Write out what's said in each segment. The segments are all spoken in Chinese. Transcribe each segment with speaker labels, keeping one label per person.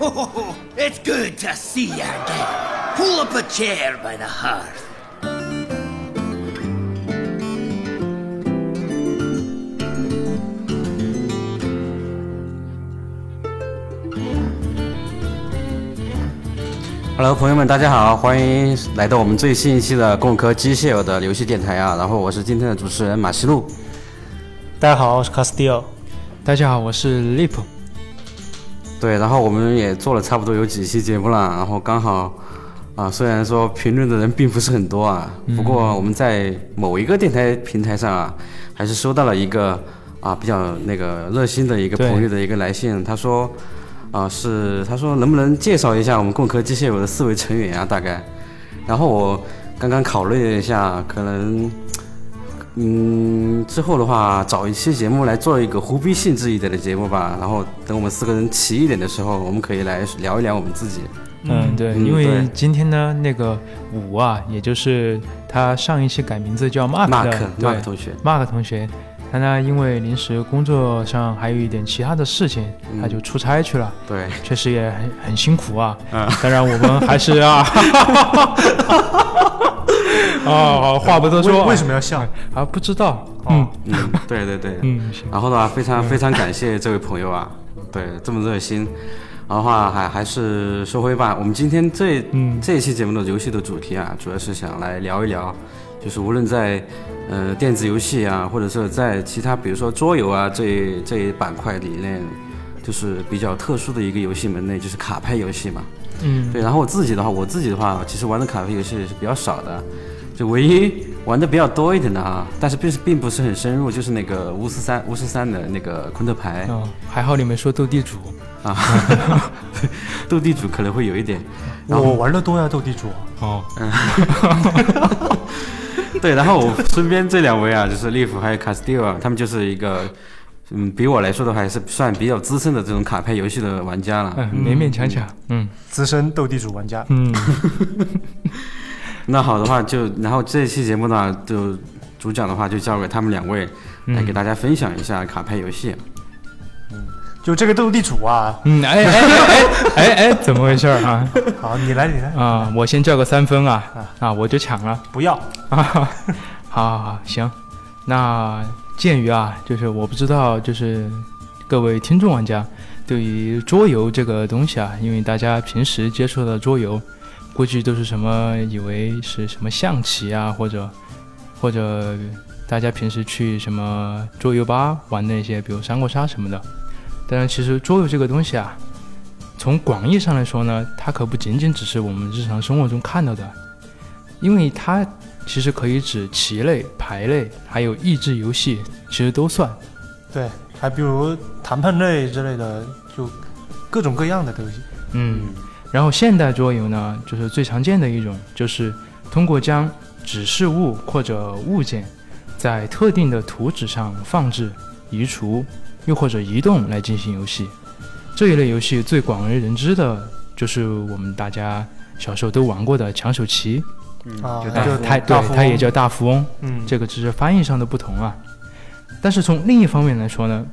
Speaker 1: Oh, it's good to see you again. Pull up a chair by the hearth.
Speaker 2: Hello，朋友们，大家好，欢迎来到我们最新一期的工科机械的游戏电台啊！然后我是今天的主持人马西路。
Speaker 3: 大家好，我是 Castillo。
Speaker 4: 大家好，我是 Lip。
Speaker 2: 对，然后我们也做了差不多有几期节目了，然后刚好啊，虽然说评论的人并不是很多啊，不过我们在某一个电台平台上啊，还是收到了一个啊比较那个热心的一个
Speaker 4: 对
Speaker 2: 朋友的一个来信，他说啊是他说能不能介绍一下我们共科机械友的四位成员啊大概，然后我刚刚考虑了一下，可能。嗯，之后的话，找一期节目来做一个胡逼性质一点的节目吧。然后等我们四个人齐一点的时候，我们可以来聊一聊我们自己。
Speaker 4: 嗯，对，
Speaker 2: 嗯
Speaker 4: 因为
Speaker 2: 对
Speaker 4: 今天呢，那个五啊，也就是他上一期改名字叫 Mark
Speaker 2: 马克
Speaker 4: 的，，
Speaker 2: 马
Speaker 4: 对
Speaker 2: 克同学，
Speaker 4: ，Mark 同学，他呢因为临时工作上还有一点其他的事情，
Speaker 2: 嗯
Speaker 4: 他就出差去了，
Speaker 2: 对，
Speaker 4: 确实也很很辛苦啊。
Speaker 2: 嗯
Speaker 4: 当然我们还是 啊，啊，好话不多说，
Speaker 3: 为为什么要笑？
Speaker 4: 啊？不知道，嗯
Speaker 2: 嗯，对对对，
Speaker 4: 嗯，行，
Speaker 2: 然后的话，非常非常感谢这位朋友啊，对，这么热心。然后的话，还还是说回吧，我们今天这、
Speaker 4: 嗯
Speaker 2: 这一期节目的游戏的主题啊，主要是想来聊一聊，就是无论在呃电子游戏啊，或者是在其他比如说桌游啊这一这一板块里面，就是比较特殊的一个游戏门类，就是卡牌游戏嘛。
Speaker 4: 嗯
Speaker 2: 对，然后我自己的话，我自己的话，其实玩的卡牌游戏是比较少的，就唯一玩的比较多一点的啊，但是并并不是很深入，就是那个巫师三巫师三的那个昆特牌、
Speaker 4: 哦，还好你没说斗地主，
Speaker 2: 啊， 斗地主可能会有一点，
Speaker 3: 我玩的多呀，斗地主。
Speaker 4: 哦，
Speaker 2: 对，然后我身边这两位啊，就是利弗还有卡斯蒂尔，他们就是一个。嗯，比我来说的话，还是算比较资深的这种卡牌游戏的玩家了。
Speaker 4: 嗯，勉勉强强，嗯
Speaker 3: 资深斗地主玩家。
Speaker 4: 嗯。
Speaker 2: 那好的话就，然后这期节目呢，就主讲的话就交给他们两位
Speaker 4: 嗯
Speaker 2: 来给大家分享一下卡牌游戏。
Speaker 3: 就这个斗地主啊，
Speaker 4: 嗯，哎哎哎哎哎，怎么回事儿啊？
Speaker 3: 好，你来，你来，
Speaker 4: 啊，我先叫个三分啊，啊，我就抢了
Speaker 3: 不要。
Speaker 4: 啊，好好好，行。那鉴于啊，就是我不知道，就是各位听众玩家对于桌游这个东西啊，因为大家平时接触的桌游，估计都是什么以为是什么象棋啊，或者或者大家平时去什么桌游吧玩的一些，比如三国杀什么的。当然，其实桌游这个东西啊，从广义上来说呢，它可不仅仅只是我们日常生活中看到的，因为它其实可以指棋类、牌类，还有益智游戏，其实都算。
Speaker 3: 对，还比如谈判类之类的，就各种各样的东西。
Speaker 4: 嗯，然后现代桌游呢，就是最常见的一种，就是通过将指示物或者物件在特定的图纸上放置、移除，又或者移动来进行游戏。这一类游戏最广为人知的就是我们大家小时候都玩过的抢手棋，哎
Speaker 3: 啊，
Speaker 2: 嗯就
Speaker 3: 就
Speaker 2: 大富翁
Speaker 4: 它
Speaker 3: 大
Speaker 4: 对
Speaker 3: 富翁
Speaker 4: 它也叫大富翁。
Speaker 3: 嗯，
Speaker 4: 这个只是翻译上的不同啊。但是从另一方面来说呢，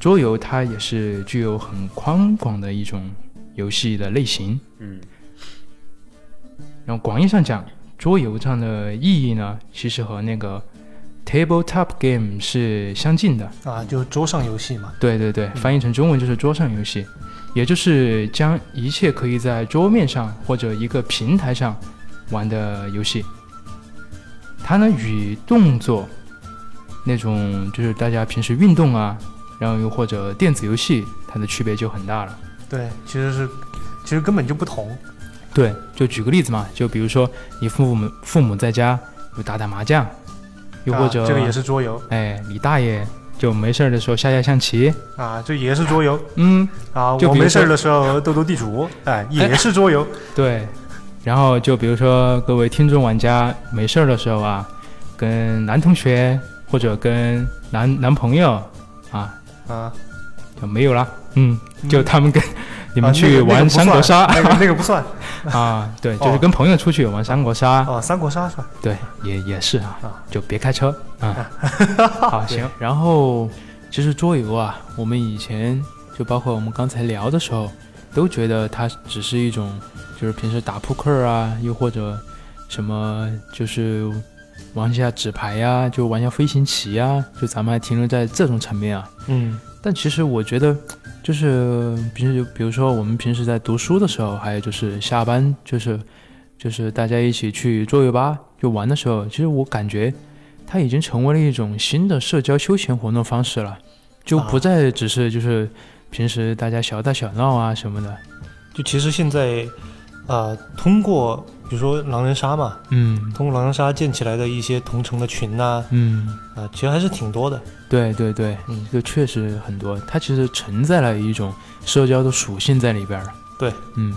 Speaker 4: 桌游它也是具有很宽广的一种游戏的类型。
Speaker 2: 嗯，
Speaker 4: 然后广义上讲，桌游这样的意义呢，其实和那个 tabletop game 是相近的。
Speaker 3: 啊，就桌上游戏嘛。
Speaker 4: 对对对，翻译成中文就是桌上游戏，也就是将一切可以在桌面上或者一个平台上玩的游戏。它呢与动作那种就是大家平时运动啊，然后又或者电子游戏，它的区别就很大了。
Speaker 3: 对，其实是，其实根本就不同。
Speaker 4: 对，就举个例子嘛，就比如说你父母父母在家就打打麻将，又或者、
Speaker 3: 啊这个也是桌游
Speaker 4: 哎你大爷就没事儿的时候下下象棋，
Speaker 3: 啊，这也是桌游
Speaker 4: 嗯，
Speaker 3: 啊。
Speaker 4: 就
Speaker 3: 我
Speaker 4: 比如
Speaker 3: 没事儿
Speaker 4: 说
Speaker 3: 的时候斗斗地主， 哎，也是桌游。
Speaker 4: 对，然后就比如说各位听众玩家没事儿的时候啊，跟男同学或者跟男男朋友啊
Speaker 3: 啊，
Speaker 4: 就没有啦，嗯，就他们跟、你们
Speaker 3: 啊那个
Speaker 4: 去
Speaker 3: 那个
Speaker 4: 玩
Speaker 3: 不
Speaker 4: 三
Speaker 3: 算
Speaker 4: 国杀啊
Speaker 3: 那 个那个不算
Speaker 4: 对， 就是
Speaker 3: 哦
Speaker 4: 跟朋友出去玩三国杀，
Speaker 3: 哦，三国杀算。
Speaker 4: 对，也也是啊，
Speaker 3: 啊
Speaker 4: 就别开车啊。好，行。然后其实桌游啊，我们以前就包括我们刚才聊的时候，都觉得它只是一种，就是平时打扑克啊，又或者什么就是玩一下纸牌呀、就玩一下飞行棋呀、就咱们还停留在这种层面啊。
Speaker 3: 嗯
Speaker 4: 但其实我觉得，就是平时就比如说我们平时在读书的时候，还有就是下班就是就是大家一起去桌游吧就玩的时候，其实我感觉它已经成为了一种新的社交休闲活动方式了，就不
Speaker 3: 啊
Speaker 4: 再只是就是平时大家小打小闹啊什么的。
Speaker 3: 就其实现在，呃，通过比如说狼人杀嘛，
Speaker 4: 嗯
Speaker 3: 通过狼人杀建起来的一些同城的群呐、
Speaker 4: 嗯，
Speaker 3: 啊，其实还是挺多的。
Speaker 4: 对对对，
Speaker 3: 嗯
Speaker 4: 就确实很多，它其实承载了一种社交的属性在里边儿。
Speaker 3: 对，
Speaker 4: 嗯，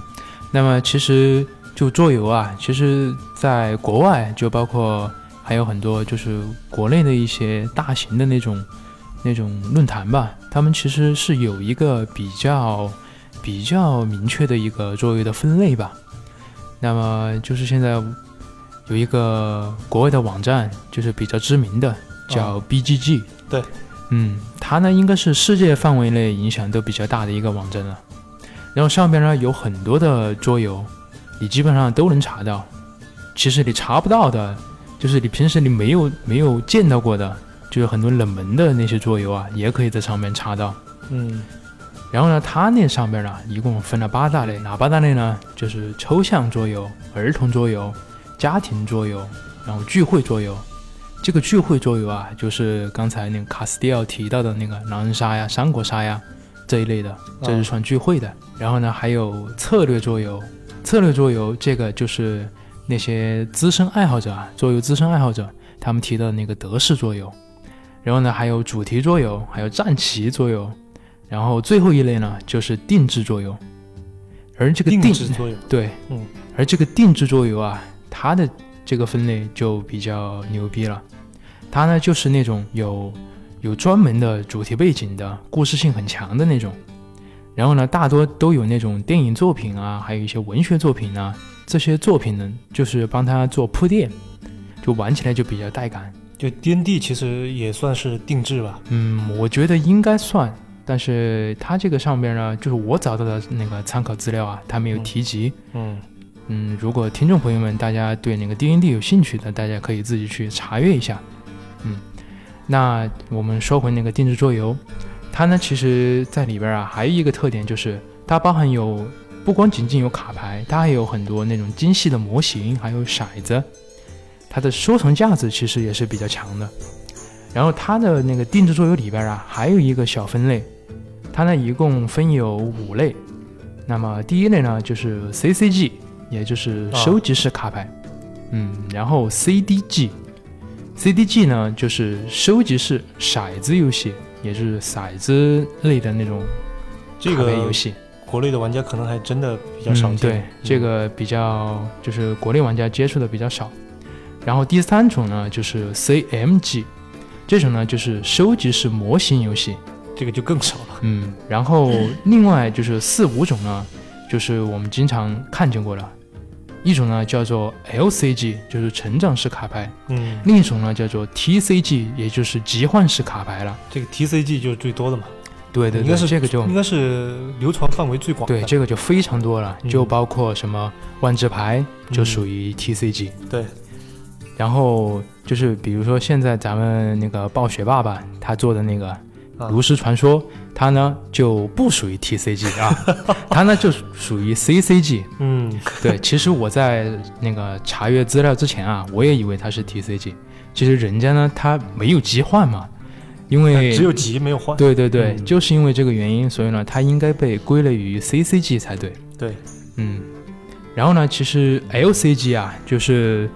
Speaker 4: 那么其实就桌游啊，其实在国外就包括还有很多就是国内的一些大型的那种那种论坛吧，他们其实是有一个比较比较明确的一个桌游的分类吧。那么就是现在有一个国外的网站，就是比较知名的，叫 BGG、
Speaker 3: 对，
Speaker 4: 嗯，它呢应该是世界范围内影响都比较大的一个网站了。然后上边呢有很多的桌游，你基本上都能查到。其实你查不到的，就是你平时你没有没有见到过的，就是很多冷门的那些桌游啊，也可以在上面查到。
Speaker 3: 嗯
Speaker 4: 然后呢，它那上边呢一共分了八大类，哪八大类呢？就是抽象桌游、儿童桌游、家庭桌游，然后聚会桌游。这个聚会桌游啊，就是刚才那个卡斯蒂奥提到的那个狼人杀呀、三国杀呀这一类的，这是算聚会的。然后呢，还有策略桌游，策略桌游这个就是那些资深爱好者啊，桌游资深爱好者他们提到的那个德式桌游。然后呢，还有主题桌游，还有战棋桌游，然后最后一类呢就是定制桌游，而这个定
Speaker 3: 定制作用。
Speaker 4: 对，
Speaker 3: 嗯，
Speaker 4: 而这个定制桌游啊，它的这个分类就比较牛逼了，它呢就是那种有有专门的主题背景的，故事性很强的那种，然后呢，大多都有那种电影作品啊，还有一些文学作品啊，这些作品呢就是帮它做铺垫，就玩起来就比较带感。
Speaker 3: 就 D N D 其实也算是定制吧，
Speaker 4: 嗯，我觉得应该算，但是它这个上边呢，就是我找到的那个参考资料啊，它没有
Speaker 3: 嗯
Speaker 4: 提及。
Speaker 3: 嗯，
Speaker 4: 嗯，如果听众朋友们大家对那个 D N D 有兴趣的，大家可以自己去查阅一下。嗯，那我们说回那个定制桌游，它呢其实在里边啊还有一个特点就是它包含有不光仅仅有卡牌，它还有很多那种精细的模型，还有骰子，它的收藏价值其实也是比较强的。然后它的那个定制桌游里边啊还有一个小分类，它呢一共分有五类。那么第一类呢就是 C C G，也就是
Speaker 3: 啊
Speaker 4: 收集式卡牌，嗯，然后 C D G。CDG 呢，就是收集式骰子游戏，也就是骰子类的那种
Speaker 3: 这
Speaker 4: 卡牌
Speaker 3: 个
Speaker 4: 游戏，
Speaker 3: 国内的玩家可能还真的比较少
Speaker 4: 嗯、
Speaker 3: 见。
Speaker 4: 对，这个比较就是国内玩家接触的比较少。然后第三种呢，就是 CMG，这种呢就是收集式模型游戏，
Speaker 3: 这个就更少了。
Speaker 4: 嗯，然后另外就是四五种呢，就是我们经常看见过了。一种呢叫做 LCG，就是成长式卡牌；
Speaker 3: 嗯，
Speaker 4: 另一种呢叫做 TCG，也就是集换式卡牌了。
Speaker 3: 这个 T C G 就是最多的嘛，
Speaker 4: 对对
Speaker 3: 应
Speaker 4: 对，
Speaker 3: 该是
Speaker 4: 这个就
Speaker 3: 应该是流传范围最广的。
Speaker 4: 对这个就非常多了，
Speaker 3: 嗯
Speaker 4: 就包括什么万智牌就
Speaker 3: 嗯
Speaker 4: 属于 TCG，、
Speaker 3: 对，
Speaker 4: 然后就是比如说现在咱们那个暴雪爸爸他做的那个
Speaker 3: 啊
Speaker 4: 炉石传说，他呢就不属于 TCG 啊，他呢就属于 CCG。
Speaker 3: 嗯，
Speaker 4: 对，其实我在那个查阅资料之前啊，我也以为它是 TCG，其实人家呢他没有疾患嘛，因为
Speaker 3: 哎 只有集没有换。
Speaker 4: 对对对，
Speaker 3: 嗯
Speaker 4: 就是因为这个原因，所以呢，它应该被归类于 CCG 才对。
Speaker 3: 对，
Speaker 4: 嗯。然后呢，其实 LCG 啊，就是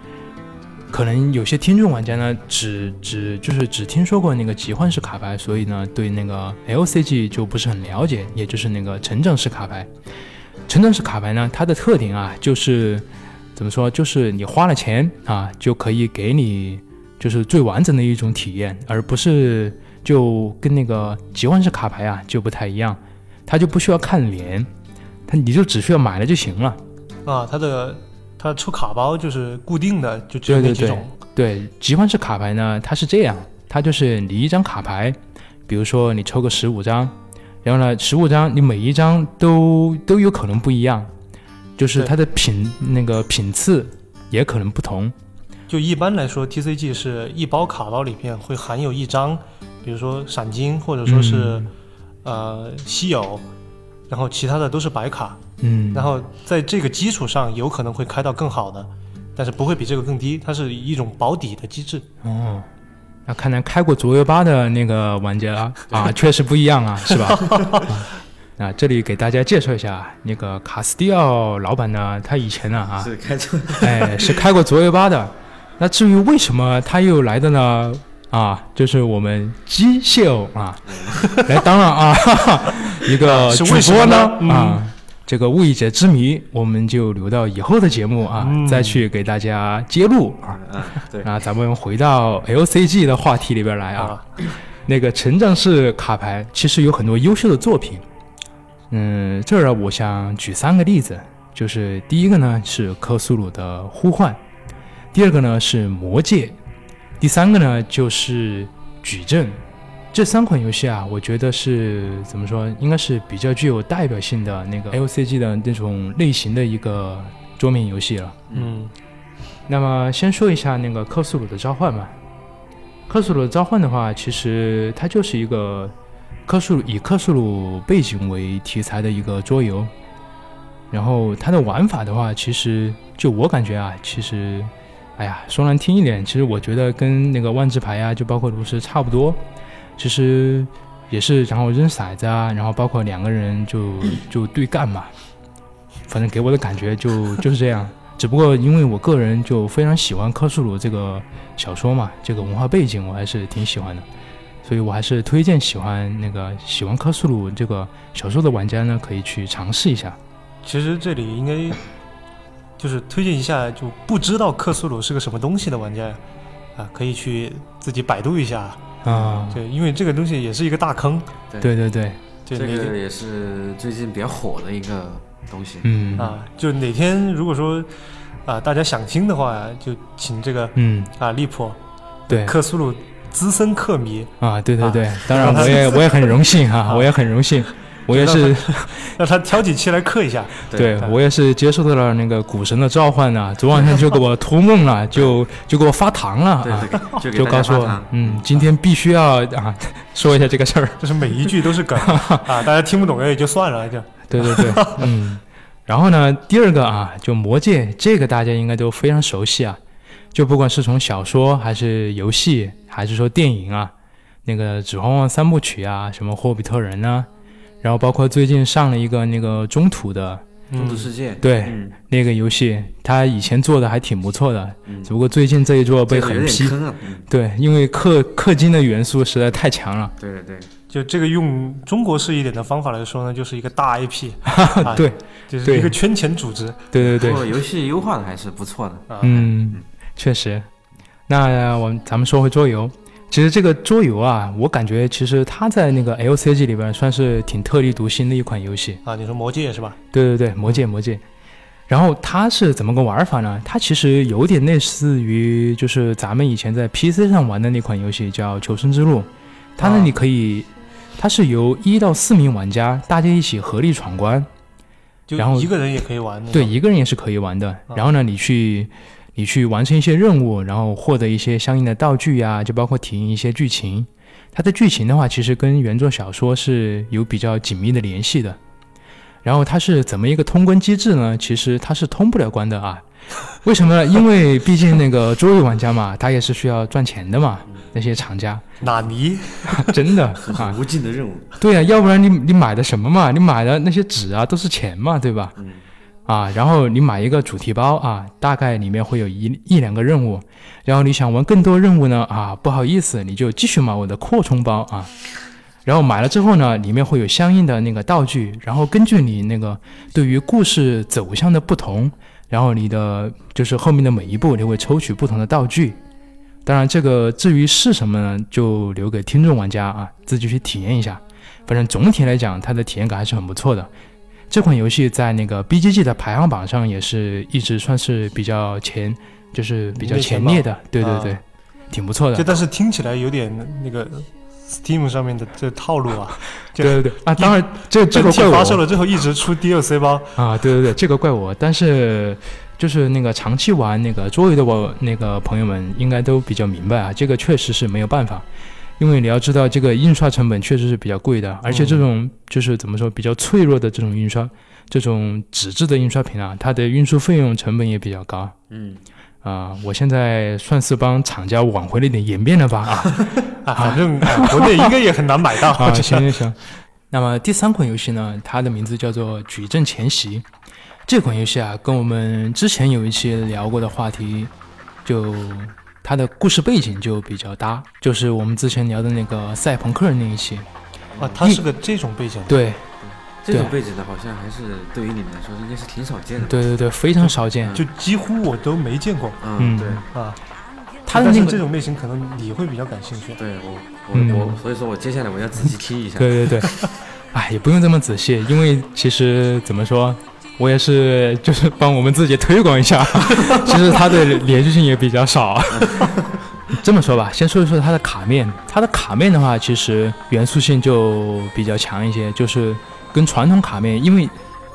Speaker 4: 可能有些听众玩家呢，只只就是只听说过那个集换式卡牌，所以呢，对那个 LCG 就不是很了解，也就是那个成长式卡牌。成长式卡牌呢，它的特点啊，就是怎么说，就是你花了钱啊，就可以给你就是最完整的一种体验，而不是就跟那个集换式卡牌啊就不太一样，它就不需要看脸，它你就只需要买了就行了。
Speaker 3: 啊，它的它出卡包就是固定的，就只有那几种。
Speaker 4: 对，集换式卡牌呢，它是这样，它就是你一张卡牌，比如说你抽个十五张，然后呢，十五张你每一张都都有可能不一样，就是
Speaker 3: 对
Speaker 4: 它的品那个品次也可能不同。
Speaker 3: 就一般来说，TCG 是一包卡包里面会含有一张，比如说闪金或者说是、呃稀有，然后其他的都是白卡，
Speaker 4: 嗯，
Speaker 3: 然后在这个基础上有可能会开到更好的，但是不会比这个更低，它是一种保底的机制。
Speaker 4: 哦，那看来开过左右吧的那个玩家啊，确实不一样啊，是吧？啊那这里给大家介绍一下，那个卡斯蒂奥老板呢，他以前呢啊，
Speaker 2: 是开车，
Speaker 4: 哎，是开过卓越吧的。那至于为什么他又来的呢？啊，就是我们机械偶啊，来当了啊 一个
Speaker 3: 嗯啊是
Speaker 4: 主
Speaker 3: 为什么
Speaker 4: 播呢
Speaker 3: 呢嗯
Speaker 4: 啊，这个未解之谜，我们就留到以后的节目啊、
Speaker 3: 嗯
Speaker 4: 再去给大家揭露啊。
Speaker 2: 嗯，对，
Speaker 4: 那咱们回到 LCG 的话题里边来啊，
Speaker 3: 啊
Speaker 4: 那个成长式卡牌其实有很多优秀的作品，嗯，这儿啊我想举三个例子，就是第一个呢是科苏鲁的呼唤，第二个呢是魔戒，第三个呢就是矩阵。这三款游戏啊，我觉得是怎么说，应该是比较具有代表性的那个 LCG 的那种类型的一个桌面游戏了。
Speaker 3: 嗯，
Speaker 4: 那么先说一下那个克苏鲁的召唤吧。克苏鲁的召唤的话，其实它就是一个克苏鲁以克苏鲁背景为题材的一个桌游。然后它的玩法的话，其实就我感觉啊，其实，哎呀，说难听一点，其实我觉得跟那个万智牌啊，就包括炉石差不多，其实也是然后扔骰子啊，然后包括两个人就就对干嘛，反正给我的感觉就就是这样。只不过因为我个人就非常喜欢科苏鲁这个小说嘛，这个文化背景我还是挺喜欢的，所以我还是推荐喜欢那个喜欢科苏鲁这个小说的玩家呢，可以去尝试一下。
Speaker 3: 其实这里应该就是推荐一下，就不知道克苏鲁是个什么东西的玩家呀，啊，可以去自己百度一下。
Speaker 4: 啊、
Speaker 3: 对，因为这个东西也是一个大坑。
Speaker 4: 对对对，
Speaker 3: 对，
Speaker 2: 这
Speaker 3: 哪
Speaker 2: 个
Speaker 3: 天
Speaker 2: 也是最近比较火的一个东西。
Speaker 4: 嗯
Speaker 3: 啊，就哪天如果说啊大家想听的话，就请这个
Speaker 4: 嗯，
Speaker 3: 啊利普
Speaker 4: 对
Speaker 3: 克苏鲁资深克迷，
Speaker 4: 啊，对对
Speaker 3: 啊
Speaker 4: 对，当然我也我也很荣幸哈、
Speaker 3: 啊
Speaker 4: 我也很荣幸，我也是
Speaker 3: 让他挑几期来克一 下。
Speaker 4: 对我也是接受到了那个股神的召唤呢、昨晚上就给我 托梦了，就就给我发糖了
Speaker 2: 对
Speaker 4: 啊。
Speaker 2: 对，就给
Speaker 4: 就
Speaker 2: 大家
Speaker 4: 告诉
Speaker 2: 发
Speaker 4: 我
Speaker 2: 糖，
Speaker 4: 嗯，今天必须要啊， 说一下这 个事儿。
Speaker 3: 就是每一句都是梗啊，大家听不懂也就算了，就
Speaker 4: 对对对，嗯。然后呢，第二个啊，就《魔戒》，这个大家应该都非常熟悉啊。就不管是从小说还是游戏，还是说电影啊，那个《指环王》三部曲啊，什么《霍比特人》啊，然后包括最近上了一个那个中土的
Speaker 2: 中土世界，
Speaker 4: 对
Speaker 2: 嗯，
Speaker 4: 那个游戏，他以前做的还挺不错的，
Speaker 2: 嗯
Speaker 4: 只不过最近这一座被
Speaker 2: 这个有
Speaker 4: 狠
Speaker 2: 点
Speaker 4: 批。
Speaker 2: 坑啊。嗯
Speaker 4: 对，因为氪氪金的元素实在太强了。
Speaker 2: 对对对，
Speaker 3: 就这个用中国式一点的方法来说呢，就是一个大 IP，啊
Speaker 4: 对，
Speaker 3: 就是
Speaker 4: 对
Speaker 3: 一个圈钱组织。
Speaker 4: 对对对
Speaker 2: 不。过游戏优化的还是不错的。
Speaker 3: 啊，
Speaker 4: 嗯，确实。那我们咱们说回桌游，其实这个桌游啊，我感觉其实它在那个 LCG 里边算是挺特立独行的一款游戏。
Speaker 3: 啊，你说魔戒是吧？
Speaker 4: 对对对，魔戒魔戒。然后它是怎么个玩法呢？它其实有点类似于就是咱们以前在 PC 上玩的那款游戏，叫《求生之路》。它呢，
Speaker 3: 啊
Speaker 4: 你可以，它是由一到四名玩家大家一起合力闯关，
Speaker 3: 就
Speaker 4: 然后
Speaker 3: 一个人也可以玩那种。
Speaker 4: 对，一个人也是可以玩的。然后呢，你去你去完成一些任务，然后获得一些相应的道具呀、就包括体验一些剧情。它的剧情的话，其实跟原作小说是有比较紧密的联系的。然后它是怎么一个通关机制呢？其实它是通不了关的啊。为什么呢？因为毕竟那个桌游玩家嘛，他也是需要赚钱的嘛。那些厂家
Speaker 3: 纳尼
Speaker 4: 真的啊，
Speaker 2: 很无尽的任务，
Speaker 4: 对呀、要不然你你买的什么嘛？你买的那些纸啊，都是钱嘛，对吧？
Speaker 2: 嗯。
Speaker 4: 啊，然后你买一个主题包啊，大概里面会有一一两个任务，然后你想玩更多任务呢啊，不好意思，你就继续买我的扩充包啊。然后买了之后呢，里面会有相应的那个道具，然后根据你那个对于故事走向的不同，然后你的就是后面的每一步，你会抽取不同的道具。当然，这个至于是什么呢，就留给听众玩家啊自己去体验一下。反正总体来讲，它的体验感还是很不错的。这款游戏在那个 BGG 的排行榜上也是一直算是比较前，就是比较
Speaker 3: 列前
Speaker 4: 前
Speaker 3: 吧
Speaker 4: 列的，对对
Speaker 3: 啊
Speaker 4: 对，挺不错的
Speaker 3: 就。但是听起来有点那个 Steam 上面的这套路啊。就
Speaker 4: 对对对啊，当然这这
Speaker 3: 整
Speaker 4: 个
Speaker 3: 体
Speaker 4: 怪
Speaker 3: 发售
Speaker 4: 我
Speaker 3: 了之后一直出 DLC 包，
Speaker 4: 啊，对对对，这个怪我，但是。就是那个长期玩那个桌游的我那个朋友们应该都比较明白啊，这个确实是没有办法，因为你要知道这个印刷成本确实是比较贵的，而且这种就是怎么说比较脆弱的这种印刷，这种纸质的印刷品啊，它的运输费用成本也比较高。
Speaker 2: 嗯，
Speaker 4: 啊、我现在算是帮厂家挽回了一点颜面了吧？啊，
Speaker 3: 啊，反 正哎国内应该也很难买到。
Speaker 4: 啊，
Speaker 3: 这
Speaker 4: 行行行。那么第三款游戏呢，它的名字叫做《矩阵前夕》。这款游戏啊，跟我们之前有一期聊过的话题，就它的故事背景就比较搭，就是我们之前聊的那个赛朋克那一期。
Speaker 3: 啊，它是个这种背景，
Speaker 4: 对，
Speaker 2: 这
Speaker 4: 对
Speaker 2: 种背景的好像还是对于你们来说应该是挺少见的。，
Speaker 4: 对对对，非常少见。
Speaker 3: 就几乎我都没见过
Speaker 2: 嗯，
Speaker 4: 嗯
Speaker 2: 对，
Speaker 3: 啊。
Speaker 4: 它的
Speaker 3: 但
Speaker 4: 那
Speaker 3: 是
Speaker 4: 个
Speaker 3: 这种类型可能你会比较感兴趣。
Speaker 2: 对我
Speaker 4: 嗯
Speaker 2: 我我，所以说我接下来我要仔细听一下。
Speaker 4: 对 对对，哎，也不用这么仔细，因为其实怎么说，我也是就是帮我们自己推广一 下，其实它的连续性也比较少。这么说吧，先说一说它的卡面。它的卡面的话，其实元素性就比较强一些，就是跟传统卡面，因为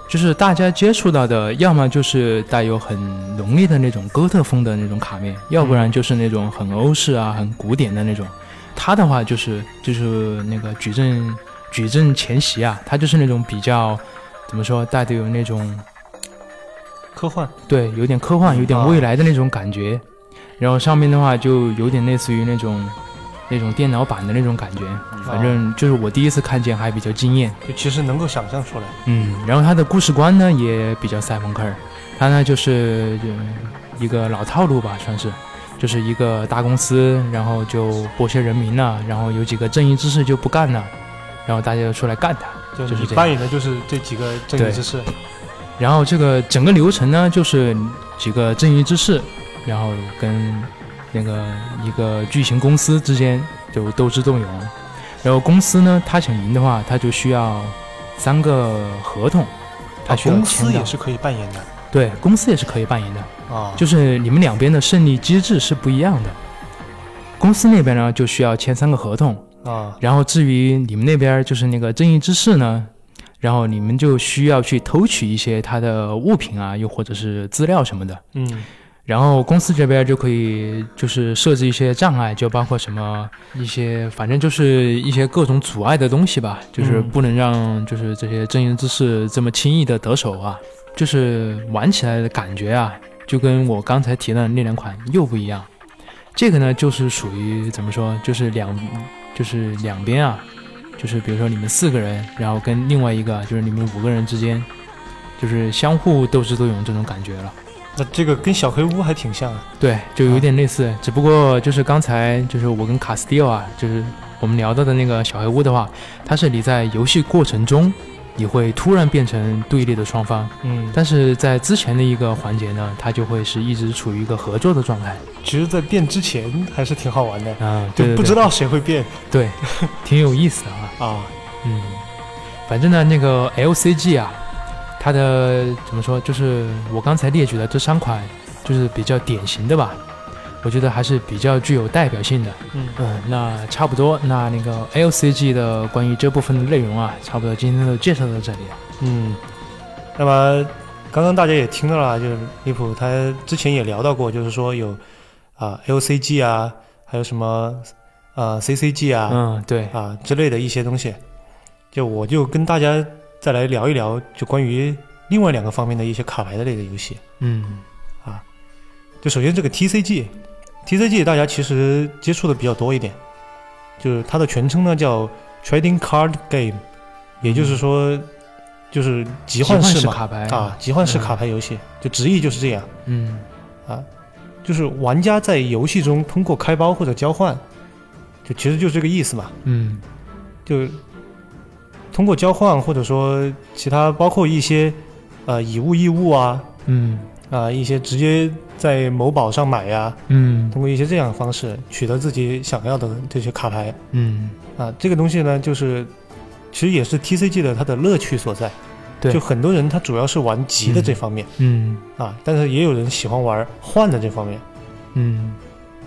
Speaker 4: 就是大家接触到的，要么就是带有很浓烈的那种哥特风的那种卡面，要不然就是那种很欧式啊、很古典的那种。它的话就是就是那个矩阵矩阵前夕啊，它就是那种比较怎么说，带的有那种
Speaker 3: 科幻
Speaker 4: 对，有点科幻，有点未来的那种感觉。然后上面的话就有点类似于那种那种电脑版的那种感觉，反正就是我第一次看见还比较惊艳。
Speaker 3: 啊就其实能够想象出来，
Speaker 4: 嗯，然后它的故事观呢也比较赛朋克，尔，它呢就是就一个老套路吧，算是，就是一个大公司，然后就剥削人民了，然后有几个正义之士就不干了，然后大家就出来干他。
Speaker 3: 就
Speaker 4: 就是
Speaker 3: 你
Speaker 4: 这样
Speaker 3: 扮演的就是这几个正
Speaker 4: 对
Speaker 3: 义之士，
Speaker 4: 然后这个整个流程呢，就是几个正义之士，然后跟那个一个巨型公司之间就斗智斗勇。然后公司呢，他想赢的话，他就需要三个合同，他
Speaker 3: 啊
Speaker 4: 需要
Speaker 3: 公
Speaker 4: 签
Speaker 3: 司
Speaker 4: 到
Speaker 3: 也是可以扮演的
Speaker 4: 对，公司也是可以扮演的，
Speaker 3: 啊。
Speaker 4: 就是你们两边的胜利机制是不一样的。公司那边呢，就需要签三个合同，
Speaker 3: 啊，
Speaker 4: 然后至于你们那边儿就是那个正义之士呢，然后你们就需要去偷取一些他的物品啊，又或者是资料什么的。
Speaker 3: 嗯，
Speaker 4: 然后公司这边就可以就是设置一些障碍，就包括什么一些，反正就是一些各种阻碍的东西吧，就是
Speaker 3: 嗯
Speaker 4: 不能让就是这些正义之士这么轻易的得手啊。就是玩起来的感觉啊，就跟我刚才提到的那两款又不一样。这个呢，就是属于怎么说，就是两就是两边啊，就是比如说你们四个人，然后跟另外一个就是你们五个人之间，就是相互斗智斗勇这种感觉了。
Speaker 3: 那这个跟小黑屋还挺像啊。
Speaker 4: 对，就有点类似，只不过就是刚才就是我跟卡斯蒂奥啊，就是我们聊到的那个小黑屋的话，它是你在游戏过程中，你会突然变成对立的双方，
Speaker 3: 嗯，
Speaker 4: 但是在之前的一个环节呢，它就会是一直处于一个合作的状态。
Speaker 3: 其实，在变之前还是挺好玩的，
Speaker 4: 啊，
Speaker 3: 就
Speaker 4: 对对
Speaker 3: 不
Speaker 4: 对
Speaker 3: 知道谁会变
Speaker 4: 对，挺有意思的啊。
Speaker 3: 啊。
Speaker 4: 嗯，反正呢，那个 LCG 啊，它的怎么说，就是我刚才列举的这三款，就是比较典型的吧，我觉得还是比较具有代表性的。
Speaker 3: 嗯
Speaker 4: 嗯，那差不多，那那个 LCG 的关于这部分的内容啊，差不多今天就介绍到这里了。
Speaker 3: 嗯，那么刚刚大家也听到了，啊就是离谱，他之前也聊到过，就是说有啊、LCG 啊，还有什么啊 CCG 啊，
Speaker 4: 嗯，对，
Speaker 3: 啊之类的一些东西。就我就跟大家再来聊一聊，就关于另外两个方面的一些卡牌的类的游戏。
Speaker 4: 嗯，
Speaker 3: 就首先这个 TCG，TCG 大家其实接触的比较多一点，就是它的全称呢叫 Trading Card Game，也就是说就是集
Speaker 4: 集
Speaker 3: 换式
Speaker 4: 式
Speaker 3: 嘛
Speaker 4: 卡牌
Speaker 3: 啊，，集换式
Speaker 4: 嗯
Speaker 3: 卡牌游戏，就直译就是这样。
Speaker 4: 嗯，
Speaker 3: 就是玩家在游戏中通过开包或者交换，就其实就是这个意思嘛。
Speaker 4: 嗯，
Speaker 3: 就通过交换或者说其他包括一些呃以物易物啊
Speaker 4: 嗯，
Speaker 3: 啊、一些直接在某宝上买呀、
Speaker 4: 嗯，
Speaker 3: 通过一些这样的方式取得自己想要的这些卡牌
Speaker 4: 嗯，
Speaker 3: 啊、这个东西呢就是。其实也是 TCG 的它的乐趣所在，
Speaker 4: 对
Speaker 3: 就很多人他主要是玩集的
Speaker 4: 嗯
Speaker 3: 这方面、
Speaker 4: 嗯。
Speaker 3: 啊，但是也有人喜欢玩换的这方面，
Speaker 4: 嗯，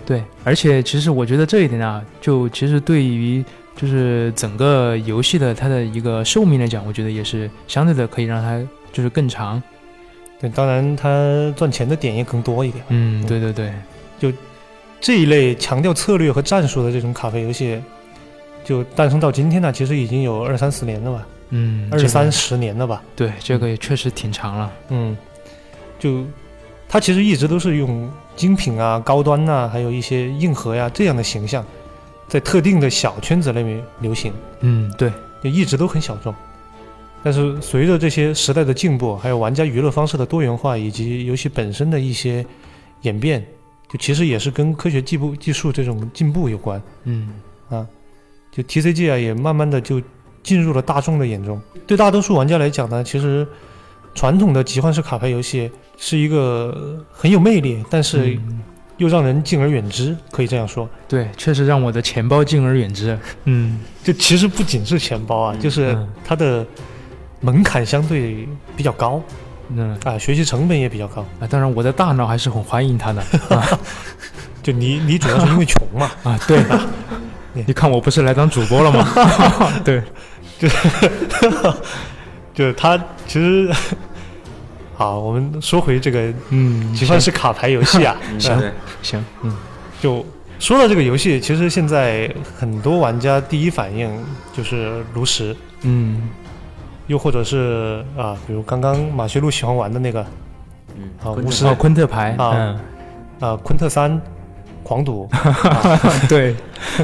Speaker 4: 对，而且其实我觉得这一点啊，就其实对于就是整个游戏的它的一个寿命来讲，我觉得也是相对的可以让它就是更长。
Speaker 3: 对，当然它赚钱的点也更多一点。
Speaker 4: 嗯，对对对，
Speaker 3: 这一类强调策略和战术的这种卡牌游戏，就诞生到今天呢，其实已经有二三十年了吧，
Speaker 4: 嗯，
Speaker 3: 二
Speaker 4: 这个
Speaker 3: 三十年了吧。
Speaker 4: 对，这个也确实挺长了。
Speaker 3: 嗯，就它其实一直都是用精品啊、高端呐、还有一些硬核呀、这样的形象，在特定的小圈子内面流行，
Speaker 4: 嗯，对，
Speaker 3: 就一直都很小众。但是随着这些时代的进步，还有玩家娱乐方式的多元化，以及游戏本身的一些演变，就其实也是跟科学技步技术这种进步有关。
Speaker 4: 嗯
Speaker 3: 就 TCG 啊，也慢慢的就进入了大众的眼中。对大多数玩家来讲呢，其实传统的集幻式卡牌游戏是一个很有魅力，但是
Speaker 4: 嗯
Speaker 3: 又让人敬而远之，可以这样说。
Speaker 4: 对，确实让我的钱包敬而远 之。嗯，
Speaker 3: 就其实不仅是钱包啊，就是
Speaker 4: 嗯
Speaker 3: 它的门槛相对比较高
Speaker 4: 那
Speaker 3: 啊，学习成本也比较高。
Speaker 4: 啊，当然我的大脑还是很欢迎它 的
Speaker 3: 就你你主要是因为穷嘛，
Speaker 4: 啊。对，你看我不是来当主播了 吗？对，
Speaker 3: 就是它其实。好，我们说回这个
Speaker 4: 嗯，
Speaker 3: 集幻式卡牌游戏啊，是吧
Speaker 2: 嗯对，
Speaker 4: 行， 嗯
Speaker 3: 就说到这个游戏，其实现在很多玩家第一反应就是炉石，
Speaker 4: 嗯
Speaker 3: 又或者是啊，比如刚刚马学路喜欢玩的那个
Speaker 2: 嗯，
Speaker 3: 好
Speaker 2: 昆
Speaker 3: 无
Speaker 2: 虫
Speaker 3: 是
Speaker 4: 哦，昆特牌，
Speaker 3: 啊
Speaker 4: 嗯，
Speaker 3: 啊，昆特三狂赌，
Speaker 4: 对，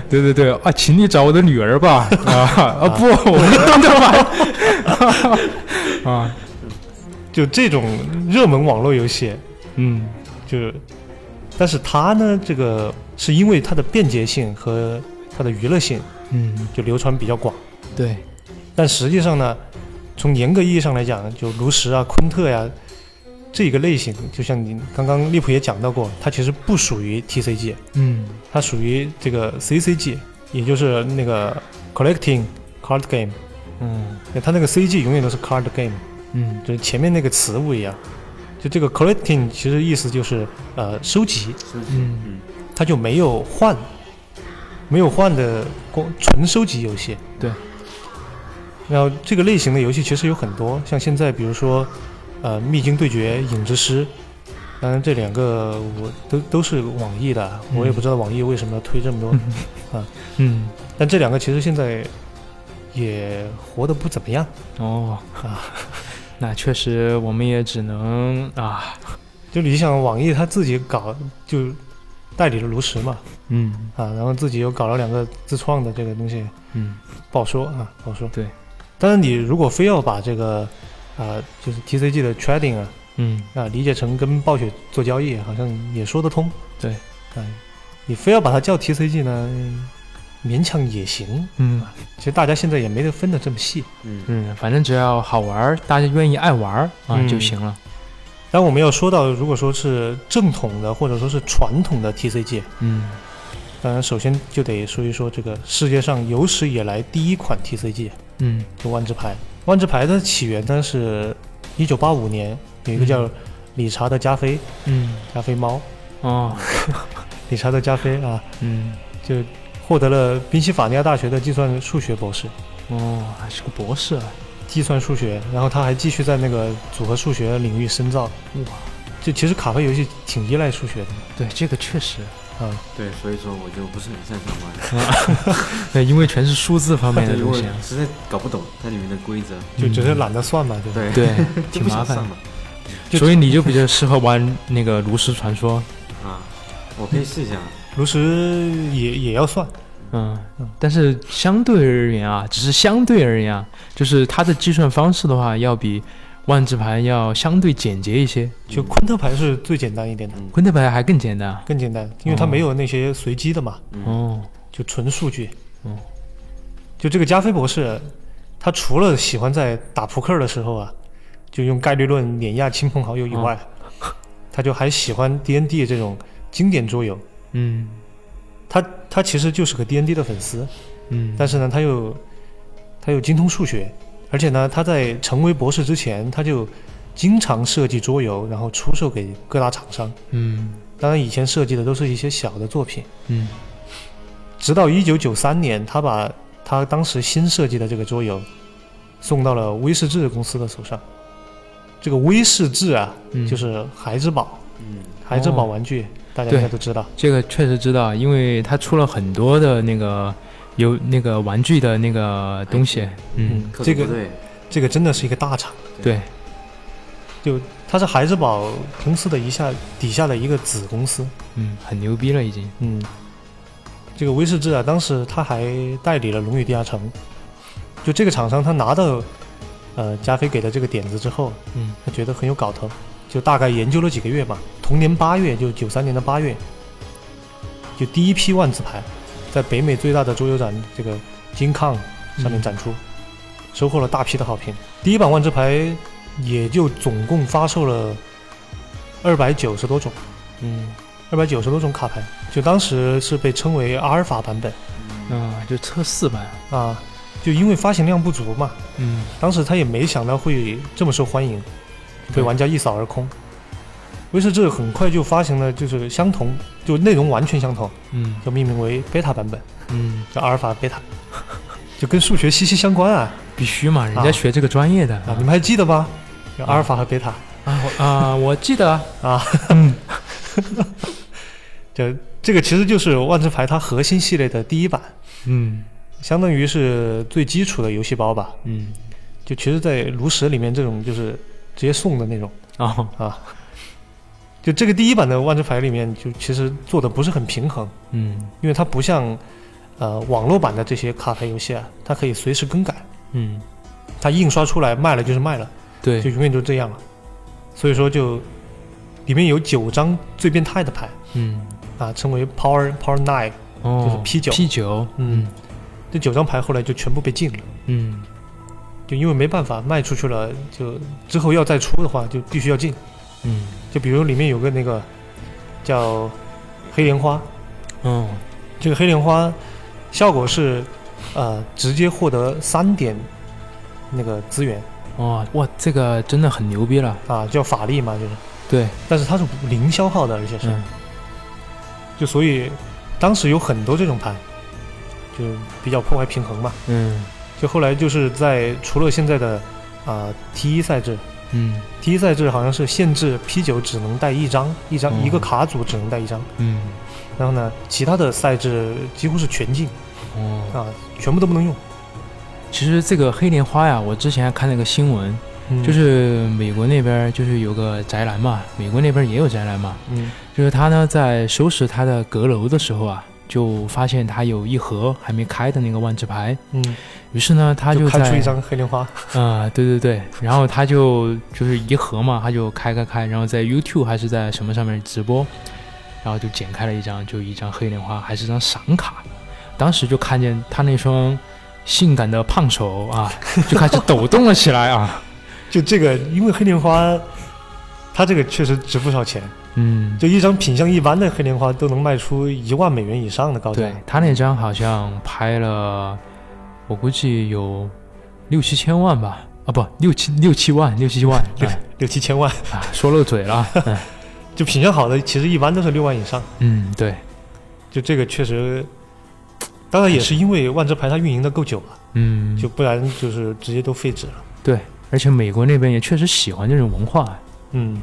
Speaker 4: 对对对啊，请你找我的女儿 吧啊啊不，我的昆特牌 啊，
Speaker 3: 就这种热门网络游戏，
Speaker 4: 嗯
Speaker 3: 就是，但是它呢，这个是因为它的便捷性和它的娱乐性，
Speaker 4: 嗯，
Speaker 3: 就流传比较广。
Speaker 4: 对，
Speaker 3: 但实际上呢，从严格意义上来讲，就炉石啊、昆特呀、这一个类型，就像你刚刚利普也讲到过，它其实不属于 TCG，
Speaker 4: 嗯
Speaker 3: 它属于这个 CCG，也就是那个 Collecting Card Game。
Speaker 4: 嗯
Speaker 3: 它那个 CG 永远都是 Card Game，
Speaker 4: 嗯
Speaker 3: 就是前面那个词不一样。就这个 Collecting 其实意思就是呃收集，
Speaker 4: 嗯
Speaker 3: 它就没有换，没有换的光纯收集游戏。
Speaker 4: 对。
Speaker 3: 然后这个类型的游戏其实有很多，像现在比如说，呃，《秘境对决》《影之师》，当然这两个我都都是网易的，我也
Speaker 4: 嗯
Speaker 3: 不知道网易为什么要推这么多，
Speaker 4: 嗯，
Speaker 3: 但这两个其实现在也活得不怎么样。
Speaker 4: 哦啊，那确实我们也只能啊，
Speaker 3: 就你想，网易他自己搞就代理了炉石嘛，
Speaker 4: 嗯
Speaker 3: 啊，然后自己又搞了两个自创的这个东西，
Speaker 4: 嗯
Speaker 3: 不好说啊，不好说。
Speaker 4: 对，
Speaker 3: 但是你如果非要把这个啊、就是 TCG 的 trading 啊
Speaker 4: 嗯
Speaker 3: 啊、理解成跟暴雪做交易，好像也说得通。
Speaker 4: 对
Speaker 3: 啊、你非要把它叫 TCG 呢，勉强也行。
Speaker 4: 嗯
Speaker 3: 其实大家现在也没得分得这么细。
Speaker 2: 嗯，
Speaker 4: 嗯，反正只要好玩儿，大家愿意爱玩儿啊、
Speaker 3: 嗯
Speaker 4: 就行了。
Speaker 3: 但我们要说到，如果说是正统的或者说是传统的 TCG，
Speaker 4: 嗯
Speaker 3: 当然首先就得说一说这个世界上有史以来第一款 TCG。
Speaker 4: 嗯
Speaker 3: 就万智牌。万智牌的起源呢是1985年，有一个叫理查德加菲，
Speaker 4: 嗯
Speaker 3: 加菲猫，
Speaker 4: 哦
Speaker 3: 理查德加菲啊，
Speaker 4: 嗯
Speaker 3: 就获得了宾夕法尼亚大学的计算数学博士，
Speaker 4: 哦，还是个博士啊。
Speaker 3: 计算数学，然后他还继续在那个组合数学领域深造。
Speaker 4: 哇，
Speaker 3: 就其实卡牌游戏挺依赖数学的嘛
Speaker 4: 对，这个确实，
Speaker 3: 啊，
Speaker 2: 对，所以说我就不是很擅长玩，
Speaker 4: 对，因为全是数字方 面的
Speaker 2: 对，
Speaker 4: 东
Speaker 2: 我
Speaker 4: 西啊，
Speaker 2: 实在搞不懂它里面的规则，
Speaker 3: 就只是
Speaker 4: 嗯
Speaker 3: 懒得算嘛，对吧？
Speaker 2: 对，
Speaker 4: 对，
Speaker 2: 就
Speaker 4: 挺
Speaker 2: 不
Speaker 4: 麻
Speaker 2: 想
Speaker 4: 烦
Speaker 2: 上
Speaker 4: 的。
Speaker 2: 了
Speaker 3: 就
Speaker 4: 所以你就比较适合玩那个炉石传说，
Speaker 2: 啊，我可以试一下，啊
Speaker 3: 炉石也也要算，
Speaker 4: 嗯
Speaker 3: 嗯，
Speaker 4: 但是相对而言啊，只是相对而言啊，就是它的计算方式的话，要比万智牌要相对简洁一些，
Speaker 3: 就昆特牌是最简单一点的，
Speaker 4: 昆特牌还更简单啊。
Speaker 3: 更简单，因为它没有那些随机的嘛。
Speaker 4: 哦，
Speaker 3: 就纯数据。
Speaker 4: 嗯，
Speaker 3: 就这个加菲博士，他除了喜欢在打扑克的时候啊，就用概率论碾压亲朋好友以外，他就还喜欢 D N D 这种经典桌游。
Speaker 4: 嗯
Speaker 3: 他他其实就是个 D N D 的粉丝，
Speaker 4: 嗯，
Speaker 3: 但是呢，他又他又精通数学，而且呢，他在成为博士之前，他就经常设计桌游，然后出售给各大厂商。
Speaker 4: 嗯
Speaker 3: 当然，以前设计的都是一些小的作品。
Speaker 4: 嗯
Speaker 3: 直到一九九三年，他把他当时新设计的这个桌游送到了威士忌公司的手上。这个威士忌啊，
Speaker 4: 嗯
Speaker 3: 就是孩之宝，
Speaker 2: 嗯，
Speaker 3: 孩之宝玩具，大家应该都知道。
Speaker 4: 这个确实知道，因为它出了很多的那个有那个玩具的那个东西，嗯，
Speaker 2: 特
Speaker 3: 这
Speaker 2: 种部
Speaker 3: 个
Speaker 2: 队
Speaker 3: 这个真的是一个大厂，
Speaker 4: 对，
Speaker 3: 它是孩之宝公司的一下底下的一个子公司。
Speaker 4: 嗯，很牛逼了已经，
Speaker 3: 嗯，这个威士忌啊，当时他还代理了《龙与地下城》，就这个厂商他拿到呃加菲给的这个点子之后，
Speaker 4: 嗯，
Speaker 3: 他觉得很有搞头，就大概研究了几个月吧。同年八月，就九三年的八月，就第一批万字牌在北美最大的桌游展这个金抗上面展出，收获了大批的好评。第一版万字牌也就总共发售了二百九十多种。
Speaker 4: 嗯，
Speaker 3: 二百九十多种卡牌，就当时是被称为阿尔法版本
Speaker 4: 啊，就测试版，
Speaker 3: 啊，就因为发行量不足嘛，
Speaker 4: 嗯，
Speaker 3: 当时他也没想到会这么受欢迎，被玩家一扫而空。威士忌很快就发行了，就是相同，就内容完全相同，
Speaker 4: 嗯
Speaker 3: 就命名为贝塔版本，
Speaker 4: 嗯，
Speaker 3: 叫阿尔法贝塔，就跟数学息息相关啊
Speaker 4: 必须嘛，人家
Speaker 3: 啊
Speaker 4: 学这个专业的
Speaker 3: 啊！你们还记得吧？有阿尔法和贝塔
Speaker 4: 啊我啊，我记得啊，
Speaker 3: 啊，
Speaker 4: 嗯
Speaker 3: 就这个其实就是万智牌它核心系列的第一版，
Speaker 4: 嗯
Speaker 3: 相当于是最基础的游戏包吧。
Speaker 4: 嗯，
Speaker 3: 就其实，在炉石里面这种就是直接送的那种
Speaker 4: 哦，
Speaker 3: 啊。就这个第一版的万智牌里面，就其实做的不是很平衡，
Speaker 4: 嗯
Speaker 3: 因为它不像呃网络版的这些卡牌游戏啊，它可以随时更改，
Speaker 4: 嗯，
Speaker 3: 它印刷出来卖了就是卖了，
Speaker 4: 对
Speaker 3: 就，永远就这样了。所以说就里面有九张最变态的牌
Speaker 4: 嗯
Speaker 3: 啊，称为 Power Power Nine，
Speaker 4: 哦，
Speaker 3: 就是 P 九
Speaker 4: P 九，
Speaker 3: 嗯，这九张牌后来就全部被禁了。
Speaker 4: 嗯
Speaker 3: 就因为没办法卖出去了，就之后要再出的话，就必须要禁。
Speaker 4: 嗯
Speaker 3: 就比如里面有个那个叫黑莲花，
Speaker 4: 哦，
Speaker 3: 这个黑莲花效果是呃直接获得三点那个资源
Speaker 4: 哇哇，这个真的很牛逼了，
Speaker 3: 啊，叫法力嘛，就是，
Speaker 4: 对，
Speaker 3: 但是它是零消耗的，而且是，
Speaker 4: 嗯
Speaker 3: 就所以当时有很多这种牌，就比较破坏平衡嘛。
Speaker 4: 嗯
Speaker 3: 就后来就是在除了现在的啊、T 一赛制。
Speaker 4: 嗯
Speaker 3: T 一赛制好像是限制 P 九只能带一张，一张、
Speaker 4: 嗯
Speaker 3: 一个卡组只能带一张，
Speaker 4: 嗯
Speaker 3: 然后呢，其他的赛制几乎是全禁
Speaker 4: 哦。
Speaker 3: 啊，全部都不能用。
Speaker 4: 其实这个黑莲花呀，我之前还看了一个新闻，
Speaker 3: 嗯
Speaker 4: 就是美国那边儿就是有个宅男嘛，美国那边儿也有宅男嘛，
Speaker 3: 嗯
Speaker 4: 就是他呢在收拾他的阁楼的时候啊，就发现他有一盒还没开的那个万智牌，
Speaker 3: 嗯，
Speaker 4: 于是呢他
Speaker 3: 就
Speaker 4: 在
Speaker 3: 开出一张黑莲花，
Speaker 4: 啊、对对对，然后他就就是一盒嘛，他就开开开，然后在 YouTube 还是在什么上面直播，然后就剪开了一张，就一张黑莲花，还是张闪卡。当时就看见他那双性感的胖手啊，就开始抖动了起来啊。
Speaker 3: 就这个，因为黑莲花，它这个确实值不少钱，
Speaker 4: 嗯，
Speaker 3: 就一张品相一般的黑莲花都能卖出一万美元以上的高价
Speaker 4: 对。他那张好像拍了，我估计有六七千万吧，啊不，六七六七万，六七万，哎
Speaker 3: 六六七千万，
Speaker 4: 啊，说漏嘴了。嗯
Speaker 3: 就品相好的其实一般都是六万以上，
Speaker 4: 嗯，对，
Speaker 3: 就这个确实，当然也是因为万智牌它运营的够久了，
Speaker 4: 嗯，
Speaker 3: 就不然就是直接都废止了。
Speaker 4: 而且美国那边也确实喜欢这种文化。
Speaker 3: 嗯，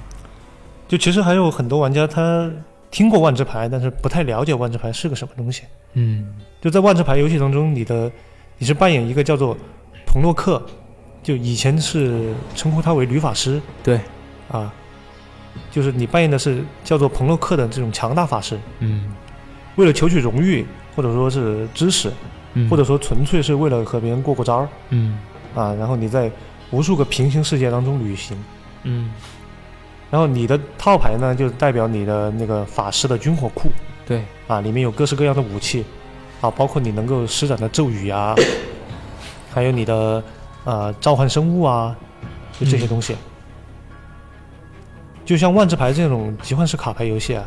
Speaker 3: 就其实还有很多玩家他听过万智牌，但是不太了解万智牌是个什么东西。
Speaker 4: 嗯
Speaker 3: 就在万智牌游戏当中，你的你是扮演一个叫做彭洛克，就以前是称呼他为女法师，
Speaker 4: 对，
Speaker 3: 啊，就是你扮演的是叫做彭洛克的这种强大法师，
Speaker 4: 嗯，
Speaker 3: 为了求取荣誉或者说是知识，
Speaker 4: 嗯
Speaker 3: 或者说纯粹是为了和别人过过招儿
Speaker 4: 嗯
Speaker 3: 啊，然后你在无数个平行世界当中旅行。
Speaker 4: 嗯，
Speaker 3: 然后你的套牌呢，就代表你的那个法师的军火库
Speaker 4: 对，
Speaker 3: 啊，里面有各式各样的武器啊，包括你能够施展的咒语啊，还有你的呃召唤生物啊，就这些
Speaker 4: 嗯
Speaker 3: 东西。就像万智牌这种集幻式卡牌游戏啊，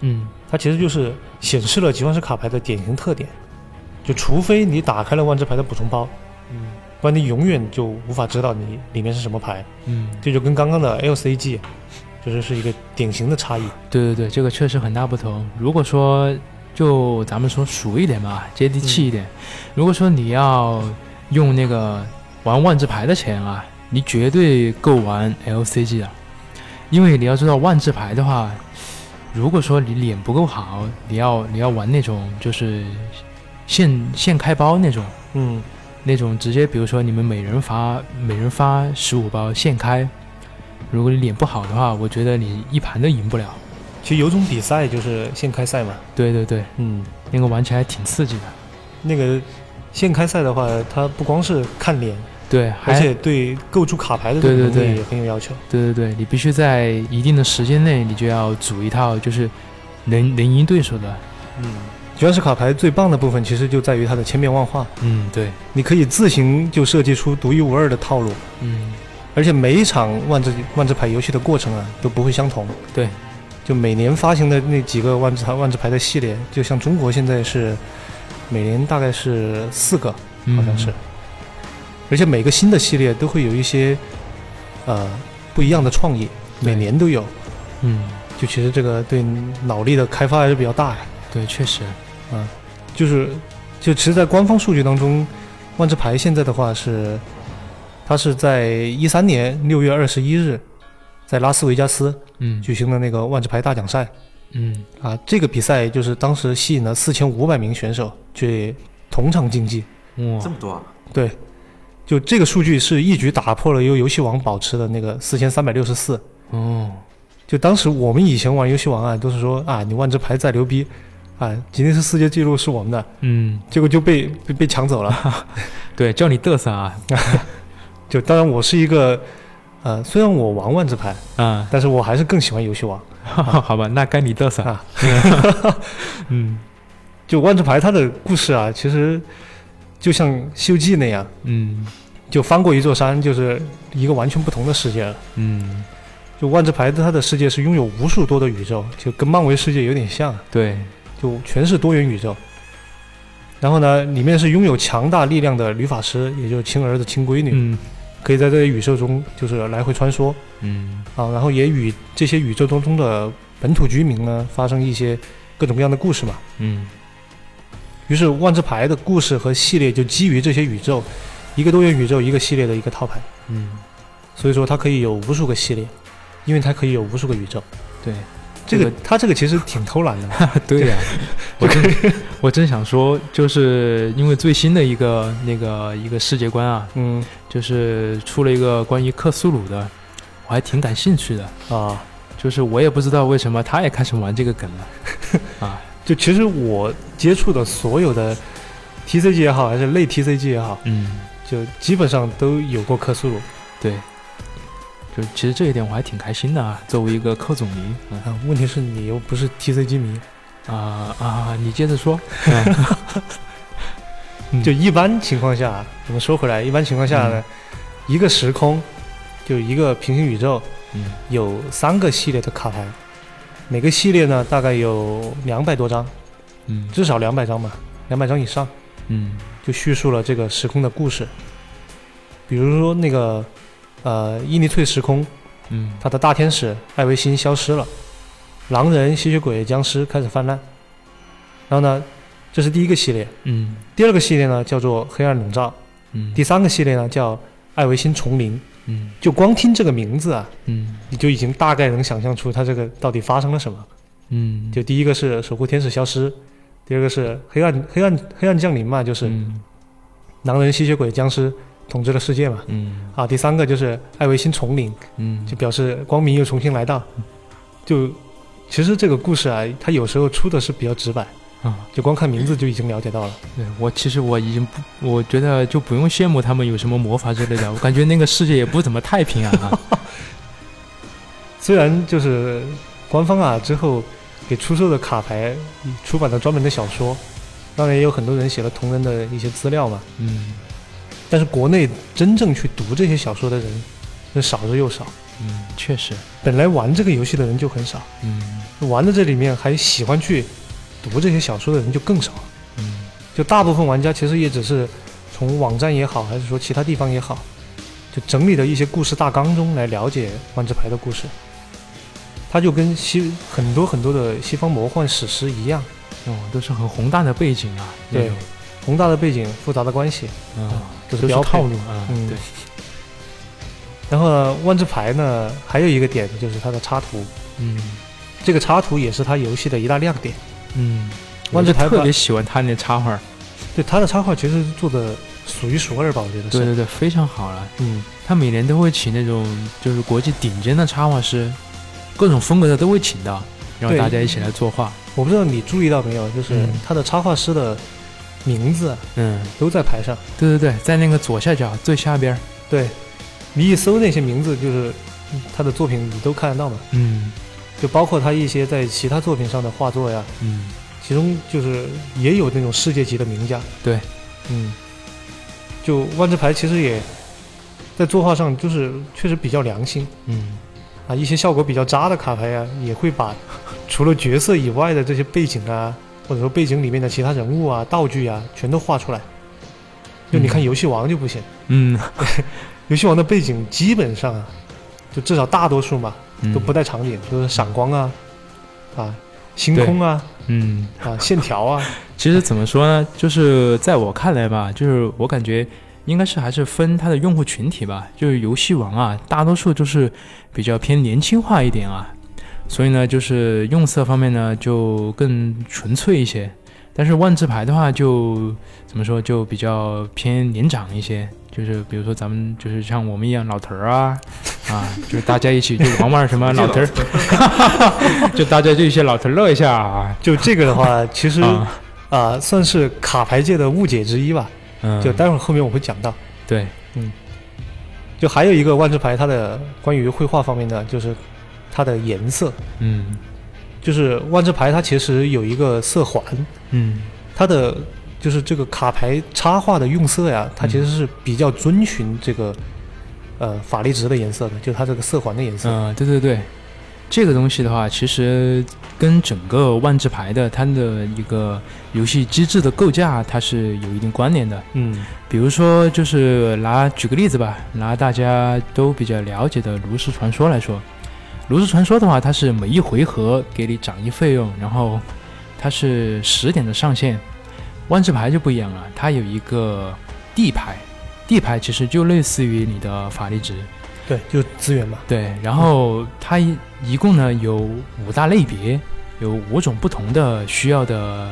Speaker 4: 嗯
Speaker 3: 它其实就是显示了集幻式卡牌的典型特点，就除非你打开了万智牌的补充包，
Speaker 4: 嗯
Speaker 3: 不然你永远就无法知道你里面是什么牌。
Speaker 4: 嗯，
Speaker 3: 这就跟刚刚的 LCG 就是是一个典型的差异。
Speaker 4: 对对对，这个确实很大不同。如果说就咱们说熟一点吧，接地气一点。如果说你要用那个玩万智牌的钱啊，你绝对够玩 LCG 的，因为你要知道万智牌的话，如果说你脸不够好，你要你要玩那种就是现现开包那种，
Speaker 3: 嗯
Speaker 4: 那种直接，比如说你们每人发每人发十五包现开，如果你脸不好的话，我觉得你一盘都赢不了。
Speaker 3: 其实有种比赛就是现开赛嘛，
Speaker 4: 对对对，
Speaker 3: 嗯，
Speaker 4: 那个玩起来挺刺激的。
Speaker 3: 那个现开赛的话，它不光是看脸，
Speaker 4: 对，还
Speaker 3: 而且对构筑卡牌的这个
Speaker 4: 对
Speaker 3: 能
Speaker 4: 对
Speaker 3: 力
Speaker 4: 对
Speaker 3: 也很有要求。
Speaker 4: 对对对，你必须在一定的时间内，你就要组一套就是能能赢对手的。
Speaker 3: 嗯，原始卡牌最棒的部分其实就在于它的千变万化，
Speaker 4: 嗯，对，
Speaker 3: 你可以自行就设计出独一无二的套路，
Speaker 4: 嗯，
Speaker 3: 而且每一场万智万智牌游戏的过程啊都不会相同。
Speaker 4: 对，
Speaker 3: 就每年发行的那几个万智牌万智牌的系列，就像中国现在是每年大概是四个，
Speaker 4: 嗯
Speaker 3: 好像是，而且每个新的系列都会有一些呃不一样的创意，
Speaker 4: 对
Speaker 3: 每年都有。
Speaker 4: 嗯，
Speaker 3: 就其实这个对脑力的开发还是比较大的。
Speaker 4: 对，确实，
Speaker 3: 就是就其实，在官方数据当中，万智牌现在的话是，它是在一三年六月二十一日，在拉斯维加斯
Speaker 4: 嗯
Speaker 3: 举行的那个万智牌大奖赛
Speaker 4: 嗯
Speaker 3: 啊，这个比赛就是当时吸引了四千五百名选手去同场竞技。
Speaker 4: 哇
Speaker 2: 这，么多啊？
Speaker 3: 对，就这个数据是一举打破了由游戏王保持的那个四千三百六十四。
Speaker 4: 哦，
Speaker 3: 就当时我们以前玩游戏王啊，都是说啊，你万智牌再牛逼，啊，吉尼斯世界纪录是我们的，
Speaker 4: 嗯，
Speaker 3: 结果就被被被抢走了。
Speaker 4: 对，叫你嘚瑟啊，
Speaker 3: 就当然我是一个，呃，虽然我玩万智牌，
Speaker 4: 啊，
Speaker 3: 但是我还是更喜欢游戏王。
Speaker 4: 好吧，那该你嘚瑟
Speaker 3: 啊，
Speaker 4: 嗯
Speaker 3: 就万智牌它的故事啊，其实就像《西游记》那样，
Speaker 4: 嗯
Speaker 3: 就翻过一座山，就是一个完全不同的世界了。
Speaker 4: 嗯，
Speaker 3: 就万智牌它的世界是拥有无数多的宇宙，就跟漫威世界有点像。
Speaker 4: 对，
Speaker 3: 就全是多元宇宙。然后呢，里面是拥有强大力量的女法师，也就是亲儿子亲闺女，
Speaker 4: 嗯
Speaker 3: 可以在这些宇宙中就是来回穿梭
Speaker 4: 嗯
Speaker 3: 啊。然后也与这些宇宙当中的本土居民呢发生一些各种各样的故事嘛。
Speaker 4: 嗯
Speaker 3: 于是万智牌的故事和系列就基于这些宇宙，一个多元宇宙一个系列的一个套牌，
Speaker 4: 嗯，
Speaker 3: 所以说它可以有无数个系列，因为它可以有无数个宇宙。
Speaker 4: 对，
Speaker 3: 这
Speaker 4: 这
Speaker 3: 个
Speaker 4: 个
Speaker 3: 它这个其实挺偷懒的，
Speaker 4: 对呀、 我真我真想说，就是因为最新的一个那个一个世界观啊，
Speaker 3: 嗯
Speaker 4: 就是出了一个关于克苏鲁的，我还挺感兴趣的。
Speaker 3: 啊。
Speaker 4: 就是我也不知道为什么他也开始玩这个梗了。
Speaker 3: 就其实我接触的所有的 TCG 也好，还是类 TCG 也好，
Speaker 4: 嗯，
Speaker 3: 就基本上都有过克苏鲁
Speaker 4: 对。就其实这一点我还挺开心的啊，作为一个克总迷，嗯
Speaker 3: 啊。问题是你又不是 TCG 迷，
Speaker 4: 啊啊，你接着说。嗯
Speaker 3: 就一般情况下，我们说回来，一般情况下呢，一个时空，就一个平行宇宙，
Speaker 4: 嗯
Speaker 3: 有三个系列的卡牌，每个系列呢大概有两百多张，
Speaker 4: 嗯
Speaker 3: 至少两百张吧，两百张以上，
Speaker 4: 嗯
Speaker 3: 就叙述了这个时空的故事。比如说那个，呃，伊尼翠时空
Speaker 4: 嗯
Speaker 3: 他的大天使艾维辛消失了，狼人、吸血鬼、僵尸开始泛滥。然后呢，这是第一个系列，
Speaker 4: 嗯
Speaker 3: 第二个系列呢叫做黑暗笼罩，
Speaker 4: 嗯
Speaker 3: 第三个系列呢叫艾维辛丛林。
Speaker 4: 嗯
Speaker 3: 就光听这个名字啊，
Speaker 4: 嗯
Speaker 3: 你就已经大概能想象出它这个到底发生了什么。
Speaker 4: 嗯，
Speaker 3: 就第一个是守护天使消失，第二个是黑暗黑暗黑暗降临嘛，就是
Speaker 4: 嗯
Speaker 3: 狼人、吸血鬼、僵尸统治了世界嘛。
Speaker 4: 嗯
Speaker 3: 啊，第三个就是艾维辛丛林，
Speaker 4: 嗯，
Speaker 3: 就表示光明又重新来到。就其实这个故事啊，它有时候出的是比较直白，
Speaker 4: 啊，
Speaker 3: 就光看名字就已经了解到了。
Speaker 4: 对我其实我已经不，我觉得就不用羡慕他们有什么魔法之类的，我感觉那个世界也不怎么太平安 啊。
Speaker 3: 虽然就是官方啊之后给出售的卡牌出版了专门的小说，当然也有很多人写了同人的一些资料嘛，
Speaker 4: 嗯
Speaker 3: 但是国内真正去读这些小说的人，那少之又少。
Speaker 4: 嗯，确实，
Speaker 3: 本来玩这个游戏的人就很少，
Speaker 4: 嗯
Speaker 3: 玩的这里面还喜欢去读这些小说的人就更少了。
Speaker 4: 嗯
Speaker 3: 就大部分玩家其实也只是从网站也好，还是说其他地方也好，就整理的一些故事大纲中来了解万智牌的故事。它就跟西很多很多的西方魔幻史诗一样，
Speaker 4: 哦，都是很宏大的背景啊，那
Speaker 3: 对
Speaker 4: 种，
Speaker 3: 宏大的背景，复杂的关系，
Speaker 4: 啊，
Speaker 3: 这
Speaker 4: 都是
Speaker 3: 标配
Speaker 4: 套路啊，
Speaker 3: 嗯
Speaker 4: 对，
Speaker 3: 然后呢，万智牌呢还有一个点就是它的插图，
Speaker 4: 嗯
Speaker 3: 这个插图也是它游戏的一大亮点。
Speaker 4: 嗯，我
Speaker 3: 万智
Speaker 4: 就
Speaker 3: 牌
Speaker 4: 特
Speaker 3: 吧
Speaker 4: 别喜欢他那插画，
Speaker 3: 对它的插画其实做的数一数二吧，我觉得
Speaker 4: 对
Speaker 3: 是。
Speaker 4: 对对，非常好了。
Speaker 3: 嗯，
Speaker 4: 他每年都会请那种就是国际顶尖的插画师，各种风格的都会请到，然后
Speaker 3: 对
Speaker 4: 大家一起来作画。
Speaker 3: 我不知道你注意到没有，就是
Speaker 4: 嗯
Speaker 3: 它的插画师的名字
Speaker 4: 嗯，
Speaker 3: 都在牌上。
Speaker 4: 对对对，在那个左下角最下边儿。
Speaker 3: 对，你一搜那些名字，就是嗯他的作品你都看得到嘛，
Speaker 4: 嗯
Speaker 3: 就包括他一些在其他作品上的画作呀，
Speaker 4: 嗯，
Speaker 3: 其中就是也有那种世界级的名家。
Speaker 4: 对，
Speaker 3: 嗯，就万智牌其实也在作画上就是确实比较良心
Speaker 4: 嗯
Speaker 3: 啊，一些效果比较渣的卡牌啊，也会把 除了角色以外的这些背景啊，或者说背景里面的其他人物啊、道具啊，全都画出来。就你看
Speaker 4: 嗯
Speaker 3: 游戏王就不行，
Speaker 4: 嗯，
Speaker 3: 游戏王的背景基本上啊，就至少大多数嘛，
Speaker 4: 嗯
Speaker 3: 都不带场景，就是闪光啊，啊，星空啊，
Speaker 4: 嗯。
Speaker 3: 啊，线条啊，
Speaker 4: 其实怎么说呢，就是在我看来吧，就是我感觉应该是还是分它的用户群体吧。就是游戏王啊，大多数就是比较偏年轻化一点啊，所以呢，就是用色方面呢就更纯粹一些。但是万智牌的话就，怎么说，就比较偏年长一些。就是比如说咱们就是像我们一样老头儿啊，啊，就是大家一起就玩玩 什么老头儿， 就大家就一些老头儿乐一下啊。
Speaker 3: 就这个的话，其实啊、
Speaker 4: 啊，
Speaker 3: 算是卡牌界的误解之一吧。
Speaker 4: 嗯，
Speaker 3: 就待会儿后面我会讲到。
Speaker 4: 对，
Speaker 3: 就还有一个万智牌，它的关于绘画方面的，就是它的颜色，
Speaker 4: 嗯
Speaker 3: 就是万智牌它其实有一个色环，
Speaker 4: 嗯
Speaker 3: 它的就是这个卡牌插画的用色呀，它其实是比较遵循这个。呃，法力值的颜色的，就是它这个色环的颜色。
Speaker 4: 呃，对对对，这个东西的话，其实跟整个万智牌的它的一个游戏机制的构架，它是有一定关联的。
Speaker 3: 嗯，
Speaker 4: 比如说，就是拿举个例子吧，拿大家都比较了解的炉石传说来说，炉石传说的话，它是每一回合给你涨一费用，然后它是十点的上限。万智牌就不一样了，它有一个地牌，地牌其实就类似于你的法力值。
Speaker 3: 对，就是资源嘛。
Speaker 4: 对，然后它一一共呢有五大类别，有五种不同的需要的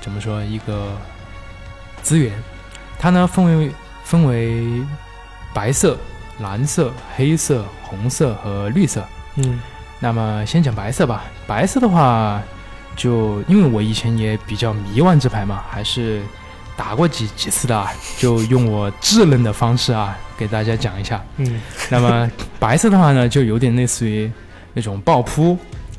Speaker 4: 怎么说一个资源，它呢分为分为白色、蓝色、黑色、红色和绿色。
Speaker 3: 嗯，
Speaker 4: 那么先讲白色吧，白色的话，就因为我以前也比较迷万智牌嘛，还是打过几几次的啊，就用我稚嫩的方式啊，给大家讲一下。
Speaker 3: 嗯，
Speaker 4: 那么白色的话呢，就有点类似于那种爆扑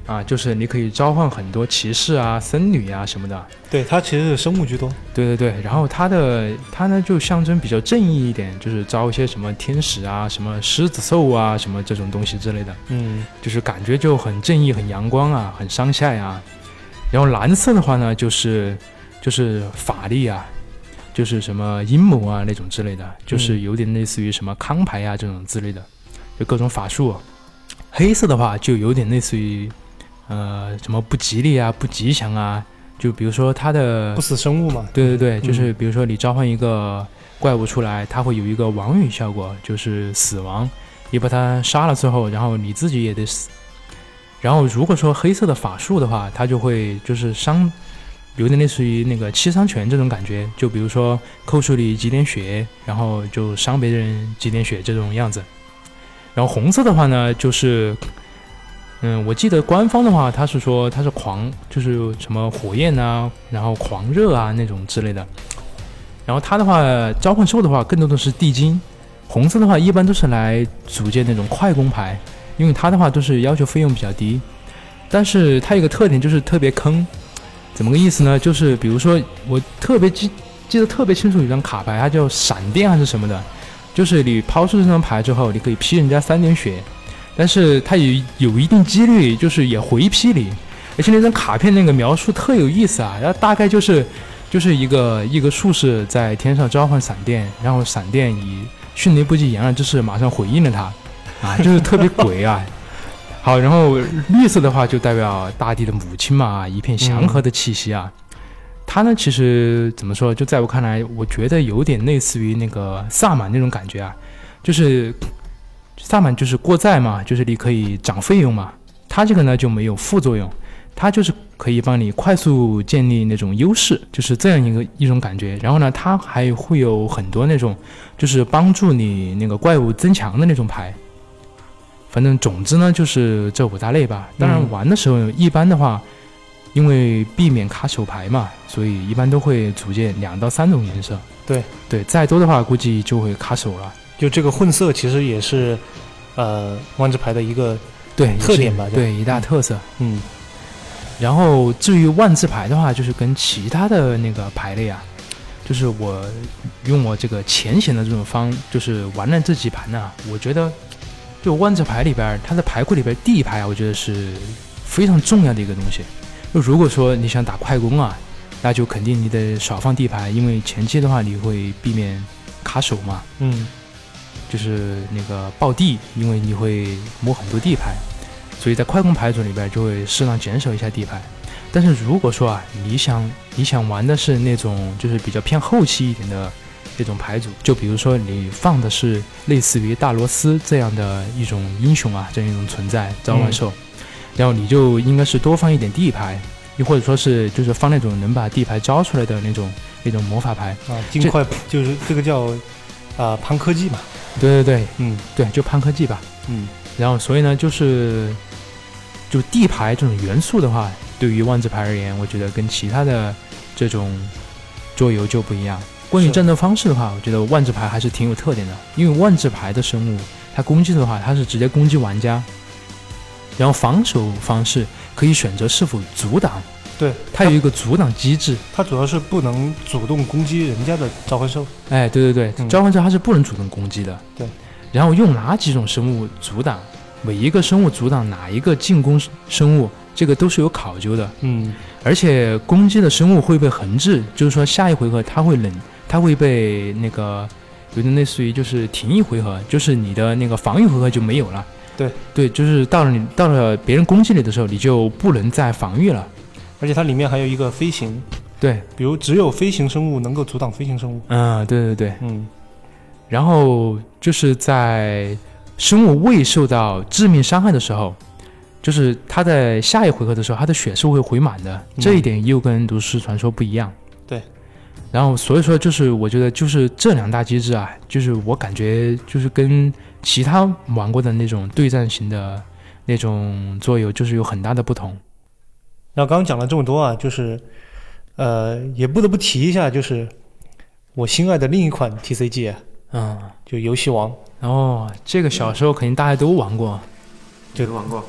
Speaker 4: 啊，就是你可以召唤很多骑士啊、僧侣啊什么的。
Speaker 3: 对，它其实是生物居多。
Speaker 4: 对对对，然后它的它呢就象征比较正义一点，就是招一些什么天使啊、什么狮子兽啊、什么这种东西之类的，
Speaker 3: 嗯，
Speaker 4: 就是感觉就很正义、很阳光啊、很上下呀、然后蓝色的话呢，就是就是法力啊，就是什么阴谋啊那种之类的，就是有点类似于什么康牌啊这种之类的，就各种法术、啊黑色的话就有点类似于呃什么不吉利啊、不吉祥啊，就比如说它的
Speaker 3: 不死生物嘛。
Speaker 4: 对对对，就是比如说你召唤一个怪物出来，它会有一个亡语效果，就是死亡。你把它杀了之后，然后你自己也得死。然后如果说黑色的法术的话，它就会就是伤，有点类似于那个七伤拳这种感觉，就比如说扣除你几点血，然后就伤别人几点血这种样子。然后红色的话呢，就是，嗯，我记得官方的话，它是说它是狂，就是什么火焰啊，然后狂热啊那种之类的。然后它的话，召唤兽的话，更多的是地精。红色的话，一般都是来组建那种快攻牌，因为它的话都是要求费用比较低。但是它有个特点就是特别坑，怎么个意思呢？就是比如说我特别记记得特别清楚有张卡牌，它叫闪电还是什么的，就是你抛出这张牌之后，你可以劈人家三点血，但是它有有一定几率就是也回劈你，而且那张卡片那个描述特有意思啊，然后大概就是就是一个一个术士在天上召唤闪电，然后闪电以迅雷不及掩耳之势马上回应了他，啊，就是特别鬼啊。 好，然后绿色的话就代表大地的母亲嘛，一片祥和的气息啊。它呢，其实怎么说，就在我看来，我觉得有点类似于那个萨满那种感觉啊，就是萨满就是过载嘛，就是你可以涨费用嘛，它这个呢就没有副作用，它就是可以帮你快速建立那种优势，就是这样一个一种感觉。然后呢，它还会有很多那种就是帮助你那个怪物增强的那种牌。反正总之呢，就是这五大类吧。当然
Speaker 3: 嗯
Speaker 4: 玩的时候，一般的话，因为避免卡手牌嘛，所以一般都会组建两到三种颜色。
Speaker 3: 对
Speaker 4: 对，再多的话估计就会卡手了。
Speaker 3: 就这个混色其实也是，呃，万智牌的一个
Speaker 4: 对也是
Speaker 3: 特点吧这
Speaker 4: 对一大特色。
Speaker 3: 嗯
Speaker 4: 然后至于万字牌的话，就是跟其他的那个牌类啊，就是我用我这个浅显的这种方，就是玩了这几盘呢、我觉得就万字牌里边儿，它的牌库里边儿第一排啊，我觉得是非常重要的一个东西。就如果说你想打快攻啊，那就肯定你得少放地牌，因为前期的话你会避免卡手嘛。
Speaker 3: 嗯，
Speaker 4: 就是那个爆地，因为你会摸很多地牌，所以在快攻牌组里边就会适当减少一下地牌。但是如果说啊，你想你想玩的是那种就是比较偏后期一点的那种牌组，就比如说你放的是类似于大罗斯这样的一种英雄啊，这样一种存在召唤兽，然后你就应该是多放一点地牌，又或者说是就是放那种能把地牌招出来的那种那种魔法牌。
Speaker 3: 啊，尽快就是这个叫啊攀科技嘛，
Speaker 4: 对对对，
Speaker 3: 嗯
Speaker 4: 对，就攀科技吧。
Speaker 3: 嗯，
Speaker 4: 然后所以呢，就是就地牌这种元素的话，对于万字牌而言，我觉得跟其他的这种桌游就不一样。关于
Speaker 3: 是
Speaker 4: 战斗方式的话，我觉得万字牌还是挺有特点的，因为万字牌的生物，它攻击的话，它是直接攻击玩家，然后防守方式可以选择是否阻挡，
Speaker 3: 对，
Speaker 4: 它有一个阻挡机制。
Speaker 3: 它主要是不能主动攻击人家的召唤兽，
Speaker 4: 哎，对对对，
Speaker 3: 嗯
Speaker 4: 召唤者它是不能主动攻击的。
Speaker 3: 对。
Speaker 4: 然后用哪几种生物阻挡，每一个生物阻挡哪一个进攻生物，这个都是有考究的。
Speaker 3: 嗯，
Speaker 4: 而且攻击的生物会被横置，就是说下一回合它会冷，它会被那个有点类似于就是停一回合，就是你的那个防御回合就没有了。
Speaker 3: 对
Speaker 4: 对，就是到了你到了别人攻击你的时候，你就不能再防御了。
Speaker 3: 而且它里面还有一个飞行，
Speaker 4: 对，
Speaker 3: 比如只有飞行生物能够阻挡飞行生物，
Speaker 4: 嗯，对对对，
Speaker 3: 嗯，
Speaker 4: 然后就是在生物未受到致命伤害的时候，就是它在下一回合的时候，它的血是会回满的，
Speaker 3: 嗯
Speaker 4: 这一点又跟炉石传说不一样。
Speaker 3: 对。
Speaker 4: 然后所以说，就是我觉得就是这两大机制啊，就是我感觉就是跟其他玩过的那种对战型的那种桌游，就是有很大的不同。
Speaker 3: 然后刚刚讲了这么多啊，就是，呃，也不得不提一下，就是我心爱的另一款 TCG，、啊、
Speaker 4: 嗯，
Speaker 3: 就游戏王。
Speaker 4: 然后这个小时候肯定大家都玩过啊、呃
Speaker 3: 对
Speaker 2: 玩过，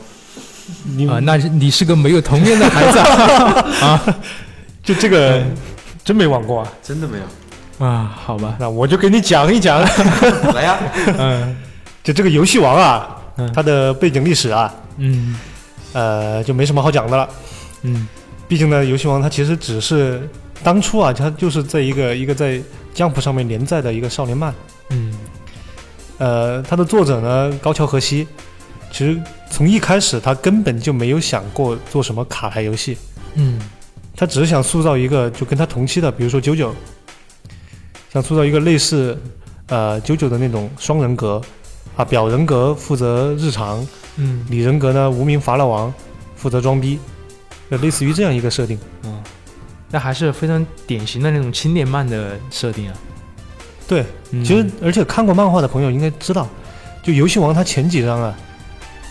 Speaker 3: 你、
Speaker 4: 那你是个没有童年的孩子啊
Speaker 3: 就这个、真没玩过啊？
Speaker 2: 真的没有？
Speaker 4: 啊，好 吧。
Speaker 3: 那我就给你讲一讲，
Speaker 2: 来啊呀，
Speaker 3: 嗯，就这个游戏王啊，它的背景历史啊，
Speaker 4: 嗯
Speaker 3: 呃，就没什么好讲的了。
Speaker 4: 嗯
Speaker 3: 毕竟呢，游戏王它其实只是当初啊，它就是在一个一个在 Jump 上面连载的一个少年漫。
Speaker 4: 嗯
Speaker 3: 呃，它的作者呢高桥和希，其实从一开始他根本就没有想过做什么卡牌游戏，
Speaker 4: 嗯
Speaker 3: 他只是想塑造一个就跟他同期的，比如说九九，想塑造一个类似呃九九的那种双人格，啊表人格负责日常，
Speaker 4: 嗯
Speaker 3: 里人格呢无名法老王负责装逼，就类似于这样一个设定。
Speaker 4: 嗯，那还是非常典型的那种轻点漫的设定啊。
Speaker 3: 对，
Speaker 4: 嗯
Speaker 3: 其实而且看过漫画的朋友应该知道，就游戏王它前几章啊，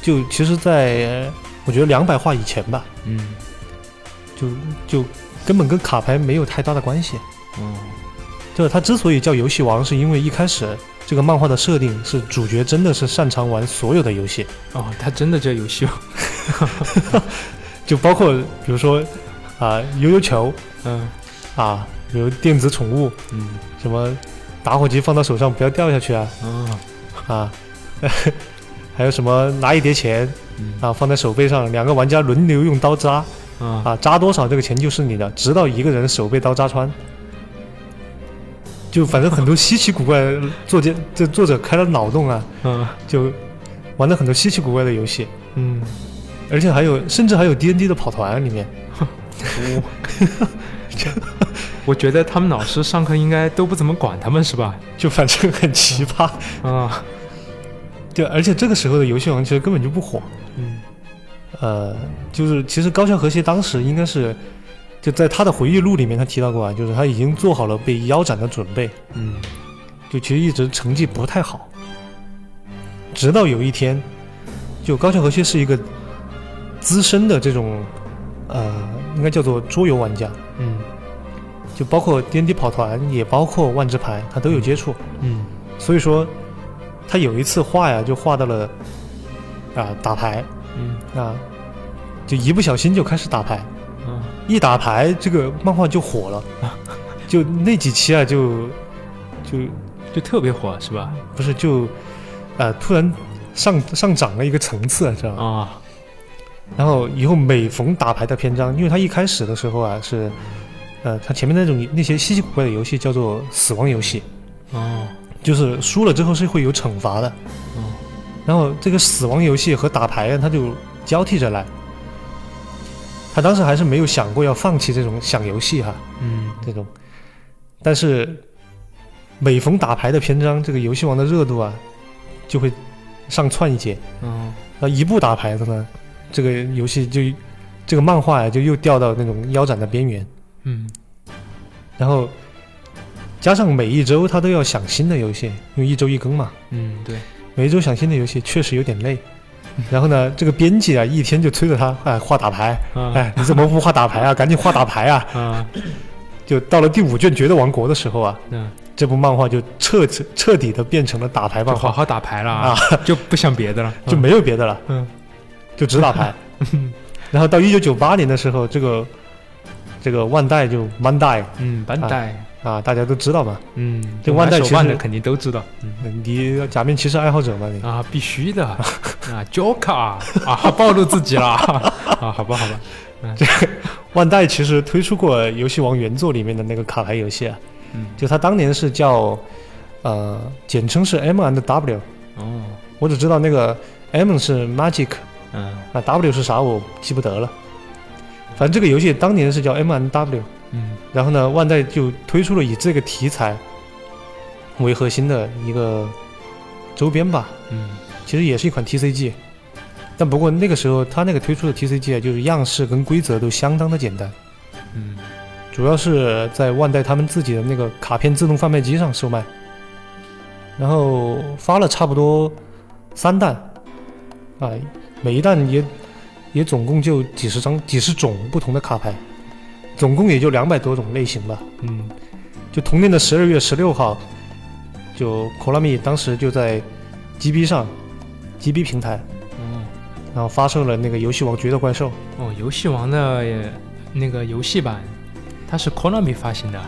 Speaker 3: 就其实在呃我觉得两百话以前吧，
Speaker 4: 嗯
Speaker 3: 就就根本跟卡牌没有太大的关系。
Speaker 4: 哦
Speaker 3: 嗯就是它之所以叫游戏王，是因为一开始这个漫画的设定是主角真的是擅长玩所有的游戏，
Speaker 4: 哦，他真的叫游 戏王。
Speaker 3: 就包括比如说啊、悠悠球
Speaker 4: 嗯
Speaker 3: 啊，比如电子宠物，
Speaker 4: 嗯
Speaker 3: 什么打火机放到手上不要掉下去啊
Speaker 4: 哦
Speaker 3: 啊， 还有什么拿一叠钱
Speaker 4: 嗯
Speaker 3: 啊放在手背上，两个玩家轮流用刀扎
Speaker 4: 啊
Speaker 3: 啊，扎多少这个钱就是你的，直到一个人手被刀扎穿。就反正很多稀奇古怪的，作家这作者开了脑洞啊，
Speaker 4: 啊
Speaker 3: 就玩了很多稀奇古怪的游戏，
Speaker 4: 嗯
Speaker 3: 而且还有甚至还有 D N D 的跑团里面，
Speaker 4: 我觉得他们老师上课应该都不怎么管他们是吧？
Speaker 3: 就反正很奇葩。
Speaker 4: 啊，
Speaker 3: 就而且这个时候的游戏王其实根本就不火，
Speaker 4: 嗯，
Speaker 3: 呃，就是其实高校和谐当时应该是就在他的回忆录里面他提到过啊，就是他已经做好了被腰斩的准备，
Speaker 4: 嗯，
Speaker 3: 就其实一直成绩不太好，直到有一天，就高桥和谐是一个资深的这种呃，应该叫做桌游玩家，
Speaker 4: 嗯，
Speaker 3: 就包括 D N D 跑团，也包括万智牌，他都有接触。
Speaker 4: 嗯，
Speaker 3: 所以说，他有一次画呀，就画到了啊、打牌
Speaker 4: 嗯，
Speaker 3: 啊，就一不小心就开始打牌，
Speaker 4: 嗯，
Speaker 3: 一打牌这个漫画就火了，就那几期啊就就
Speaker 4: 就特别火是吧？
Speaker 3: 不是就呃突然上上涨了一个层次，知道吗？
Speaker 4: 啊，
Speaker 3: 然后以后每逢打牌的篇章，因为他一开始的时候啊是，呃，他前面那种那些稀奇古怪的游戏叫做死亡游戏，
Speaker 4: 哦，
Speaker 3: 就是输了之后是会有惩罚的。
Speaker 4: 哦，
Speaker 3: 然后这个死亡游戏和打牌啊，他就交替着来。他当时还是没有想过要放弃这种想游戏哈
Speaker 4: 嗯，
Speaker 3: 这种，但是每逢打牌的篇章，这个游戏王的热度啊就会上窜一截。
Speaker 4: 哦，
Speaker 3: 那一步打牌的呢，这个游戏就这个漫画呀、就又掉到那种腰斩的边缘。
Speaker 4: 嗯，
Speaker 3: 然后加上每一周他都要想新的游戏，因为一周一更嘛，
Speaker 4: 嗯，对，
Speaker 3: 每一周想新的游戏确实有点累。
Speaker 4: 嗯
Speaker 3: 然后呢，这个编辑啊，一天就催着他，哎，画打牌，
Speaker 4: 啊，
Speaker 3: 哎，你怎么不画打牌啊？赶 紧画打牌啊！
Speaker 4: 啊，
Speaker 3: 就到了第五卷《绝对王国》的时候啊，
Speaker 4: 嗯，
Speaker 3: 这部漫画就彻彻彻底的变成了打牌
Speaker 4: 就
Speaker 3: 漫
Speaker 4: 好
Speaker 3: 画，
Speaker 4: 好打牌了啊，就不想别的了，
Speaker 3: 就没有别的了，
Speaker 4: 嗯，
Speaker 3: 就只打 牌。然后到一九九八年的时候，这个这个万代就 Mandai
Speaker 4: 嗯，班代，
Speaker 3: 啊，大家都知道嘛，
Speaker 4: 嗯，
Speaker 3: 这万代
Speaker 4: 玩
Speaker 3: 其
Speaker 4: 手办的
Speaker 3: 实
Speaker 4: 肯定都知道，嗯。
Speaker 3: 你假面骑士爱好者嘛，你
Speaker 4: 啊，必须 的啊，Joker 啊，暴露自 己了啊，好吧，好吧，
Speaker 3: 万代其实推出过《游戏王》原作里面的那个卡牌游戏啊，
Speaker 4: 嗯
Speaker 3: 就它当年是叫呃，简称是 M and W，
Speaker 4: 哦，
Speaker 3: 我只知道那个 M 是 Magic，
Speaker 4: 嗯
Speaker 3: 啊 W 是啥我记不得了，反正这个游戏当年是叫 M and W，
Speaker 4: 嗯
Speaker 3: 然后呢，万代就推出了以这个题材为核心的一个周边吧，
Speaker 4: 嗯
Speaker 3: 其实也是一款 TCG，但不过那个时候它那个推出的 TCG 啊，就是样式跟规则都相当的简单。
Speaker 4: 嗯
Speaker 3: 主要是在万代他们自己的那个卡片自动贩卖机上售卖，然后发了差不多三弹，啊，每一弹也也总共就几十张、几十种不同的卡牌，总共也就两百多种类型吧。
Speaker 4: 嗯
Speaker 3: 就同年的十二月十六号，就 Konami 当时就在 GB 上，GB 平台，
Speaker 4: 哦
Speaker 3: 然后发售了那个《游戏王决斗怪兽》，
Speaker 4: 哦，游戏王的也那个游戏版，它是 Konami 发行的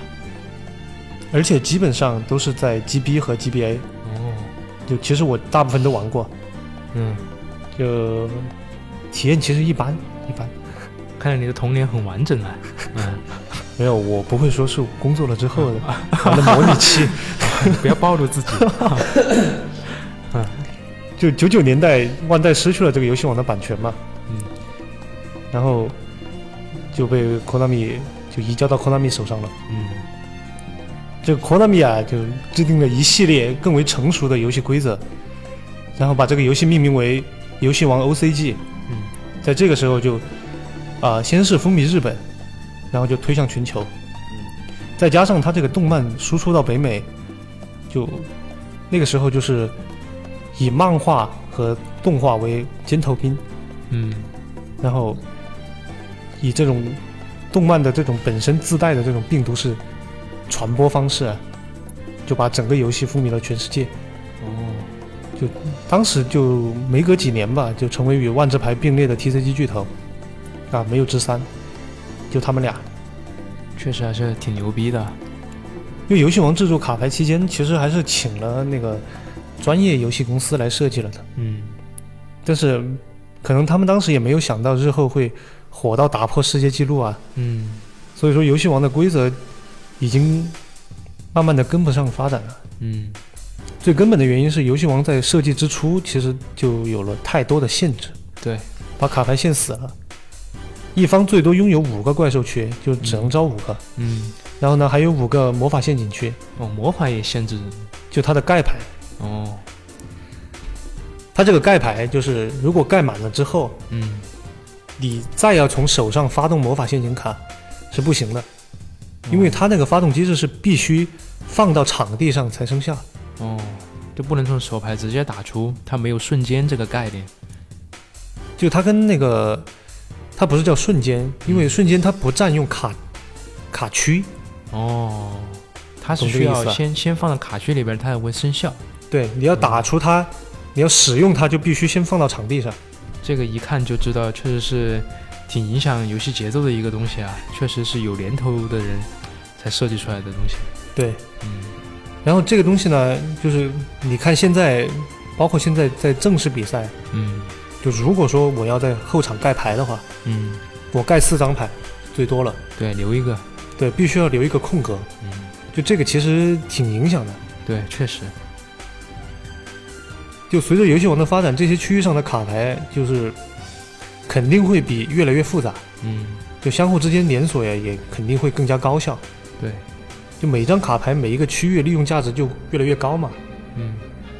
Speaker 3: 而且基本上都是在 GB 和 GBA，
Speaker 4: 哦，
Speaker 3: 就其实我大部分都玩过。
Speaker 4: 嗯，
Speaker 3: 就体验其实一般一般。
Speaker 4: 看来你的童年很完整啊，嗯，
Speaker 3: 没有，我不会说是我工作了 之后的玩的模拟器。
Speaker 4: 不要暴露 自己，
Speaker 3: 就九九年代，万代失去了这个游戏王的版权嘛，
Speaker 4: 嗯，
Speaker 3: 然后就被 Konami 就移交到 Konami 手上了。
Speaker 4: 嗯
Speaker 3: 这个 Konami 啊，就制定了一系列更为成熟的游戏规则，然后把这个游戏命名为《游戏王 OCG》。
Speaker 4: 嗯，
Speaker 3: 在这个时候就啊、先是风靡日本，然后就推向全球，再加上它这个动漫输出到北美，就那个时候就是以漫画和动画为尖头兵，
Speaker 4: 嗯
Speaker 3: 然后以这种动漫的这种本身自带的这种病毒式传播方式、啊，就把整个游戏风靡了全世界。
Speaker 4: 哦
Speaker 3: 当时就没隔几年吧，就成为与万智牌并列的 TCG 巨头，啊，没有之三，就他们俩。
Speaker 4: 确实还是挺牛逼的，
Speaker 3: 因为游戏王制作卡牌期间，其实还是请了那个专业游戏公司来设计了的，
Speaker 4: 嗯
Speaker 3: 但是可能他们当时也没有想到日后会火到打破世界纪录啊，
Speaker 4: 嗯
Speaker 3: 所以说游戏王的规则已经慢慢的跟不上发展了。
Speaker 4: 嗯
Speaker 3: 最根本的原因是游戏王在设计之初其实就有了太多的限制，
Speaker 4: 对，
Speaker 3: 把卡牌限死了。一方最多拥有五个怪兽区，就只能招五个。
Speaker 4: 嗯，
Speaker 3: 然后呢，还有五个魔法陷阱区，
Speaker 4: 哦，魔法也限制人。
Speaker 3: 就它的盖牌。
Speaker 4: 哦，
Speaker 3: 它这个盖牌就是，如果盖满了之后，
Speaker 4: 嗯，
Speaker 3: 你再要从手上发动魔法陷阱卡是不行的，因为它那个发动机制是必须放到场地上才生效。
Speaker 4: 哦，就不能从手牌直接打出，它没有瞬间这个概念。
Speaker 3: 就它跟那个，它不是叫瞬间，因为瞬间它不占用卡卡区，
Speaker 4: 哦，它是
Speaker 3: 懂这
Speaker 4: 需
Speaker 3: 个意
Speaker 4: 要
Speaker 3: 思吧啊
Speaker 4: 先先放到卡区里边，它才会生效。
Speaker 3: 对，你要打出它，你要使用它就必须先放到场地上。
Speaker 4: 这个一看就知道，确实是挺影响游戏节奏的一个东西啊，确实是有年头的人才设计出来的东西。
Speaker 3: 对，
Speaker 4: 嗯，
Speaker 3: 然后这个东西呢，就是你看现在，包括现在在正式比赛，
Speaker 4: 嗯
Speaker 3: 就如果说我要在后场盖牌的话，
Speaker 4: 嗯，
Speaker 3: 我盖四张牌最多了，
Speaker 4: 对，留一个，
Speaker 3: 对，必须要留一个空格，
Speaker 4: 嗯，
Speaker 3: 就这个其实挺影响的。
Speaker 4: 对，确实，
Speaker 3: 就随着游戏王的发展，这些区域上的卡牌就是肯定会比越来越复杂，
Speaker 4: 嗯，
Speaker 3: 就相互之间连锁呀，也肯定会更加高效。
Speaker 4: 对，
Speaker 3: 就每一张卡牌每一个区域利用价值就越来越高嘛。
Speaker 4: 嗯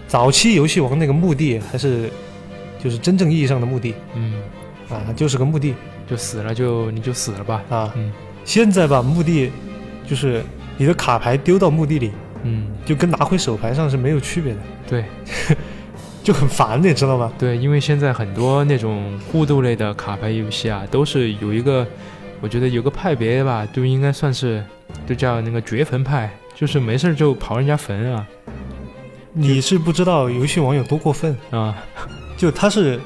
Speaker 3: 早期游戏王那个墓地还是就是真正意义上的墓地
Speaker 4: 嗯，
Speaker 3: 啊，它就是个墓地
Speaker 4: 就死了就你就死了吧，
Speaker 3: 啊。
Speaker 4: 嗯
Speaker 3: 现在吧，墓地就是你的卡牌丢到墓地里，
Speaker 4: 嗯，
Speaker 3: 就跟拿回手牌上是没有区别的，
Speaker 4: 对
Speaker 3: 就很烦，你知道吗？
Speaker 4: 对，因为现在很多那种互动类的卡牌游戏啊，都是有一个，我觉得有个派别吧，就应该算是，就叫那个掘坟派，就是没事儿就刨人家坟啊
Speaker 3: 你是不知道游戏王有多过分，
Speaker 4: 啊，
Speaker 3: 就它是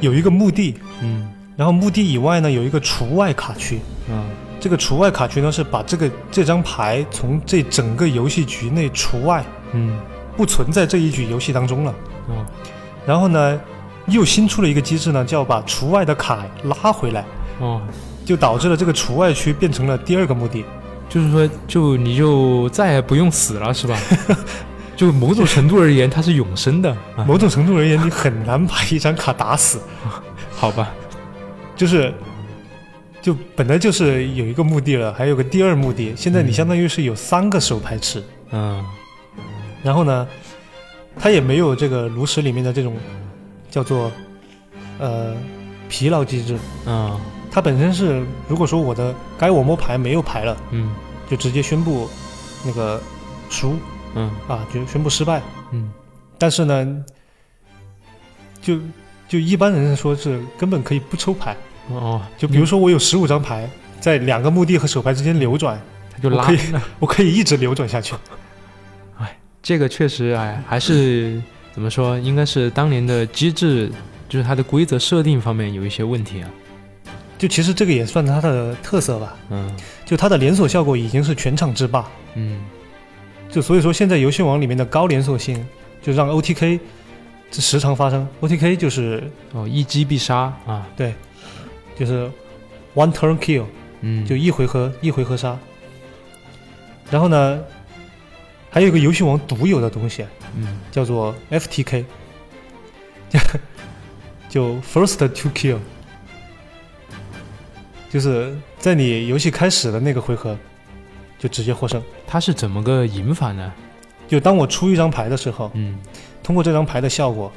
Speaker 3: 有一个墓地，
Speaker 4: 嗯
Speaker 3: 然后墓地以外呢有一个除外卡区，
Speaker 4: 啊
Speaker 3: 这个除外卡区呢是把这个这张牌从这整个游戏局内除外，
Speaker 4: 嗯
Speaker 3: 不存在这一局游戏当中了。
Speaker 4: 哦
Speaker 3: 然后呢，又新出了一个机制呢，叫把除外的卡拉回来，
Speaker 4: 哦，
Speaker 3: 就导致了这个除外区变成了第二个墓地。
Speaker 4: 就是说就你就再也不用死了是吧？就某种程度而言，它是永生的，啊、
Speaker 3: 某种程度而言，你很难把一张卡打死，
Speaker 4: 好吧？
Speaker 3: 就是。就本来就是有一个墓地了，还有个第二墓地，现在你
Speaker 4: 嗯
Speaker 3: 相当于是有三个手牌池，
Speaker 4: 嗯
Speaker 3: 然后呢，它也没有这个炉石里面的这种叫做呃疲劳机制，
Speaker 4: 啊
Speaker 3: 它本身是如果说我的该我摸牌没有牌了，
Speaker 4: 嗯
Speaker 3: 就直接宣布那个输
Speaker 4: 嗯
Speaker 3: 啊，就宣布失败。
Speaker 4: 嗯
Speaker 3: 但是呢，就就一般人说是根本可以不抽牌，
Speaker 4: 哦，
Speaker 3: 就比如说我有十五张牌。在两个墓地和手牌之间流转，
Speaker 4: 它就
Speaker 3: 我
Speaker 4: 拉
Speaker 3: 可以，我可以一直流转下去。
Speaker 4: 这个确实，哎，还 是怎么说，应该是当年的机制，就是它的规则设定方面有一些问题啊。
Speaker 3: 就其实这个也算它的特色吧，
Speaker 4: 嗯
Speaker 3: 就它的连锁效果已经是全场制霸，
Speaker 4: 嗯
Speaker 3: 就所以说，现在游戏王里面的高连锁性，就让 OTK 这时常发生。OTK 就是
Speaker 4: 哦，一击必杀啊，
Speaker 3: 就是 one turn kill，
Speaker 4: 嗯，
Speaker 3: 就一回合一回合杀。然后呢，还有一个游戏王独有的东西，
Speaker 4: 嗯
Speaker 3: 叫做 FTK，就 first to kill，就是在你游戏开始的那个回合就直接获胜。
Speaker 4: 它是怎么个赢法呢？
Speaker 3: 就当我出一张牌的时候，
Speaker 4: 嗯
Speaker 3: 通过这张牌的效果，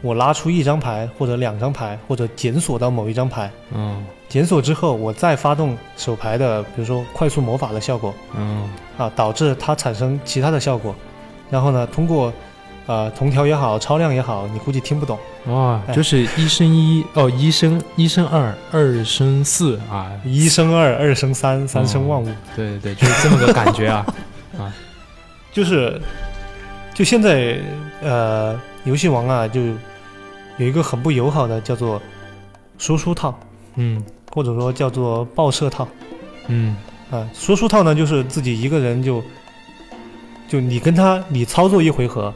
Speaker 3: 我拉出一张牌或者两张牌，或者检索到某一张牌，
Speaker 4: 哦
Speaker 3: 检索之后，我再发动手牌的，比如说快速魔法的效果
Speaker 4: 哦
Speaker 3: 啊，导致它产生其他的效果。然后呢，通过呃同调也好，超量也好，你估计听不懂，
Speaker 4: 哦，
Speaker 3: 哎
Speaker 4: 就是一升一哦，一升一升二，二升四啊，
Speaker 3: 一生二，二生三，三生万物，
Speaker 4: 对对对，就是这么个感觉 啊。
Speaker 3: 就是就现在呃游戏王啊，就有一个很不友好的叫做输出套，
Speaker 4: 嗯
Speaker 3: 或者说叫做爆射套。
Speaker 4: 嗯
Speaker 3: 啊，说书套呢，就是自己一个人就，就你跟他，你操作一回合，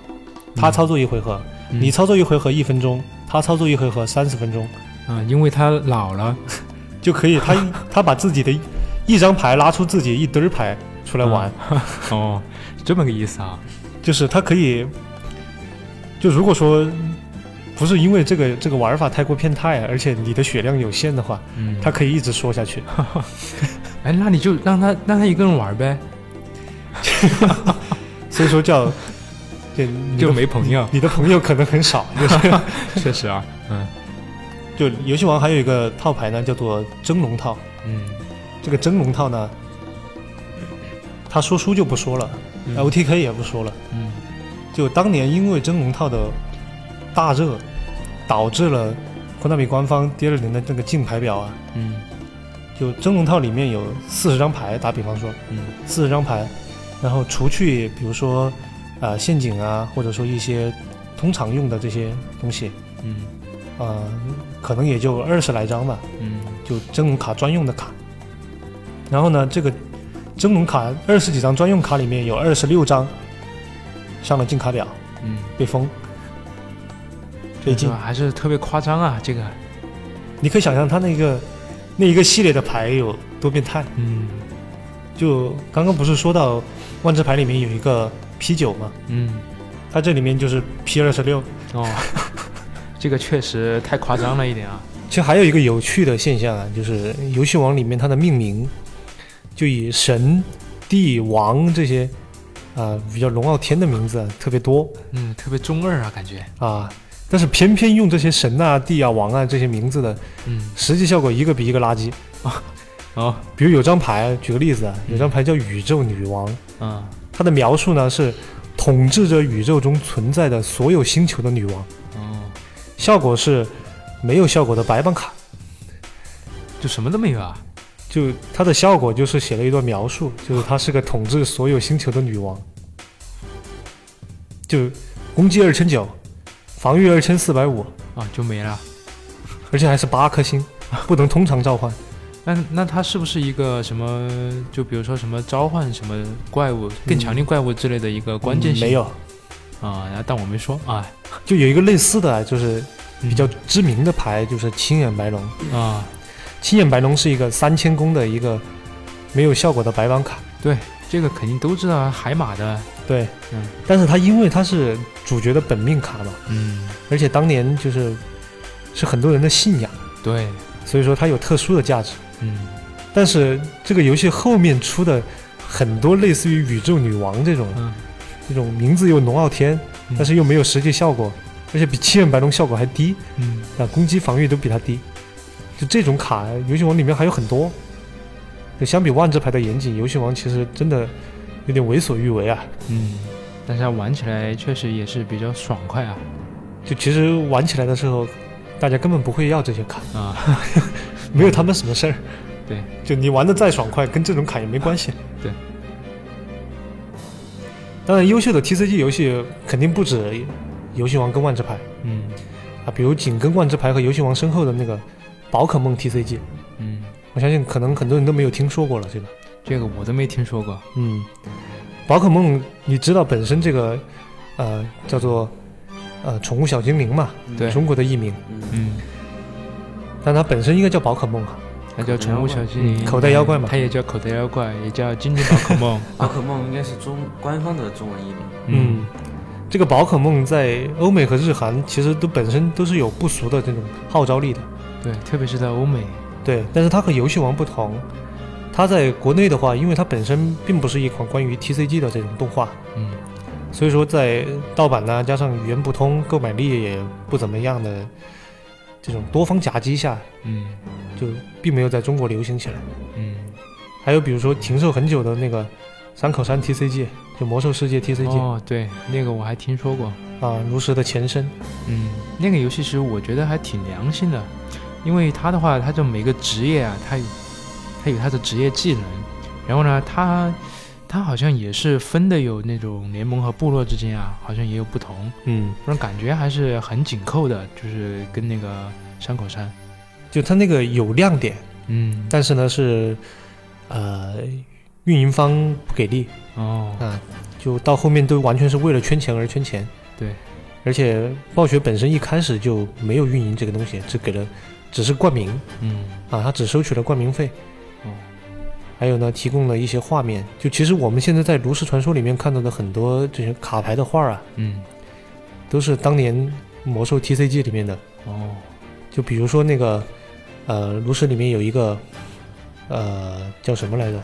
Speaker 3: 他
Speaker 4: 嗯
Speaker 3: 操作一回合，
Speaker 4: 嗯
Speaker 3: 你操作一回合一分钟，他操作一回合三十分钟，
Speaker 4: 啊，因为他老了，
Speaker 3: 就可以他 他把自己的一张牌拉出自己一堆儿牌出来
Speaker 4: 嗯
Speaker 3: 玩，
Speaker 4: 哦，这么个意思啊。
Speaker 3: 就是他可以，就如果说不是因为这个这个玩法太过变态，啊而且你的血量有限的话，
Speaker 4: 嗯，
Speaker 3: 它可以一直说下去。
Speaker 4: 哎，那你就让他让他一个人玩呗，
Speaker 3: 所以说 叫，就。
Speaker 4: 就没朋友
Speaker 3: 你的朋友可能很少。
Speaker 4: 确实啊，嗯
Speaker 3: 就游戏王还有一个套牌呢，叫做蒸笼套。
Speaker 4: 嗯
Speaker 3: 这个蒸笼套呢，他说书就不说了、l t k 也不说了。
Speaker 4: 嗯
Speaker 3: 就当年因为蒸笼套的大热，导致了科纳米官方第二年的那个竞牌表啊，
Speaker 4: 嗯
Speaker 3: 就蒸笼套里面有四十张牌，打比方说
Speaker 4: 嗯
Speaker 3: 四十张牌，然后除去比如说呃陷阱啊，或者说一些通常用的这些东西，
Speaker 4: 嗯
Speaker 3: 呃，可能也就二十来张吧。
Speaker 4: 嗯
Speaker 3: 就蒸笼卡专用的卡。然后呢，这个蒸笼卡二十几张专用卡里面有二十六张上了禁卡表，
Speaker 4: 嗯，
Speaker 3: 被封。被
Speaker 4: 这
Speaker 3: 禁
Speaker 4: 个，还是特别夸张啊，这个，
Speaker 3: 你可以想象它那个那一个系列的牌有多变态。
Speaker 4: 嗯
Speaker 3: 就刚刚不是说到万智牌里面有一个 P 九吗？
Speaker 4: 嗯，
Speaker 3: 它这里面就是 P 二十六。
Speaker 4: 哦，这个确实太夸张了一点啊，
Speaker 3: 其实还有一个有趣的现象啊，就是游戏王里面它的命名就以神、帝、王这些啊、比较龙傲天的名字啊特别多。
Speaker 4: 嗯，特别中二啊，感觉，
Speaker 3: 啊，但是偏偏用这些神啊、帝啊、王啊这些名字的
Speaker 4: 嗯，
Speaker 3: 实际效果一个比一个垃圾。
Speaker 4: 哦，
Speaker 3: 比如有张牌，举个例子啊，
Speaker 4: 嗯
Speaker 3: 有张牌叫宇宙女王，
Speaker 4: 嗯
Speaker 3: 它的描述呢是统治着宇宙中存在的所有星球的女王，
Speaker 4: 哦，
Speaker 3: 效果是没有效果的白板卡，
Speaker 4: 就什么都没有啊，
Speaker 3: 就它的效果就是写了一段描述，就是她是个统治所有星球的女王，就攻击二千九，防御二千四百五，
Speaker 4: 哦，就没了。
Speaker 3: 而且还是八颗星，不能通常召唤。
Speaker 4: 那那它是不是一个什么？就比如说什么召唤什么怪物、更强力怪物之类的一个关键
Speaker 3: 嗯
Speaker 4: 性？
Speaker 3: 没有，
Speaker 4: 啊，然后但我没说啊，
Speaker 3: 就有一个类似的啊，就是
Speaker 4: 比
Speaker 3: 比较知名的牌，就是青眼白龙。
Speaker 4: 啊，
Speaker 3: 青眼白龙是一个三千攻的一个没有效果的白板卡，
Speaker 4: 这个肯定都知道啊海马的，
Speaker 3: 对，
Speaker 4: 嗯
Speaker 3: 但是它因为它是主角的本命卡嘛，
Speaker 4: 嗯，
Speaker 3: 而且当年就是是很多人的信仰，
Speaker 4: 对，
Speaker 3: 所以说它有特殊的价值。
Speaker 4: 嗯，
Speaker 3: 但是这个游戏后面出的很多类似于宇宙女王这种
Speaker 4: 嗯
Speaker 3: 这种名字又龙傲天
Speaker 4: 嗯，
Speaker 3: 但是又没有实际效果，而且比青眼白龙效果还低，
Speaker 4: 嗯，
Speaker 3: 啊，攻击防御都比它低。就这种卡，游戏王里面还有很多。就相比万智牌的严谨，游戏王其实真的有点为所欲为啊。
Speaker 4: 嗯，但是它玩起来确实也是比较爽快啊
Speaker 3: 就其实玩起来的时候，大家根本不会要这些卡，
Speaker 4: 啊，
Speaker 3: 没有他们什么事儿。
Speaker 4: 对，
Speaker 3: 就你玩的再爽快，跟这种卡也没关系。
Speaker 4: 对。
Speaker 3: 当然，优秀的 TCG 游戏肯定不止游戏王跟万智牌
Speaker 4: 嗯
Speaker 3: 啊，比如紧跟万智牌和游戏王身后的那个宝可梦 TCG，
Speaker 4: 嗯，
Speaker 3: 我相信可能很多人都没有听说过了，这个。
Speaker 4: 这个我都没听说过，
Speaker 3: 嗯，宝可梦你知道本身这个呃叫做呃宠物小精灵嘛，
Speaker 4: 对，
Speaker 3: 中国的译名，
Speaker 4: 嗯，
Speaker 3: 但它本身应该叫宝可梦啊。
Speaker 4: 它叫宠物小精灵，
Speaker 3: 嗯口袋妖怪嘛
Speaker 4: 它也叫口袋妖怪，也叫精灵宝可 梦，
Speaker 2: 宝可梦应该是中官方的中文译名。
Speaker 4: 嗯，
Speaker 3: 这个宝可梦在欧美和日韩其实都本身都是有不俗的这种号召力的，
Speaker 4: 对，特别是在欧美，
Speaker 3: 对。但是它和游戏王不同，它在国内的话，因为它本身并不是一款关于 TCG 的这种动画，
Speaker 4: 嗯
Speaker 3: 所以说在盗版呢、啊加上语言不通、购买力也不怎么样的这种多方夹击下，
Speaker 4: 嗯
Speaker 3: 就并没有在中国流行起来。
Speaker 4: 嗯，
Speaker 3: 还有比如说停售很久的那个山口山 TCG，就魔兽世界 TCG 啊、
Speaker 4: 哦，对，那个我还听说过，
Speaker 3: 如实的前身。
Speaker 4: 嗯，那个游戏其实我觉得还挺良心的，因为它的话，它就每个职业啊，它有它有它的职业技能，然后呢，它它好像也是分的有那种联盟和部落之间啊，好像也有不同，
Speaker 3: 嗯，
Speaker 4: 让感觉还是很紧扣的，就是跟那个山口山，
Speaker 3: 就它那个有亮点，
Speaker 4: 嗯，
Speaker 3: 但是呢是呃运营方不给力
Speaker 4: 哦，
Speaker 3: 啊，就到后面都完全是为了圈钱而圈钱。
Speaker 4: 对，
Speaker 3: 而且暴雪本身一开始就没有运营这个东西，只给了只是冠名
Speaker 4: 嗯，
Speaker 3: 啊，它只收取了冠名费。
Speaker 4: 哦，
Speaker 3: 还有呢，提供了一些画面。就其实我们现在在《炉石传说》里面看到的很多这些卡牌的画啊，
Speaker 4: 嗯，
Speaker 3: 都是当年魔兽 TCG 里面的。
Speaker 4: 哦，
Speaker 3: 就比如说那个，呃，炉石里面有一个，呃，叫什么来着？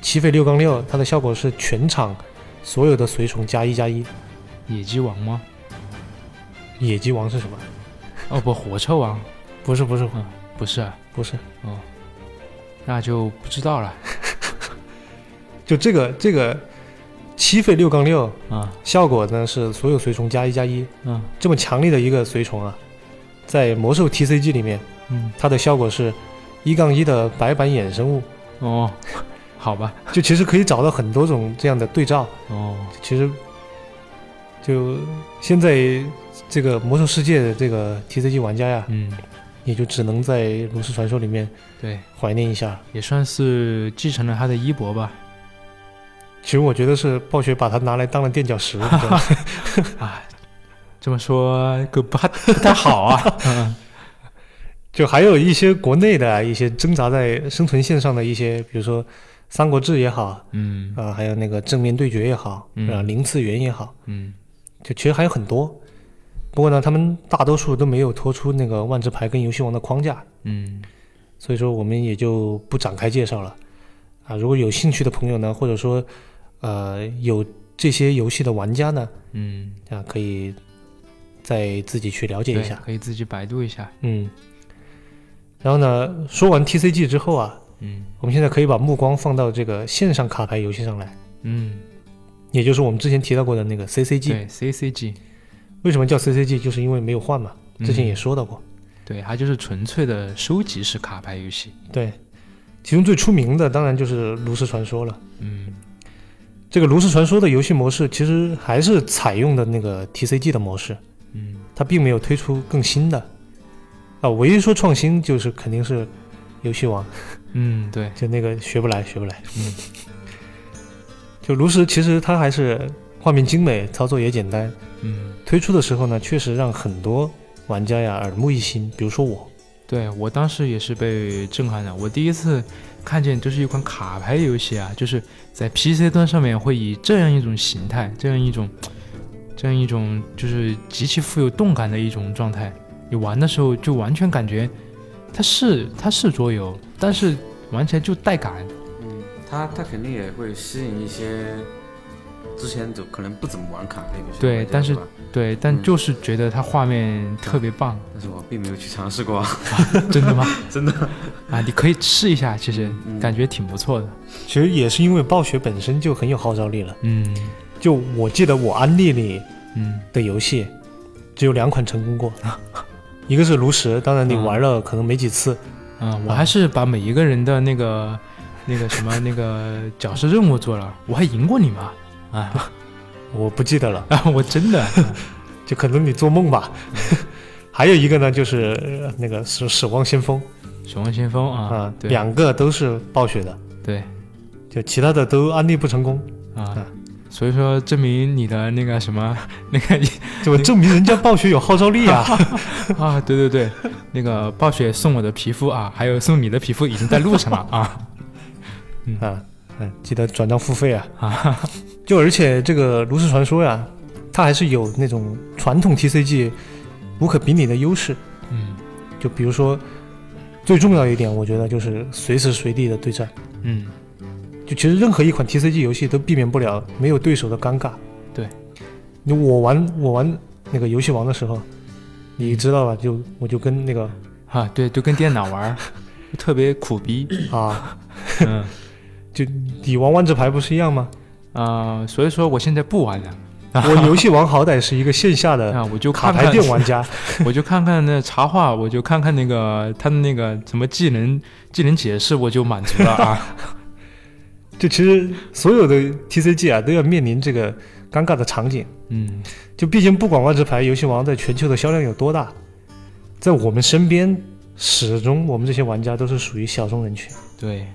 Speaker 3: 七费六杠六，它的效果是全场所有的随从加一加一。
Speaker 4: 野鸡王吗？
Speaker 3: 野鸡王是什么？
Speaker 4: 哦不，火车王
Speaker 3: 不是不是
Speaker 4: 不是啊，
Speaker 3: 不是，
Speaker 4: 那就不知道了
Speaker 3: 就这个这个七费六杠六
Speaker 4: 啊。
Speaker 3: 效果呢是所有随从加一加一，
Speaker 4: 嗯
Speaker 3: 这么强力的一个随从啊，在魔兽 TCG 里面，
Speaker 4: 嗯
Speaker 3: 它的效果是一杠一的白板衍生物，
Speaker 4: 哦，好吧
Speaker 3: 就其实可以找到很多种这样的对照。
Speaker 4: 哦
Speaker 3: 其实，就现在这个魔兽世界的这个 TCG 玩家呀，
Speaker 4: 嗯
Speaker 3: 也就只能在炉石传说里面
Speaker 4: 对，
Speaker 3: 怀念一下。
Speaker 4: 也算是继承了他的衣钵吧。
Speaker 3: 其实我觉得是暴雪把它拿来当了垫脚石，你知道吗
Speaker 4: 这么说可不太不太好啊。 嗯
Speaker 3: 就还有一些国内的啊一些挣扎在生存线上的一些，比如说《三国志》也好，啊、
Speaker 4: 嗯
Speaker 3: 还有那个正面对决也好，啊、
Speaker 4: 嗯
Speaker 3: 零次元也好，
Speaker 4: 嗯
Speaker 3: 就其实还有很多。不过呢，他们大多数都没有脱出那个万智牌跟游戏王的框架，
Speaker 4: 嗯
Speaker 3: 所以说我们也就不展开介绍了啊。如果有兴趣的朋友呢，或者说呃有这些游戏的玩家呢，
Speaker 4: 嗯，
Speaker 3: 啊可以再自己去了解一
Speaker 4: 对，
Speaker 3: 下。
Speaker 4: 可以自己百度一下。
Speaker 3: 嗯，然后呢，说完 TCG 之后啊，
Speaker 4: 嗯
Speaker 3: 我们现在可以把目光放到这个线上卡牌游戏上来，
Speaker 4: 嗯，
Speaker 3: 也就是我们之前提到过的那个 CCG。
Speaker 4: 对，CCG，
Speaker 3: 为什么叫 CCG？就是因为没有换嘛，
Speaker 4: 嗯
Speaker 3: 之前也说到过。
Speaker 4: 对，它就是纯粹的收集式卡牌游戏。
Speaker 3: 对，其中最出名的当然就是炉石传说了。
Speaker 4: 嗯
Speaker 3: 这个炉石传说的游戏模式其实还是采用的那个 TCG 的模式，
Speaker 4: 嗯
Speaker 3: 它并没有推出更新的。啊，唯一说创新就是肯定是游戏王，
Speaker 4: 嗯，对，
Speaker 3: 就那个学不来，学不来。
Speaker 4: 嗯，
Speaker 3: 就炉石其实它还是画面精美，操作也简单。
Speaker 4: 嗯。
Speaker 3: 推出的时候呢，确实让很多玩家呀耳目一新，比如说我。
Speaker 4: 对我当时也是被震撼的，我第一次看见就是一款卡牌游戏啊，就是在 PC 端上面会以这样一种形态，这样一种，这样一种就是极其富有动感的一种状态。你玩的时候就完全感觉它是它是桌游，但是玩起来就带感。
Speaker 2: 嗯，他他肯定也会吸引一些之前就可能不怎么玩卡牌游戏的玩家，
Speaker 4: 对但是
Speaker 2: 吧
Speaker 4: 对，但
Speaker 2: 嗯
Speaker 4: 就是觉得它画面特别 棒，
Speaker 2: 但是我并没有去尝试过。
Speaker 4: 真的吗？
Speaker 2: 真的
Speaker 4: 啊，你可以试一下，其实
Speaker 2: 嗯
Speaker 4: 感觉挺不错的。
Speaker 3: 其实也是因为暴雪本身就很有号召力了。
Speaker 4: 嗯
Speaker 3: 就我记得我安利你
Speaker 4: 嗯
Speaker 3: 的游戏，只有两款成功过， 一个是炉石，当然你
Speaker 4: 嗯
Speaker 3: 玩了可能没几次，
Speaker 4: 嗯，
Speaker 3: 啊
Speaker 4: 我还是把每一个人的那个、那个什 么、那个角色任务做了，我还赢过你吗？啊
Speaker 3: 我不记得了，
Speaker 4: 啊！我真的，
Speaker 3: 就可能你做梦吧。 还有一个呢，就是呃那个是《守望先锋》
Speaker 4: 《守望先锋》啊，对
Speaker 3: 两个都是暴雪的，
Speaker 4: 对
Speaker 3: 就其他的都安利不成功，
Speaker 4: 啊，所以说证明你的那个什么 那个
Speaker 3: 就证明人家暴雪有号召 力啊。
Speaker 4: 啊，对对对，那个暴雪送我的皮肤啊，还有送你的皮肤已经在路 上了啊
Speaker 3: 啊，嗯，记得转账付费啊。
Speaker 4: 啊！
Speaker 3: 就而且这个《炉石传说》呀，它还是有那种传统 TCG 无可比拟的优势。
Speaker 4: 嗯
Speaker 3: 就比如说，最重要一点，我觉得就是随时随地的对战。
Speaker 4: 嗯
Speaker 3: 就其实任何一款 TCG 游戏都避免不了没有对手的尴尬。
Speaker 4: 对，
Speaker 3: 你我玩我玩那个游戏王的时候，你知道吧？就我就跟那个
Speaker 4: 啊，对，就跟电脑玩儿，特别苦逼，
Speaker 3: 啊，
Speaker 4: 嗯
Speaker 3: 就你玩万智牌不是一样吗？
Speaker 4: 啊，所以说我现在不玩了
Speaker 3: 我游戏王好歹是一个线下的
Speaker 4: 啊，我就
Speaker 3: 卡
Speaker 4: 看
Speaker 3: 牌
Speaker 4: 看
Speaker 3: 店玩 家，
Speaker 4: 我就看看那插画，我就看看那个他的那个什么技能技能解释，我就满足了 啊。
Speaker 3: 就其实所有的 TCG 啊都要面临这个尴尬的场景。
Speaker 4: 嗯
Speaker 3: 就毕竟不管万智牌、游戏王在全球的销量有多大，在我们身边，始终我们这些玩家都是属于小众人群。，
Speaker 4: 对，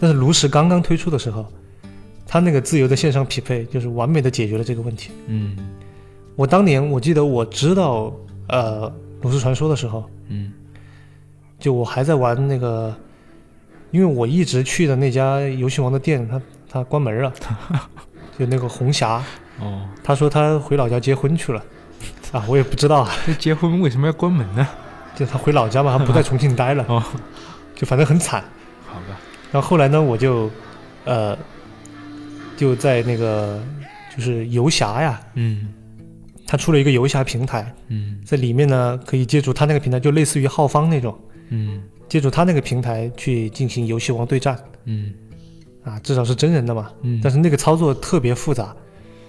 Speaker 3: 但是炉石刚刚推出的时候，它那个自由的线上匹配就是完美的解决了这个问题。
Speaker 4: 嗯
Speaker 3: 我当年我记得我知道呃炉石传说的时候，
Speaker 4: 嗯
Speaker 3: 就我还在玩那个，因为我一直去的那家游戏王的店，它它关门了，就那个红霞，
Speaker 4: 哦
Speaker 3: 他说他回老家结婚去了。啊，我也不知道啊，
Speaker 4: 这结婚为什么要关门 呢？
Speaker 3: 就他回老家嘛，他不在重庆待了，
Speaker 4: 哦，
Speaker 3: 就反正很惨。
Speaker 4: 好吧，
Speaker 3: 然后后来呢，我就，呃，就在那个就是游侠呀，
Speaker 4: 嗯
Speaker 3: 他出了一个游侠平台，
Speaker 4: 嗯
Speaker 3: 在里面呢可以借助他那个平台，就类似于浩方那种，
Speaker 4: 嗯
Speaker 3: 借助他那个平台去进行游戏王对战
Speaker 4: 嗯
Speaker 3: 啊，至少是真人的嘛。
Speaker 4: 嗯，
Speaker 3: 但
Speaker 4: 是
Speaker 3: 是那个操作特别复杂，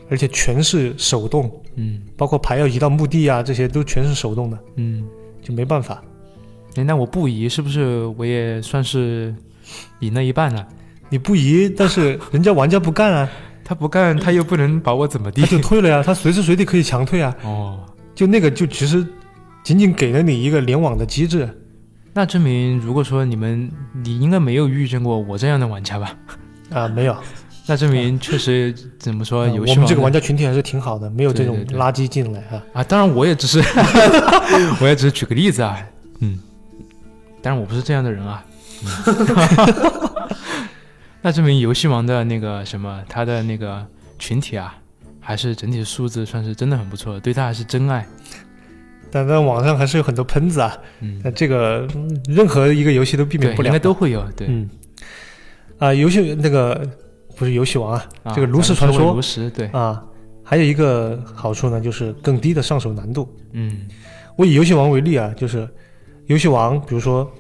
Speaker 3: 而且全是手动，
Speaker 4: 嗯
Speaker 3: 包括牌要移到墓地啊，这些都全是手动的，
Speaker 4: 嗯，
Speaker 3: 就没办法。
Speaker 4: 哎，那我不移是不是我也算是赢了一半了？
Speaker 3: 你不移，但是人家玩家不干啊，
Speaker 4: 他不干，他又不能把我怎么地
Speaker 3: 他？就退了呀，他随时随地可以强退啊。
Speaker 4: 哦，
Speaker 3: 就那个就其实仅仅给了你一个联网的机制，
Speaker 4: 那证明如果说你们，你应该没有遇见过我这样的玩家吧？嗯
Speaker 3: 啊，没有，
Speaker 4: 那证明确实怎么说，
Speaker 3: 啊
Speaker 4: 游戏
Speaker 3: 我们这个
Speaker 4: 王
Speaker 3: 玩家群体还是挺好的，没有这种
Speaker 4: 对对对
Speaker 3: 垃圾进来啊。
Speaker 4: 啊，当然我也只 是，我也只是举个例子啊，嗯，当然我不是这样的人啊。嗯 那证明游戏王的那个什么，他的那个群体啊，还是整体素质算是真的很不错的，对他还是真爱。
Speaker 3: 但在网上还是有很多喷子啊，
Speaker 4: 嗯，
Speaker 3: 那这个嗯任何一个游戏都避
Speaker 4: 对，
Speaker 3: 免不
Speaker 4: 应
Speaker 3: 了
Speaker 4: 该
Speaker 3: 的，
Speaker 4: 都会有。对，
Speaker 3: 嗯，啊，游戏那个不是游戏王啊，
Speaker 4: 啊
Speaker 3: 这个炉石
Speaker 4: 咱
Speaker 3: 传
Speaker 4: 们说回
Speaker 3: 说
Speaker 4: 炉石，对，
Speaker 3: 啊，还有一个好处呢，就是更低的上手难度。
Speaker 4: 嗯
Speaker 3: 我以游戏王为例啊，就是游戏王，比如说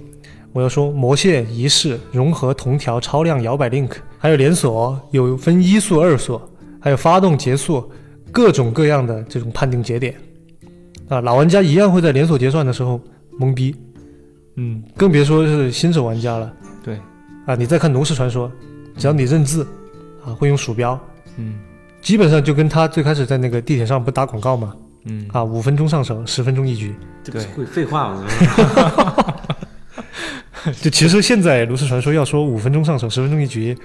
Speaker 3: 我要说魔蟹仪式融合同条超量摇摆 link，还有连锁，有分一速、二速，还有发动结束，各种各样的这种判定节点啊，老玩家一样会在连锁结算的时候懵逼，
Speaker 4: 嗯，
Speaker 3: 更别说是新手玩家了
Speaker 4: 对，
Speaker 3: 啊！你再看炉石传说，只要你认字啊，会用鼠标，
Speaker 4: 嗯
Speaker 3: 基本上就跟他最开始在那个地铁上不打广告嘛
Speaker 4: 嗯，
Speaker 3: 啊，五分钟上手，十分钟一局。
Speaker 2: 这不是
Speaker 4: 对
Speaker 2: 会废话吗？
Speaker 3: 就其实现在炉石传说要说五分钟上手，十分钟一局，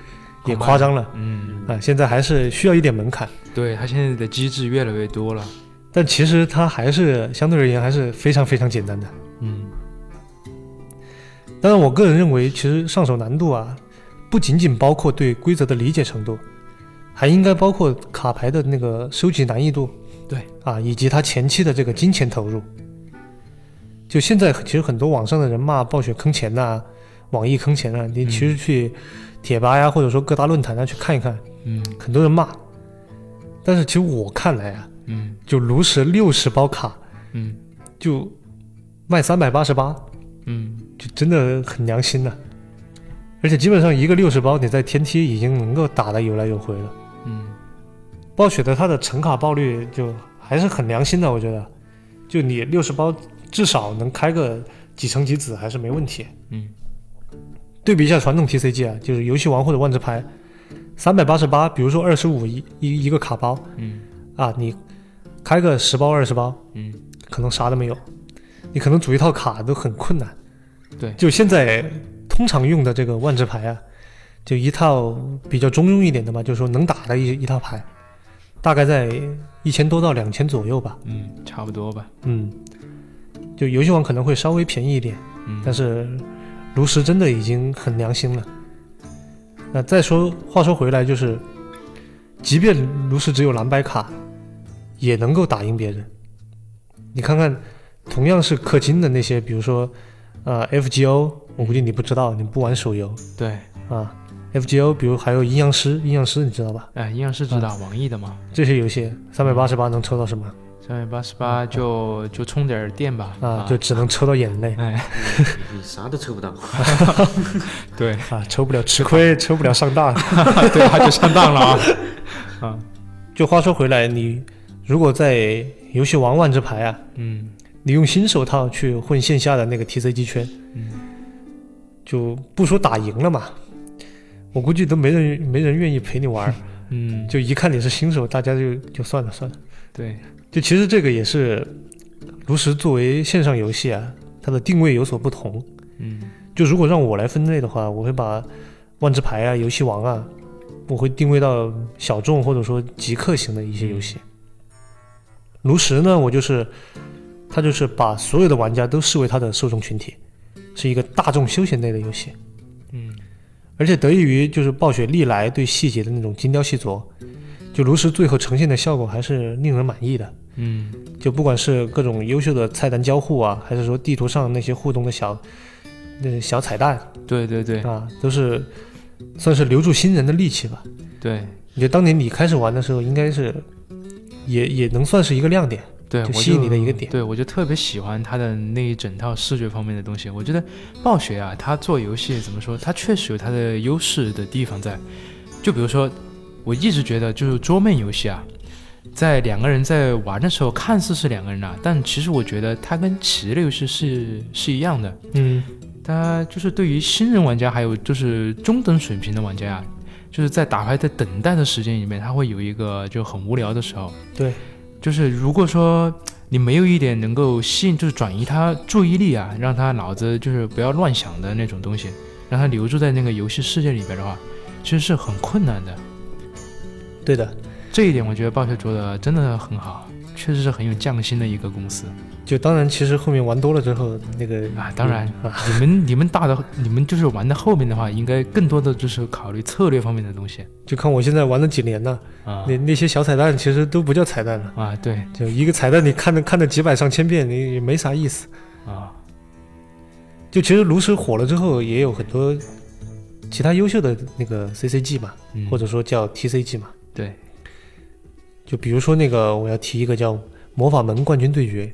Speaker 3: 也夸张了
Speaker 4: 嗯，
Speaker 3: 啊、现在还是需要一点门槛，
Speaker 4: 对他现在的机制越来越多了。
Speaker 3: 但其实它还是相对而言还是非常非常简单的。
Speaker 4: 嗯
Speaker 3: 当然，我个人认为，其实上手难度啊，不仅仅包括对规则的理解程度，还应该包括卡牌的那个收集难易度，
Speaker 4: 对
Speaker 3: 啊，以及它前期的这个金钱投入。就现在，其实很多网上的人骂暴雪坑钱呐、网易坑钱啊，你
Speaker 4: 嗯
Speaker 3: 其实去贴吧呀，或者说各大论坛啊去看一看，
Speaker 4: 嗯
Speaker 3: 很多人骂，但是其实我看来啊，
Speaker 4: 嗯
Speaker 3: 就炉石六十包卡
Speaker 4: 嗯
Speaker 3: 就卖三百八十八，
Speaker 4: 嗯，
Speaker 3: 就真的很良心了、而且基本上一个六十包，你在天梯已经能够打得有来有回了。
Speaker 4: 嗯
Speaker 3: 暴雪的它的成卡爆率就还是很良心的，我觉得，就你六十包至少能开个几成几子还是没问题。
Speaker 4: 嗯，
Speaker 3: 对比一下传统 TCG 啊，就是游戏王或者万智牌，三百八十八，比如说二十五一一一个卡包，
Speaker 4: 嗯
Speaker 3: 啊，你开个十包二十包，
Speaker 4: 嗯，
Speaker 3: 可能啥都没有，你可能组一套卡都很困难。
Speaker 4: 对
Speaker 3: 就现在通常用的这个万智牌啊，就一套比较中庸一点的嘛，就是说能打的一一套牌，大概在一千多到两千左右吧。
Speaker 4: 嗯，差不多吧。
Speaker 3: 嗯，就游戏王可能会稍微便宜一点，
Speaker 4: 嗯，
Speaker 3: 但是炉石真的已经很良心了。那再说，话说回来，就是即便炉石只有蓝白卡，也能够打赢别人。你看看，同样是氪金的那些，比如说，呃，FGO，我估计你不知道，你不玩手游
Speaker 4: 对，
Speaker 3: 啊。FGO，比如还有阴阳师，阴阳师你知道吧？
Speaker 4: 哎，阴阳师知道
Speaker 3: 嗯
Speaker 4: 网易的嘛，
Speaker 3: 这些游戏三百八十八能抽到什么
Speaker 4: 三百八十八就就充点儿电吧。
Speaker 3: 啊？就只能抽到眼泪
Speaker 4: 哎，
Speaker 2: 你啥都抽不到，
Speaker 4: 对
Speaker 3: 啊，抽不了吃亏，抽不了上当。
Speaker 4: 对，他就上当了 啊。
Speaker 3: 就话说回来，你如果在游戏王万智牌啊，
Speaker 4: 嗯
Speaker 3: 你用新手套去混线下的那个 TCG 圈，
Speaker 4: 嗯，
Speaker 3: 就不说打赢了嘛，我估计都没人没人愿意陪你玩儿。
Speaker 4: 嗯，
Speaker 3: 就一看你是新手，大家就就算了算了。
Speaker 4: 对，
Speaker 3: 就其实这个也是炉石作为线上游戏啊，它的定位有所不同。
Speaker 4: 嗯
Speaker 3: 就如果让我来分类的话，我会把万智牌啊、游戏王啊，我会定位到小众或者说极客型的一些游戏。
Speaker 4: 嗯
Speaker 3: 炉石呢，我就是它就是把所有的玩家都视为它的受众群体，是一个大众休闲类的游戏，
Speaker 4: 嗯
Speaker 3: 而且得益于就是暴雪历来对细节的那种精雕细琢，就炉石最后呈现的效果还是令人满意的。
Speaker 4: 嗯
Speaker 3: 就不管是各种优秀的菜单交互啊，还是说地图上那些互动的小那小彩蛋
Speaker 4: 对对对
Speaker 3: 啊，都是算是留住新人的利器吧。
Speaker 4: 对
Speaker 3: 我觉得当年你开始玩的时候，应该是也也能算是一个亮点。
Speaker 4: 对，
Speaker 3: 就
Speaker 4: 我
Speaker 3: 吸引你的一个点
Speaker 4: 对我就特别喜欢他的那一整套视觉方面的东西。我觉得暴雪啊，他做游戏怎么说，他确实有他的优势的地方在。就比如说，我一直觉得就是桌面游戏啊，在两个人在玩的时候，看似是两个人啊，但其实我觉得它跟棋类游戏是是一样的。
Speaker 3: 嗯，
Speaker 4: 它就是对于新人玩家，还有就是中等水平的玩家啊，就是在打牌的等待的时间里面，他会有一个就很无聊的时候。
Speaker 3: 对，
Speaker 4: 就是如果说你没有一点能够吸引，就是转移他注意力啊，让他脑子就是不要乱想的那种东西，让他留住在那个游戏世界里边的话，其实是很困难的。
Speaker 3: 对的，
Speaker 4: 这一点我觉得暴雪做的真的很好，确实是很有匠心的一个公司
Speaker 3: 就当然其实后面玩多了之后，那个
Speaker 4: 啊。当然，
Speaker 3: 啊，
Speaker 4: 你们 你们大的你们就是玩到后面的话，应该更多的就是考虑策略方面的东西
Speaker 3: 就看我现在玩了几年了，
Speaker 4: 啊
Speaker 3: 那那些小彩蛋其实都不叫彩蛋了，
Speaker 4: 啊对
Speaker 3: 就一个彩蛋你看的看的几百上千遍，你也没啥意思。
Speaker 4: 啊
Speaker 3: 就其实炉石火了之后，也有很多其他优秀的那个 CCG 嘛，
Speaker 4: 嗯
Speaker 3: 或者说叫 TCG 嘛。
Speaker 4: 对
Speaker 3: 就比如说那个，我要提一个叫《魔法门冠军对决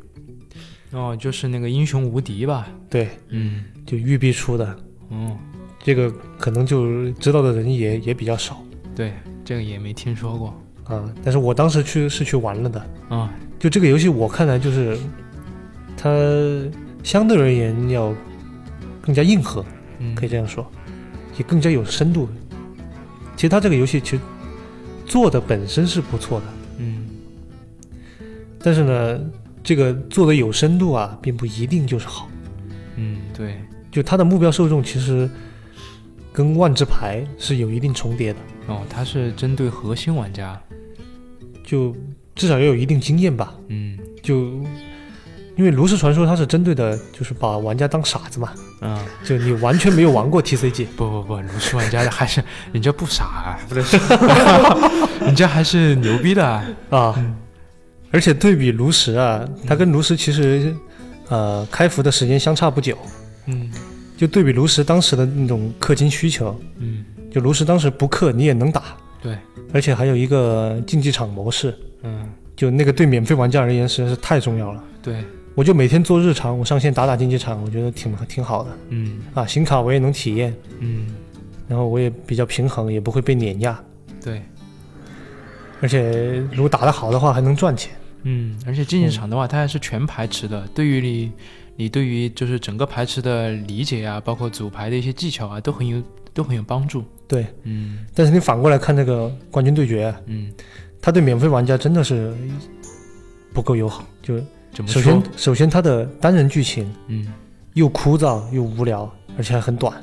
Speaker 4: 哦就是那个英雄无敌吧》，
Speaker 3: 对，
Speaker 4: 嗯
Speaker 3: 就育碧出的，
Speaker 4: 哦
Speaker 3: 这个可能就知道的人也也比较少
Speaker 4: 对这个也没听说过
Speaker 3: 啊。但是我当时去是去玩了的，
Speaker 4: 啊
Speaker 3: 就这个游戏我看来就是它相对而言要更加硬核，
Speaker 4: 嗯
Speaker 3: 可以这样说，也更加有深度。其实它这个游戏其实做的本身是不错的，
Speaker 4: 嗯
Speaker 3: 但是呢，这个做的有深度啊，并不一定就是好。
Speaker 4: 嗯对
Speaker 3: 就它的目标受众其实跟万智牌是有一定重叠的，
Speaker 4: 哦它是针对核心玩家
Speaker 3: 就至少要有一定经验吧。
Speaker 4: 嗯
Speaker 3: 就因为炉石传说它是针对的，就是把玩家当傻子嘛，
Speaker 4: 啊
Speaker 3: 就你完全没有玩过 TCG，
Speaker 4: 不不不，炉石玩家的还是 人家不傻、 啊，不能说，人家还是牛逼的啊。
Speaker 3: 啊，而且对比炉石啊，它跟炉石其实呃开服的时间相差不久，
Speaker 4: 嗯
Speaker 3: 就对比炉石当时的那种氪金需求，
Speaker 4: 嗯，
Speaker 3: 就炉石当时不氪你也能打，
Speaker 4: 对，
Speaker 3: 而且还有一个竞技场模式，
Speaker 4: 嗯
Speaker 3: 就那个对免费玩家而言实在是太重要了。
Speaker 4: 对，
Speaker 3: 我就每天做日常，我上线打打竞技场，我觉得挺挺好的
Speaker 4: 嗯
Speaker 3: 啊。新卡我也能体验，
Speaker 4: 嗯
Speaker 3: 然后我也比较平衡，也不会被碾压。
Speaker 4: 对，
Speaker 3: 而且如果打得好的话，还能赚钱。
Speaker 4: 嗯，而且竞技场的话，它还是全排池的，对于你。你对于就是整个排池的理解啊，包括组排的一些技巧啊，都很有都很有帮助。
Speaker 3: 对，
Speaker 4: 嗯
Speaker 3: 但是你反过来看这个冠军对决，啊
Speaker 4: 嗯，
Speaker 3: 他对免费玩家真的是不够友好。就
Speaker 4: 怎么
Speaker 3: 首
Speaker 4: 说
Speaker 3: 先？，首先他的单人剧情
Speaker 4: 嗯
Speaker 3: 又枯燥又无聊，而且还很短。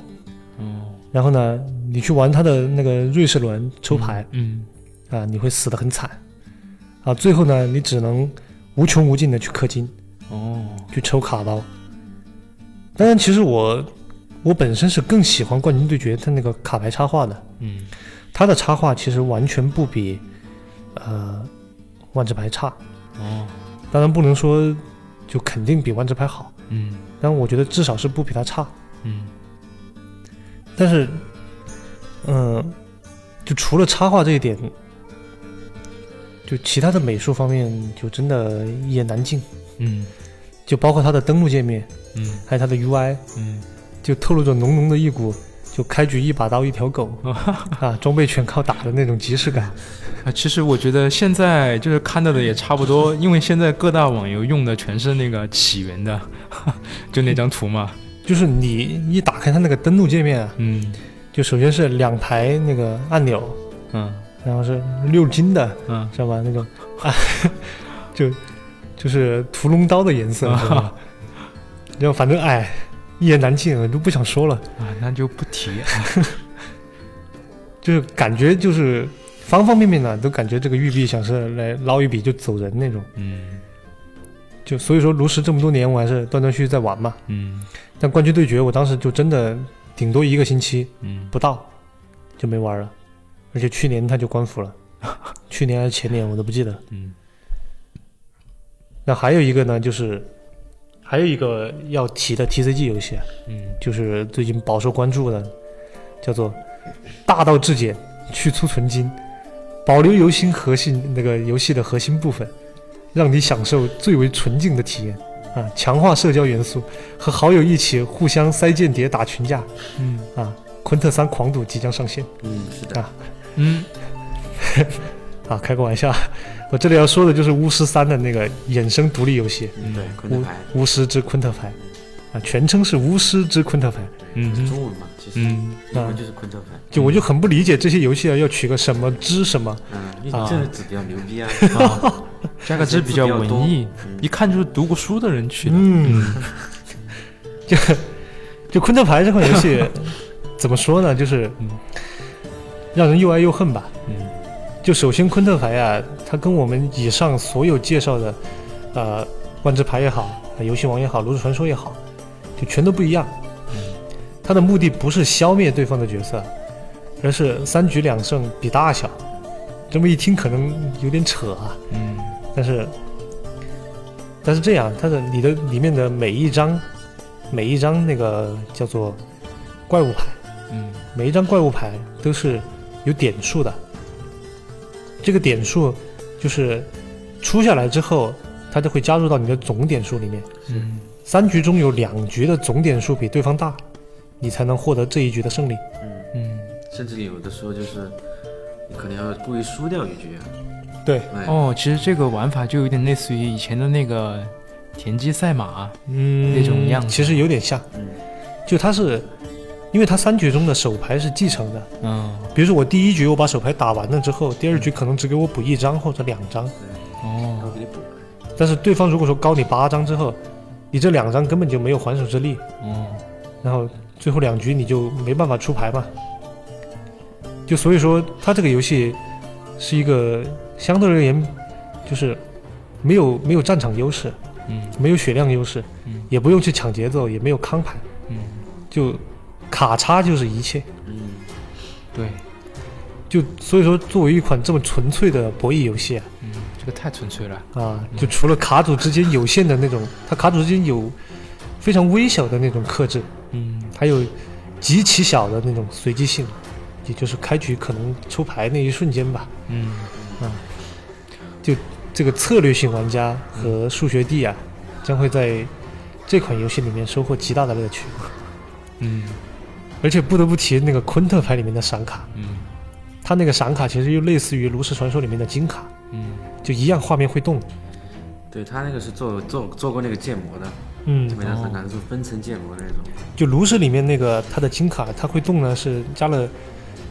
Speaker 4: 哦，
Speaker 3: 然后呢，你去玩他的那个瑞士轮抽牌，
Speaker 4: 嗯
Speaker 3: 啊，你会死得很惨啊。最后呢，你只能无穷无尽的去氪金，
Speaker 4: 哦，
Speaker 3: 去抽卡包。当然，其实我我本身是更喜欢《冠军对决》它那个卡牌插画的，
Speaker 4: 嗯
Speaker 3: 它的插画其实完全不比呃万智牌差。
Speaker 4: 哦，
Speaker 3: 当然不能说就肯定比万智牌好，
Speaker 4: 嗯
Speaker 3: 但我觉得至少是不比它差。
Speaker 4: 嗯
Speaker 3: 但是，嗯、就除了插画这一点，就其他的美术方面就真的一言难尽，
Speaker 4: 嗯
Speaker 3: 就包括它的登录界面，
Speaker 4: 嗯
Speaker 3: 还有它的 UI，
Speaker 4: 嗯，
Speaker 3: 就透露着浓浓的一股就开局一把刀一 条狗啊，装备全靠打的那种即视感。
Speaker 4: 啊，其实我觉得现在就是看到的也差不多，因为现在各大网游用的全是那个起源的， 就那张图嘛。
Speaker 3: 就是你一打开它那个登录界面啊，
Speaker 4: 嗯
Speaker 3: 就首先是两排那个按钮，
Speaker 4: 嗯
Speaker 3: 然后是六金的，
Speaker 4: 嗯
Speaker 3: 知道吧？那种 啊，就就是屠龙刀的颜色， 知道吧？然后反正哎，一言难尽，我就不想说了。
Speaker 4: 啊，那就不提。
Speaker 3: 就是感觉就是方方面面呢，都感觉这个玉璧想是来捞一笔就走人那种。
Speaker 4: 嗯
Speaker 3: 就所以说，炉石这么多年，我还是断断续续在玩嘛。
Speaker 4: 嗯
Speaker 3: 但冠军对决，我当时就真的顶多一个星期
Speaker 4: 嗯
Speaker 3: 不到就没玩了， 而且去年它就关服了，去年还是前年我都不记得。
Speaker 4: 嗯
Speaker 3: 那还有一个呢，就是还有一个要提的 TCG 游戏啊，
Speaker 4: 嗯，
Speaker 3: 就是最近饱受关注的，叫做《大道至简：去粗存精》，保留游戏核心那个游戏的核心部分，让你享受最为纯净的体验啊！强化社交元素，和好友一起互相塞间谍、打群架
Speaker 4: 嗯
Speaker 3: 啊！昆特三狂赌即将上线
Speaker 1: 음,
Speaker 2: 嗯，是的，
Speaker 4: 嗯，
Speaker 3: 啊！开个玩笑，我这里要说的就是《巫师三》的那个衍生独立游戏
Speaker 4: 嗯
Speaker 1: 네,
Speaker 2: 对，昆特牌，
Speaker 3: 《巫师之昆特牌》啊，全称是《巫师之昆特牌》。
Speaker 4: 嗯
Speaker 2: 对，就是中文嘛，其实
Speaker 4: 嗯
Speaker 2: 英文就是昆特牌，
Speaker 3: 就我就很不理解这些游戏啊，要取个什么之什么，
Speaker 2: 嗯，因为你这个字比较牛逼啊，
Speaker 4: 啊，加个字比较文艺
Speaker 1: 음.
Speaker 2: 嗯，
Speaker 4: 一看就是读过书的人取的。
Speaker 3: 嗯， 就就昆特牌这款游 戏怎么说呢？就是
Speaker 4: 嗯
Speaker 3: 让人又爱又恨吧。
Speaker 4: 嗯
Speaker 3: 就首先昆特牌啊，它跟我们以上所有介绍的，呃，万智牌也好，呃游戏王也好，炉石传说也好，就全都不一样。
Speaker 4: 嗯
Speaker 3: 它的目的不是消灭对方的角色，而是三局两胜比大小。这么一听可能有点扯啊，
Speaker 4: 嗯
Speaker 3: 但是，但是这样，它的你的里面的每一张，每一张那个叫做怪物牌，
Speaker 4: 嗯
Speaker 3: 每一张怪物牌都是有点数的。这个点数就是出下来之后，它就会加入到你的总点数里面。
Speaker 4: 嗯
Speaker 3: 三局中有两局的总点数比对方大，你才能获得这一局的胜利。
Speaker 2: 嗯，
Speaker 4: 嗯，
Speaker 2: 甚至有的时候就是你可能要故意输掉一局啊，
Speaker 3: 对，
Speaker 2: 哎，
Speaker 4: 哦，其实这个玩法就有点类似于以前的那个田忌赛马。
Speaker 3: 嗯，
Speaker 4: 那种样子
Speaker 3: 其实有点像，
Speaker 2: 嗯
Speaker 3: 就它是，因为它三局中的手牌是继承的，
Speaker 4: 嗯
Speaker 3: 比如说我第一局我把手牌打完了之后，第二局可能只给我补一张或者两张，
Speaker 2: 然后
Speaker 4: 哦
Speaker 2: 给你补，
Speaker 3: 但是对方如果说高你八张之后，你这两张根本就没有还手之力，
Speaker 4: 哦，
Speaker 3: 然后最后两局你就没办法出牌嘛。就所以说，它这个游戏是一个相对而言就是没有没有战场优势，
Speaker 4: 嗯
Speaker 3: 没有血量优势
Speaker 4: 嗯，
Speaker 3: 也不用去抢节奏，也没有康牌，
Speaker 4: 嗯，
Speaker 3: 就卡叉就是一切。
Speaker 2: 嗯，
Speaker 4: 对，
Speaker 3: 就所以说，作为一款这么纯粹的博弈游戏啊，
Speaker 4: 嗯，这个太纯粹了。
Speaker 3: 啊，就除了卡组之间有限的那种，它卡组之间有非常微小的那种克制，
Speaker 4: 嗯
Speaker 3: 还有极其小的那种随机性，也就是开局可能抽牌那一瞬间吧。
Speaker 4: 嗯
Speaker 3: 这个策略性玩家和数学帝啊，将会在这款游戏里面收获极大的乐趣。
Speaker 4: 嗯
Speaker 3: 而且不得不提那个昆特牌里面的闪卡，
Speaker 4: 嗯
Speaker 3: 它那个闪卡其实又类似于炉石传说里面的金卡，
Speaker 4: 嗯
Speaker 3: 就一样画面会动。
Speaker 2: 对他那个是做做做过那个建模的，
Speaker 3: 嗯
Speaker 2: 基本上很难做分层建模的那种，
Speaker 4: 哦
Speaker 3: 就炉石里面那个它的金卡，它会动呢，是加了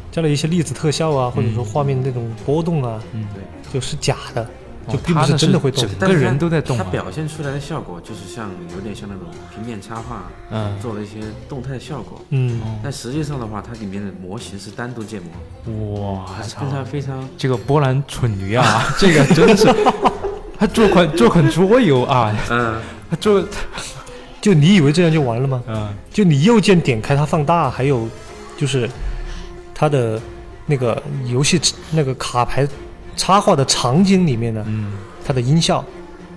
Speaker 3: 加了一些粒子特效啊，或者说画面那种波动啊，
Speaker 4: 嗯，
Speaker 2: 对。
Speaker 3: 就是假的，就
Speaker 4: 哦
Speaker 3: 并不
Speaker 4: 它
Speaker 3: 是
Speaker 4: 那
Speaker 3: 真的会动
Speaker 4: 整。
Speaker 2: 但
Speaker 4: 个
Speaker 2: 是它
Speaker 4: 人都在动
Speaker 2: 它
Speaker 4: 啊。
Speaker 2: 表现出来的效果就是像有点像那种平面插画，
Speaker 4: 嗯
Speaker 2: 做了一些动态效果。
Speaker 3: 嗯，
Speaker 4: 哦
Speaker 2: 但实际上的话，它里面的模型是单独建模，
Speaker 4: 哇
Speaker 2: 还是
Speaker 4: 操
Speaker 2: 非！常非常
Speaker 4: 这个波兰蠢驴 啊，这个真是，他做款 做款桌游啊，
Speaker 2: 嗯，
Speaker 4: 他做
Speaker 3: 就你以为这样就完了吗？
Speaker 4: 嗯
Speaker 3: 就你右键点开它放大，还有就是它的那个游戏那个卡牌插画的场景里面呢，
Speaker 4: 嗯
Speaker 3: 它的音效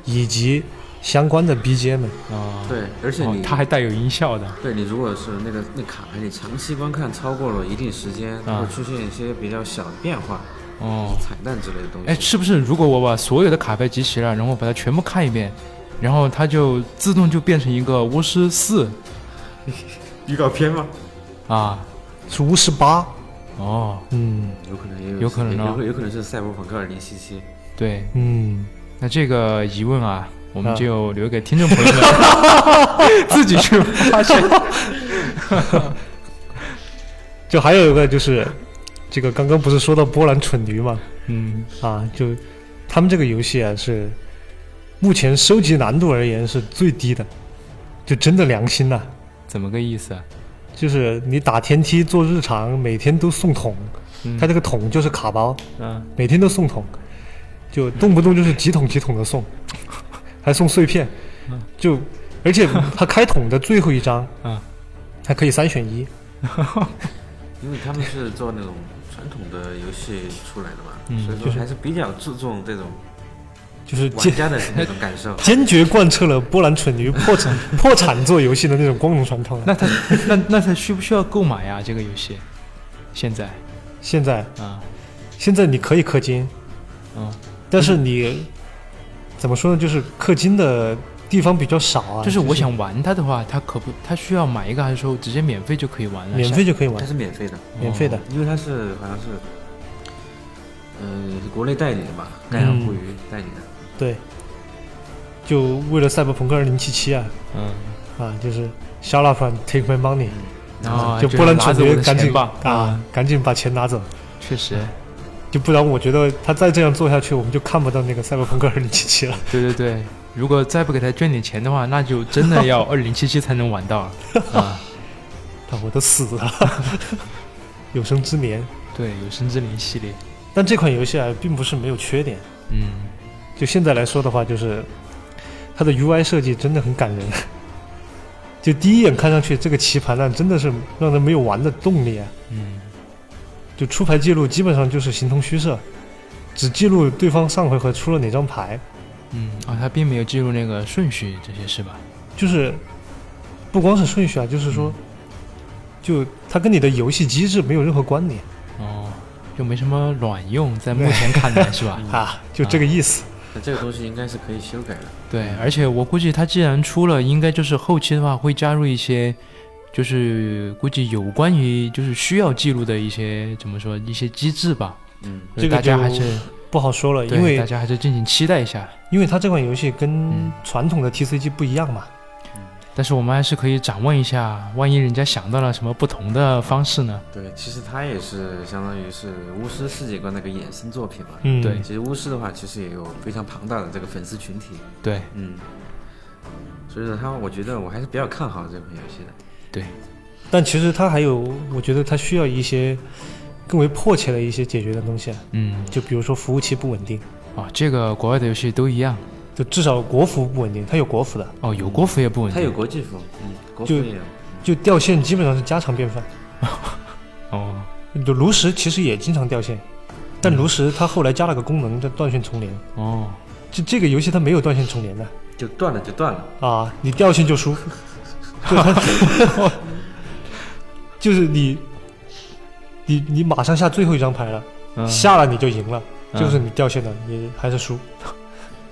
Speaker 3: 以及相关的 BGM，
Speaker 4: 啊，
Speaker 2: 对，而且
Speaker 4: 哦
Speaker 2: 你、，
Speaker 4: 它还带有音效的，
Speaker 2: 对你如果是那个那卡牌，你长期观看超过了一定时间，它会出现一些比较小的变化，
Speaker 4: 啊哦，
Speaker 2: 彩蛋之类的东西。
Speaker 4: 哎，是不是如果我把所有的卡牌集齐了，然后把它全部看一遍，然后它就自动就变成一个巫师四
Speaker 2: 预告片吗？
Speaker 4: 啊？
Speaker 3: 是巫师八。
Speaker 4: 哦，
Speaker 3: 嗯
Speaker 2: 有可能也有，
Speaker 4: 有可能啊
Speaker 2: 有有可能是赛博朋克二零七七。
Speaker 4: 对，
Speaker 3: 嗯，
Speaker 4: 那这个疑问啊，我们
Speaker 3: 啊
Speaker 4: 就留给听众朋友们 自己去发现。
Speaker 3: 就还有一个就是这个刚刚不是说到波兰蠢驴嘛？
Speaker 4: 嗯
Speaker 3: 啊，就他们这个游戏啊是目前收集难度而言是最低的，就真的良心呐、
Speaker 4: 怎么个意思啊？
Speaker 3: 就是你打天梯做日常，每天都送桶，
Speaker 4: 嗯
Speaker 3: 它这个桶就是卡包，
Speaker 4: 嗯
Speaker 3: 每天都送桶，就动不动就是几桶几桶的送，还送碎片，就而且它开桶的最后一张
Speaker 4: 啊，
Speaker 3: 还可以三选一，
Speaker 2: 因为他们是做那种传统的游戏出来的嘛，
Speaker 4: 嗯
Speaker 2: 所以说还是比较注重这种
Speaker 3: 就是
Speaker 2: 玩
Speaker 3: 坚。
Speaker 2: 家的那种感受
Speaker 3: 坚决贯彻了波兰蠢驴破产 破产做游戏的那种光荣传统。
Speaker 4: 那他那那他需不需要购买呀？这个游戏现在
Speaker 3: 现在
Speaker 4: 啊，
Speaker 3: 现在你可以氪金，
Speaker 4: 嗯，
Speaker 3: 但是你怎么说呢？就是氪金的地方比较少啊。
Speaker 4: 就是我想玩它的话，它可不，它需要买一个，还是说直接免费就可以玩了？
Speaker 3: 免
Speaker 4: 下
Speaker 3: 费就可以玩
Speaker 2: 它，是免费的，
Speaker 3: 免费
Speaker 4: 哦
Speaker 3: 的。
Speaker 2: 因为它是好像是，呃，是国内代理的嘛，
Speaker 4: 嗯
Speaker 2: 盖阳互娱代理的。
Speaker 3: 对，就为了赛博朋克二零七七啊
Speaker 4: 嗯，
Speaker 3: 啊，就是 shut up and take my money，、
Speaker 4: 然后啊
Speaker 3: 就
Speaker 4: 嗯哦就是
Speaker 3: 波兰
Speaker 4: 拿
Speaker 3: 蠢
Speaker 4: 着我
Speaker 3: 驴
Speaker 4: 的
Speaker 3: 赶
Speaker 4: 钱
Speaker 3: 紧
Speaker 4: 吧
Speaker 3: 啊，，赶紧把钱拿走，
Speaker 4: 确实，
Speaker 3: 就不然我觉得他再这样做下去，我们就看不到那个赛博朋克二零七七了。
Speaker 4: 对对对，如果再不给他捐点钱的话，那就真的 要二零七七才能玩到了啊！
Speaker 3: 啊，我都死了， 有生之年。
Speaker 4: 对，有生之年系列，
Speaker 3: 但这款游戏啊，并不是没有缺点。
Speaker 4: 嗯，
Speaker 3: 就现在来说的话，就是它的 UI 设计真的很感人。就第一眼看上去，这个棋盘呢、啊真的是让人没有玩的动力啊！
Speaker 4: 嗯，
Speaker 3: 就出牌记录基本上就是形同虚设，只记录对方上回合出了哪张牌，
Speaker 4: 嗯，啊，他并没有记录那个顺序这些是吧？
Speaker 3: 就是不光是顺序啊，就是说，就它跟你的游戏机制没有任何关联
Speaker 4: 哦，就没什么卵用，在目前看来是 吧？
Speaker 3: 啊，就这个意思。
Speaker 2: 那这个东西应该是可以修改的。
Speaker 4: 对，而且我估计它既然出了，应该就是后期的话会加入一些，就是估计有关于就是需要记录的一些怎么说一些机制吧。
Speaker 2: 嗯，
Speaker 3: 这个
Speaker 4: 大家
Speaker 3: 就
Speaker 4: 还是
Speaker 3: 不好说了，
Speaker 4: 对
Speaker 3: 因为
Speaker 4: 大家还是敬请期待一下。
Speaker 3: 因为它这款游戏跟
Speaker 4: 嗯
Speaker 3: 传统的 TCG 不一样嘛，
Speaker 4: 但是我们还是可以展望一下，万一人家想到了什么不同的方式呢？
Speaker 2: 对，其实它也是相当于是巫师世界观的一个衍生作品嘛。
Speaker 3: 嗯，
Speaker 4: 对
Speaker 2: 其实巫师的话，其实也有非常庞大的这个粉丝群体。
Speaker 4: 对
Speaker 2: 嗯，所以说它，我觉得我还是比较看好这款游戏的。
Speaker 4: 对，
Speaker 3: 但其实它还有，我觉得它需要一些更为迫切的一些解决的东西，啊，
Speaker 4: 嗯，
Speaker 3: 就比如说服务器不稳定，
Speaker 4: 啊，这个国外的游戏都一样
Speaker 3: 就至少国服不稳定，它有国服的，
Speaker 4: 哦，有国服也不稳
Speaker 2: 它
Speaker 4: 定，
Speaker 2: 有国际服，嗯，国服
Speaker 3: 就
Speaker 2: 也有。
Speaker 3: 就掉线基本上是家常便饭。
Speaker 4: 哦，
Speaker 3: 就炉石其实也经常掉线，但炉石它后来加了个功能叫断线重连，
Speaker 4: 哦，
Speaker 3: 就这个游戏它没有断线重连的
Speaker 2: 就断了就断了，
Speaker 3: 啊，你掉线就输，就它 就是你你你马上下最后一张牌了，
Speaker 4: 嗯，
Speaker 3: 下了你就赢了，
Speaker 4: 嗯
Speaker 3: 就是你掉线了你还是输，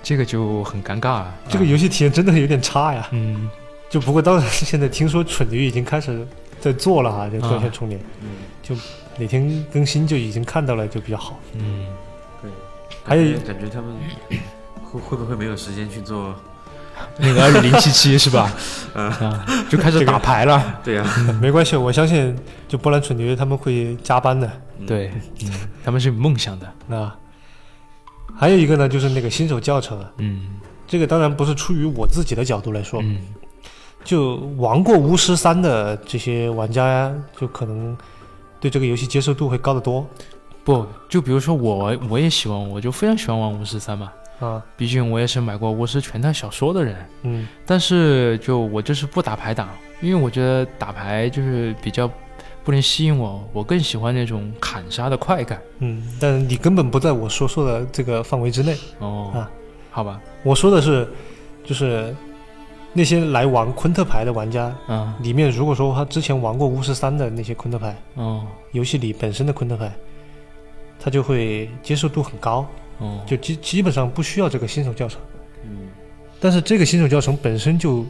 Speaker 4: 这个就很尴尬了。
Speaker 3: 这个
Speaker 4: 啊
Speaker 3: 游戏体验真的有点差呀。
Speaker 4: 嗯，
Speaker 3: 就不过当然现在听说蠢驴已经开始在做了哈，就断线重连，
Speaker 2: 嗯，
Speaker 3: 就哪天更新就已经看到了，就比较好。
Speaker 4: 嗯，
Speaker 2: 对。
Speaker 3: 还有
Speaker 2: 感觉感觉他们会会不会没有时间去做？
Speaker 4: 啊那个二零七七是吧？啊，就开始打牌了。
Speaker 2: 对啊呀、
Speaker 4: 嗯
Speaker 3: 没关系，我相信就波兰蠢驴他们会加班的。
Speaker 4: 对，嗯，他们是有梦想的。
Speaker 3: 那还有一个呢，就是那个新手教程啊，
Speaker 4: 嗯
Speaker 3: 这个当然不是出于我自己的角度来说，
Speaker 4: 嗯
Speaker 3: 就玩过巫师三的这些玩家呀，就可能对这个游戏接受度会高得多
Speaker 4: 不，就比如说我，我也喜欢，我就非常喜欢玩巫师三嘛。
Speaker 3: 啊。
Speaker 4: 毕竟我也是买过巫师全套小说的人，
Speaker 3: 嗯，
Speaker 4: 但是就我就是不打牌党，因为我觉得打牌就是比较不能吸引我，我更喜欢那种砍杀的快感。
Speaker 3: 嗯，但你根本不在我所说的这个范围之内。
Speaker 4: 哦，
Speaker 3: 啊
Speaker 4: 好吧，
Speaker 3: 我说的是，就是那些来玩昆特牌的玩家
Speaker 4: 嗯
Speaker 3: 里面，如果说他之前玩过巫师三的那些昆特牌
Speaker 4: 哦
Speaker 3: 游戏里本身的昆特牌，他就会接受度很高，
Speaker 4: 哦，
Speaker 3: 就基基本上不需要这个新手教程。
Speaker 2: 嗯，
Speaker 3: 但是这个新手教程本身就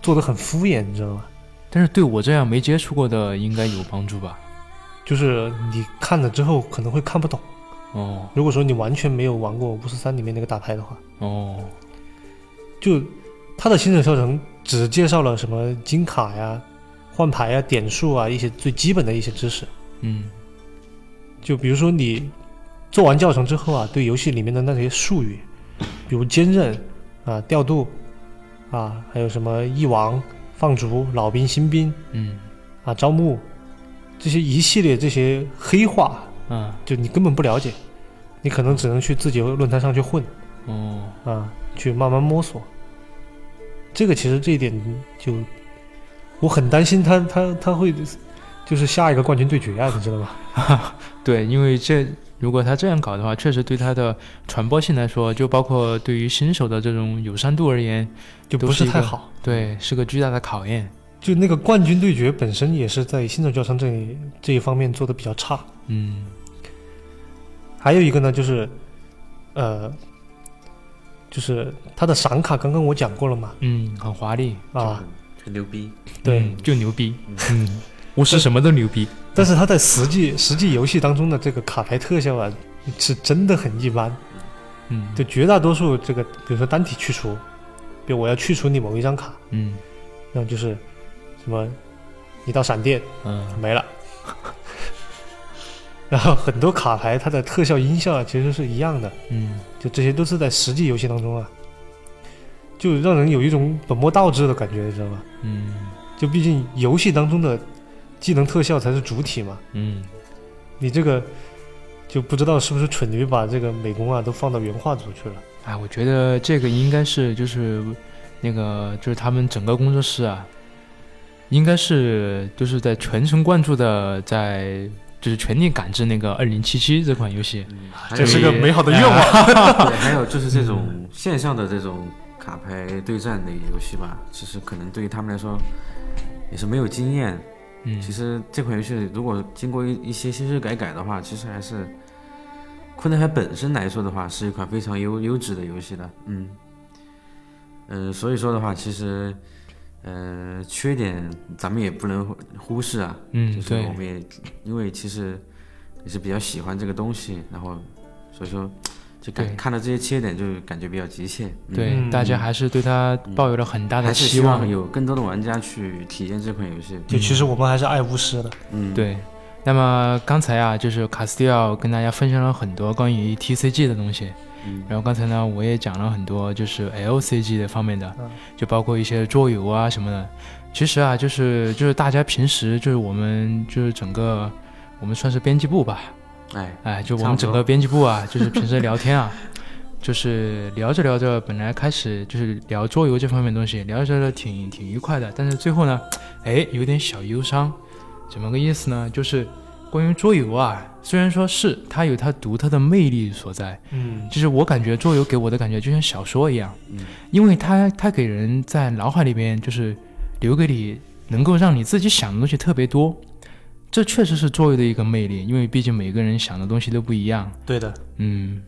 Speaker 3: 做的很敷衍，你知道吗？
Speaker 4: 但是对我这样没接触过的应该有帮助吧？
Speaker 3: 就是你看了之后可能会看不懂。
Speaker 4: 哦
Speaker 3: 如果说你完全没有玩过巫师三里面那个打牌的话，
Speaker 4: 哦，
Speaker 3: 就他的新手教程只介绍了什么金卡呀、换牌呀、点数啊一些最基本的一些知识。
Speaker 4: 嗯
Speaker 3: 就比如说你做完教程之后啊，对游戏里面的那些术语，比如坚韧啊、调度啊，还有什么翼王、放逐、老兵、新兵
Speaker 4: 嗯
Speaker 3: 啊、招募这些一系列这些黑话，
Speaker 4: 啊
Speaker 3: 就你根本不了解，你可能只能去自己论坛上去混
Speaker 4: 哦
Speaker 3: 啊，去慢慢摸索。这个其实这一点就我很担心他他他会就是下一个冠军对决啊，你知道吧？
Speaker 4: 对，因为这如果他这样搞的话，确实对他的传播性来说，就包括对于新手的这种友善度而言，
Speaker 3: 就
Speaker 4: 都
Speaker 3: 不
Speaker 4: 是一
Speaker 3: 太
Speaker 4: 个
Speaker 3: 好。
Speaker 4: 对，是个巨大的考验。
Speaker 3: 就那个冠军对决本身也是在新手教程这里这一方面做的比较差。
Speaker 4: 嗯
Speaker 3: 还有一个呢，就是，呃，就是他的闪卡，刚刚我讲过了嘛，
Speaker 4: 嗯，很华丽，
Speaker 3: 啊，，
Speaker 2: 很牛逼。
Speaker 3: 对。
Speaker 4: 嗯就牛逼。嗯，巫师什么都牛逼。
Speaker 3: 但是他在实际实际游戏当中的这个卡牌特效啊，是真的很一般。
Speaker 4: 嗯，
Speaker 3: 就，绝大多数这个，比如说单体去除，比如我要去除你某一张卡，
Speaker 4: 嗯
Speaker 3: 那就是什么一道闪电
Speaker 4: 嗯
Speaker 3: 没了。 然后很多卡牌它的特效音效啊，其实是一样的，
Speaker 4: 嗯
Speaker 3: 就这些都是在实际游戏当中啊，就让人有一种本末倒置的感觉，你知道吗？
Speaker 4: 嗯
Speaker 3: 就毕竟游戏当中的技能特效才是主体嘛，
Speaker 4: 嗯，
Speaker 3: 你这个就不知道是不是蠢驴把这个美工啊都放到原画组去了。
Speaker 4: 哎，我觉得这个应该是就是那个就是他们整个工作室啊，应该是就是在全神贯注的在就是全力赶制那个二零七七这款游戏。
Speaker 2: 嗯，
Speaker 3: 啊
Speaker 2: 还
Speaker 4: 这
Speaker 2: 有
Speaker 4: 是个美
Speaker 3: 好的
Speaker 4: 愿望
Speaker 2: 对，还有就是这种线上的这种卡牌对战的游戏吧，其实可能对于他们来说也是没有经验。
Speaker 4: 嗯，
Speaker 2: 其实这款游戏如果经过一一些修修改改的话，其实还是《昆特牌》本身来说的话，是一款非常优优质的游戏的。嗯，嗯、所以说的话，其实，呃，缺点咱们也不能忽忽视啊。
Speaker 4: 嗯
Speaker 2: 就是
Speaker 4: 对
Speaker 2: 我，们也因为其实也是比较喜欢这个东西，然后所以说就
Speaker 4: 对
Speaker 2: 感看到这些缺点就感觉比较急切。嗯、
Speaker 4: 对，
Speaker 3: 嗯
Speaker 4: 大家还是对它抱有了很大的
Speaker 2: 还是希
Speaker 4: 期
Speaker 2: 望
Speaker 4: 望。
Speaker 2: 有更多的玩家去体验这款游戏。
Speaker 3: 就其实我们还是爱巫师的，
Speaker 2: 嗯，，
Speaker 4: 对，那么刚才啊，就是卡斯蒂奥跟大家分享了很多关于 TCG 的东西，
Speaker 2: 嗯
Speaker 4: 然后刚才呢，我也讲了很多就是 LCG 的方面的，
Speaker 3: 嗯
Speaker 4: 就包括一些桌游啊什么的。其实啊，就是就是大家平时就是我们就是整个我们算是编辑部吧，
Speaker 2: 哎，
Speaker 4: 哎，就我
Speaker 2: 差
Speaker 4: 们
Speaker 2: 不
Speaker 4: 整
Speaker 2: 多
Speaker 4: 个编辑部啊， 就是平时聊天啊，就是聊着聊着，本来开始就是聊桌游这方面的东西，聊着聊着挺挺愉快的，但是最后呢，哎，有点小忧伤，怎么个意思呢？就是关于桌游啊，虽然说是它有它独特的魅力所在，
Speaker 3: 嗯，
Speaker 4: 就是我感觉桌游给我的感觉就像小说一样，
Speaker 2: 嗯
Speaker 4: 因为它它给人在脑海里边就是留给你能够让你自己想的东西特别多，这确实是桌游的一个魅力，因为毕竟每个人想的东西都不一样，
Speaker 3: 对的，
Speaker 4: 嗯，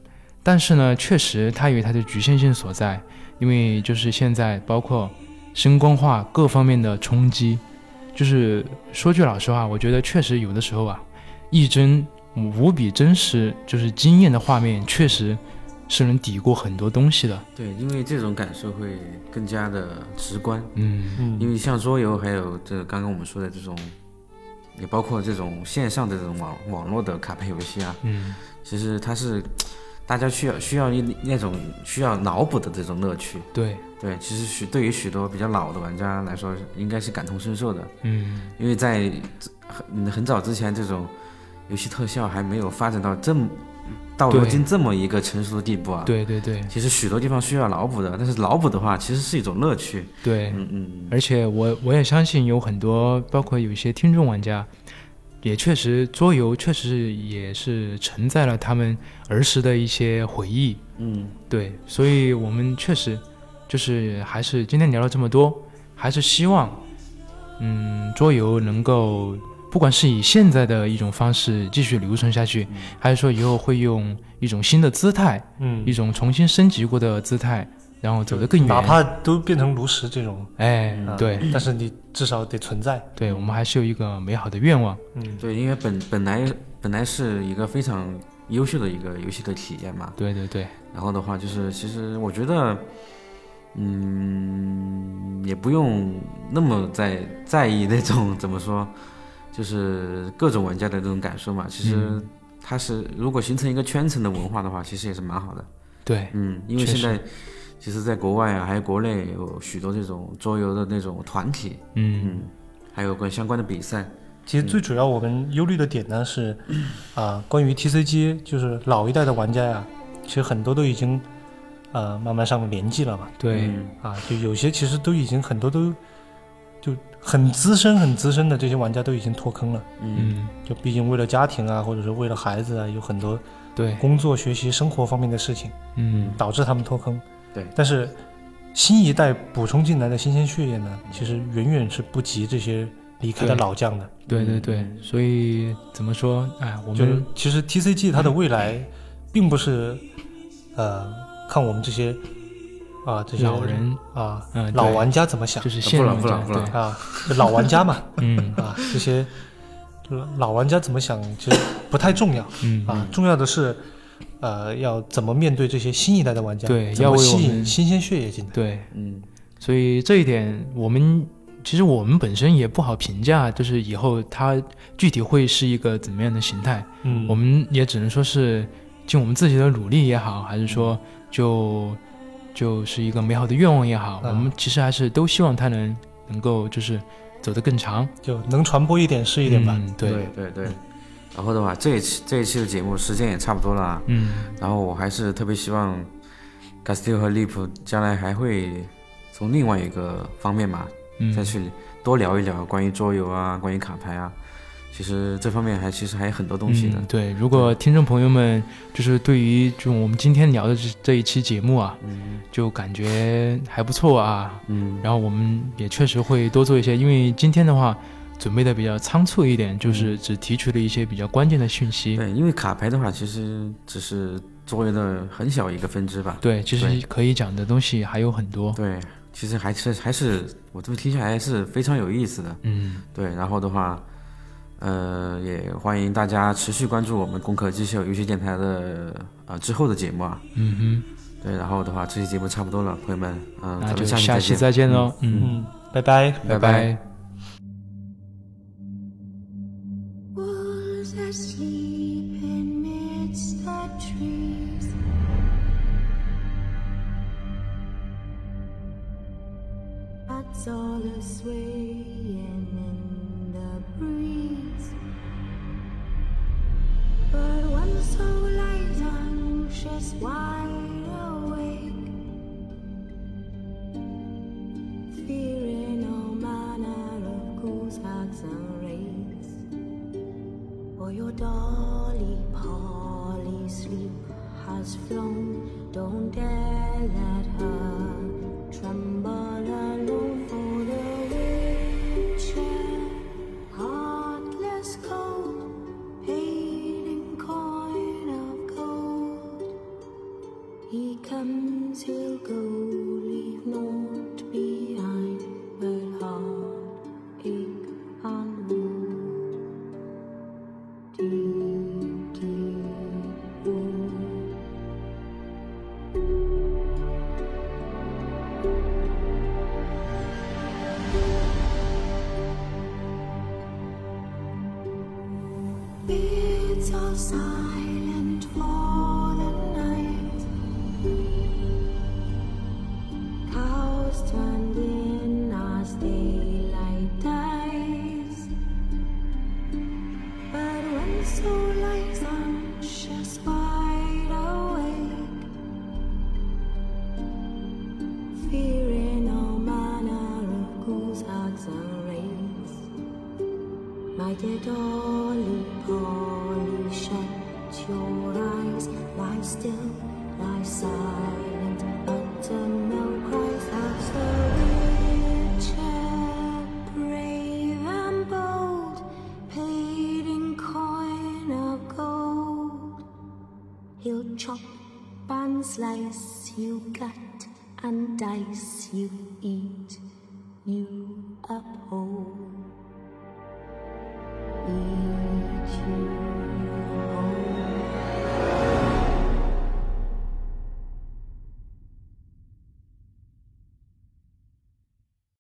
Speaker 4: 但是呢，确实它有它的局限性所在，因为就是现在包括声光化各方面的冲击，就是说句老实话，我觉得确实有的时候啊，一帧无比真实，就是惊艳的画面，确实是能抵过很多东西的。
Speaker 2: 对，因为这种感受会更加的直观。
Speaker 4: 嗯
Speaker 3: 嗯
Speaker 2: 因为像桌游，还有这刚刚我们说的这种，也包括这种线上的这种网网络的卡牌游戏啊，
Speaker 4: 嗯，
Speaker 2: 其实它是大家需要需要一那种需要脑补的这种乐趣。
Speaker 4: 对，
Speaker 2: 对，其实许对于许多比较老的玩家来说，应该是感同身受的，
Speaker 4: 嗯
Speaker 2: 因为在很很早之前，这种游戏特效还没有发展到这么到如
Speaker 4: 对
Speaker 2: 今这么一个成熟的地步啊。，。
Speaker 4: 对对对
Speaker 2: 其实许多地方需要脑补的，但是脑补的话，其实是一种乐趣。
Speaker 4: 对，
Speaker 2: 嗯嗯，
Speaker 4: 而且我我也相信有很多，包括有些听众玩家，也确实桌游确实也是承载了他们儿时的一些回忆。
Speaker 2: 嗯，
Speaker 4: 对，所以我们确实就是还是今天聊了这么多，还是希望，嗯，桌游能够不管是以现在的一种方式继续留存下去，还是说以后会用一种新的姿态，
Speaker 3: 嗯
Speaker 4: 一，种重新升级过的姿态，然后走得更远。
Speaker 3: 哪怕都变成炉石这种，
Speaker 4: 哎，
Speaker 3: 啊
Speaker 4: 对，
Speaker 3: 但是你至少得存在，
Speaker 4: 对，我们还是有一个美好的愿望。
Speaker 3: 嗯，
Speaker 2: 对，因为本本来本来是一个非常优秀的一个游戏的体验嘛，
Speaker 4: 对对对，
Speaker 2: 然后的话就是，其实我觉得，嗯，也不用那么在在意那种怎么说，就是各种玩家的这种感受嘛。其实
Speaker 4: 嗯
Speaker 2: 它是如果形成一个圈层的文化的话，其实也是蛮好的。
Speaker 4: 对，
Speaker 2: 嗯，因为
Speaker 4: 确
Speaker 2: 现在其实在国外啊，还有国内有许多这种桌游的那种团体，
Speaker 4: 嗯
Speaker 2: 嗯，还有关相关的比赛。
Speaker 3: 其实最主要我们忧虑的点呢是，啊，关于 TCG，就是老一代的玩家呀，其实很多都已经，呃，慢慢上了年纪了嘛，
Speaker 4: 对，
Speaker 2: 嗯
Speaker 3: 啊，就有些其实都已经很多都就很资深、很资深的这些玩家都已经脱坑了。
Speaker 2: 嗯
Speaker 4: 嗯，
Speaker 3: 就毕竟为了家庭啊，或者是为了孩子啊，有很多
Speaker 4: 对，
Speaker 3: 工作、学习、生活方面的事情，
Speaker 4: 嗯
Speaker 3: 导致他们脱坑。
Speaker 2: 对
Speaker 3: 但是新一代补充进来的新鲜血液呢，其实远远是不及这些离开的
Speaker 4: 对
Speaker 3: 老将的。
Speaker 4: 对对对，
Speaker 2: 嗯
Speaker 4: 所以怎么说？哎，我
Speaker 3: 就是
Speaker 4: 们嗯
Speaker 3: 其实 TCG 它的未来，并不是呃看我们这些啊这些
Speaker 4: 老人，
Speaker 3: 啊
Speaker 4: 嗯，
Speaker 3: 老
Speaker 4: 对
Speaker 3: 玩家怎么想
Speaker 4: 就是现
Speaker 2: 不了
Speaker 4: 任
Speaker 2: 不了
Speaker 4: 的
Speaker 2: 不了
Speaker 3: 啊，就老玩家嘛
Speaker 4: 对， 嗯
Speaker 3: 啊这些老老玩家怎么想其实不太重要
Speaker 4: 嗯，
Speaker 3: 啊，重要的是。呃，要怎么面对这些新一代的玩家？
Speaker 4: 对
Speaker 3: 怎
Speaker 4: 要
Speaker 3: 么
Speaker 4: 为我
Speaker 3: 吸引
Speaker 4: 们
Speaker 3: 新鲜血液进来？
Speaker 4: 对，
Speaker 2: 嗯
Speaker 4: 所以这一点我们其实我们本身也不好评价，就是以后它具体会是一个怎么样的形态，
Speaker 3: 嗯
Speaker 4: 我们也只能说是尽我们自己的努力也好，还是
Speaker 3: 嗯
Speaker 4: 说就就是一个美好的愿望也好，
Speaker 3: 嗯
Speaker 4: 我们其实还是都希望它能能够就是走得更长
Speaker 3: 就能传播一点是一点吧。
Speaker 4: 嗯对，
Speaker 2: 对对。然后的话，这一期这一期的节目时间也差不多了啊，
Speaker 4: 嗯，
Speaker 2: 然后我还是特别希望 Castillo 和 Leap 将来还会从另外一个方面嘛，
Speaker 4: 嗯
Speaker 2: 再去多聊一聊关于桌游啊，关于卡牌啊，其实这方面还其实还有很多东西的
Speaker 4: 嗯。对，如果听众朋友们就是对于就我们今天聊的这这一期节目啊，
Speaker 3: 嗯
Speaker 4: 就感觉还不错啊。
Speaker 2: 嗯
Speaker 4: 然后我们也确实会多做一些，因为今天的话准备的比较仓促一点，就是
Speaker 3: 嗯
Speaker 4: 只提取了一些比较关键的讯息。
Speaker 2: 对，因为卡牌的话，其实只是桌游的很小一个分支吧。
Speaker 4: 对，其
Speaker 2: 对
Speaker 4: 实可以讲的东西还有很多。
Speaker 2: 对，其实还是还是我这么听下来还是非常有意思的。
Speaker 4: 嗯，
Speaker 2: 对，然后的话，呃，也欢迎大家持续关注我们《攻壳机秀》游戏电台的呃之后的节目啊。
Speaker 4: 嗯
Speaker 2: 对，然后的话，这期节目差不多了，朋友们，嗯、
Speaker 4: 哼，
Speaker 2: 咱们
Speaker 4: 那就
Speaker 2: 下期
Speaker 4: 下期再见喽。嗯，
Speaker 3: 嗯，拜拜。
Speaker 2: 拜拜
Speaker 4: 拜。
Speaker 5: Wolves asleep in midst the trees. Bats all a swaying in the breeze. But one soul lies anxious, wide awake, fearing all manner of ghouls, hags, and wraiths. Or Oh, your dolly Polly sleep has flown. Don't dare let her tremble alone for the wheelchair. Heartless cold, paid in coin of gold. He comes, he'll go, leave naught behind, but heart ache and wound. Deep, deep wound. It's all silent for the night. Cows turned in as daylight dies. But when soul lies anxious, wide awake, fearing all manner of ghouls, hags, and wraiths, my dear dolly, Polly, shut your eyes. Lie still, lie silent, utter no cries. As the witcher, brave and bold, paid in coin of gold. He'll chop and slice you gut and dice you eat, you uphold.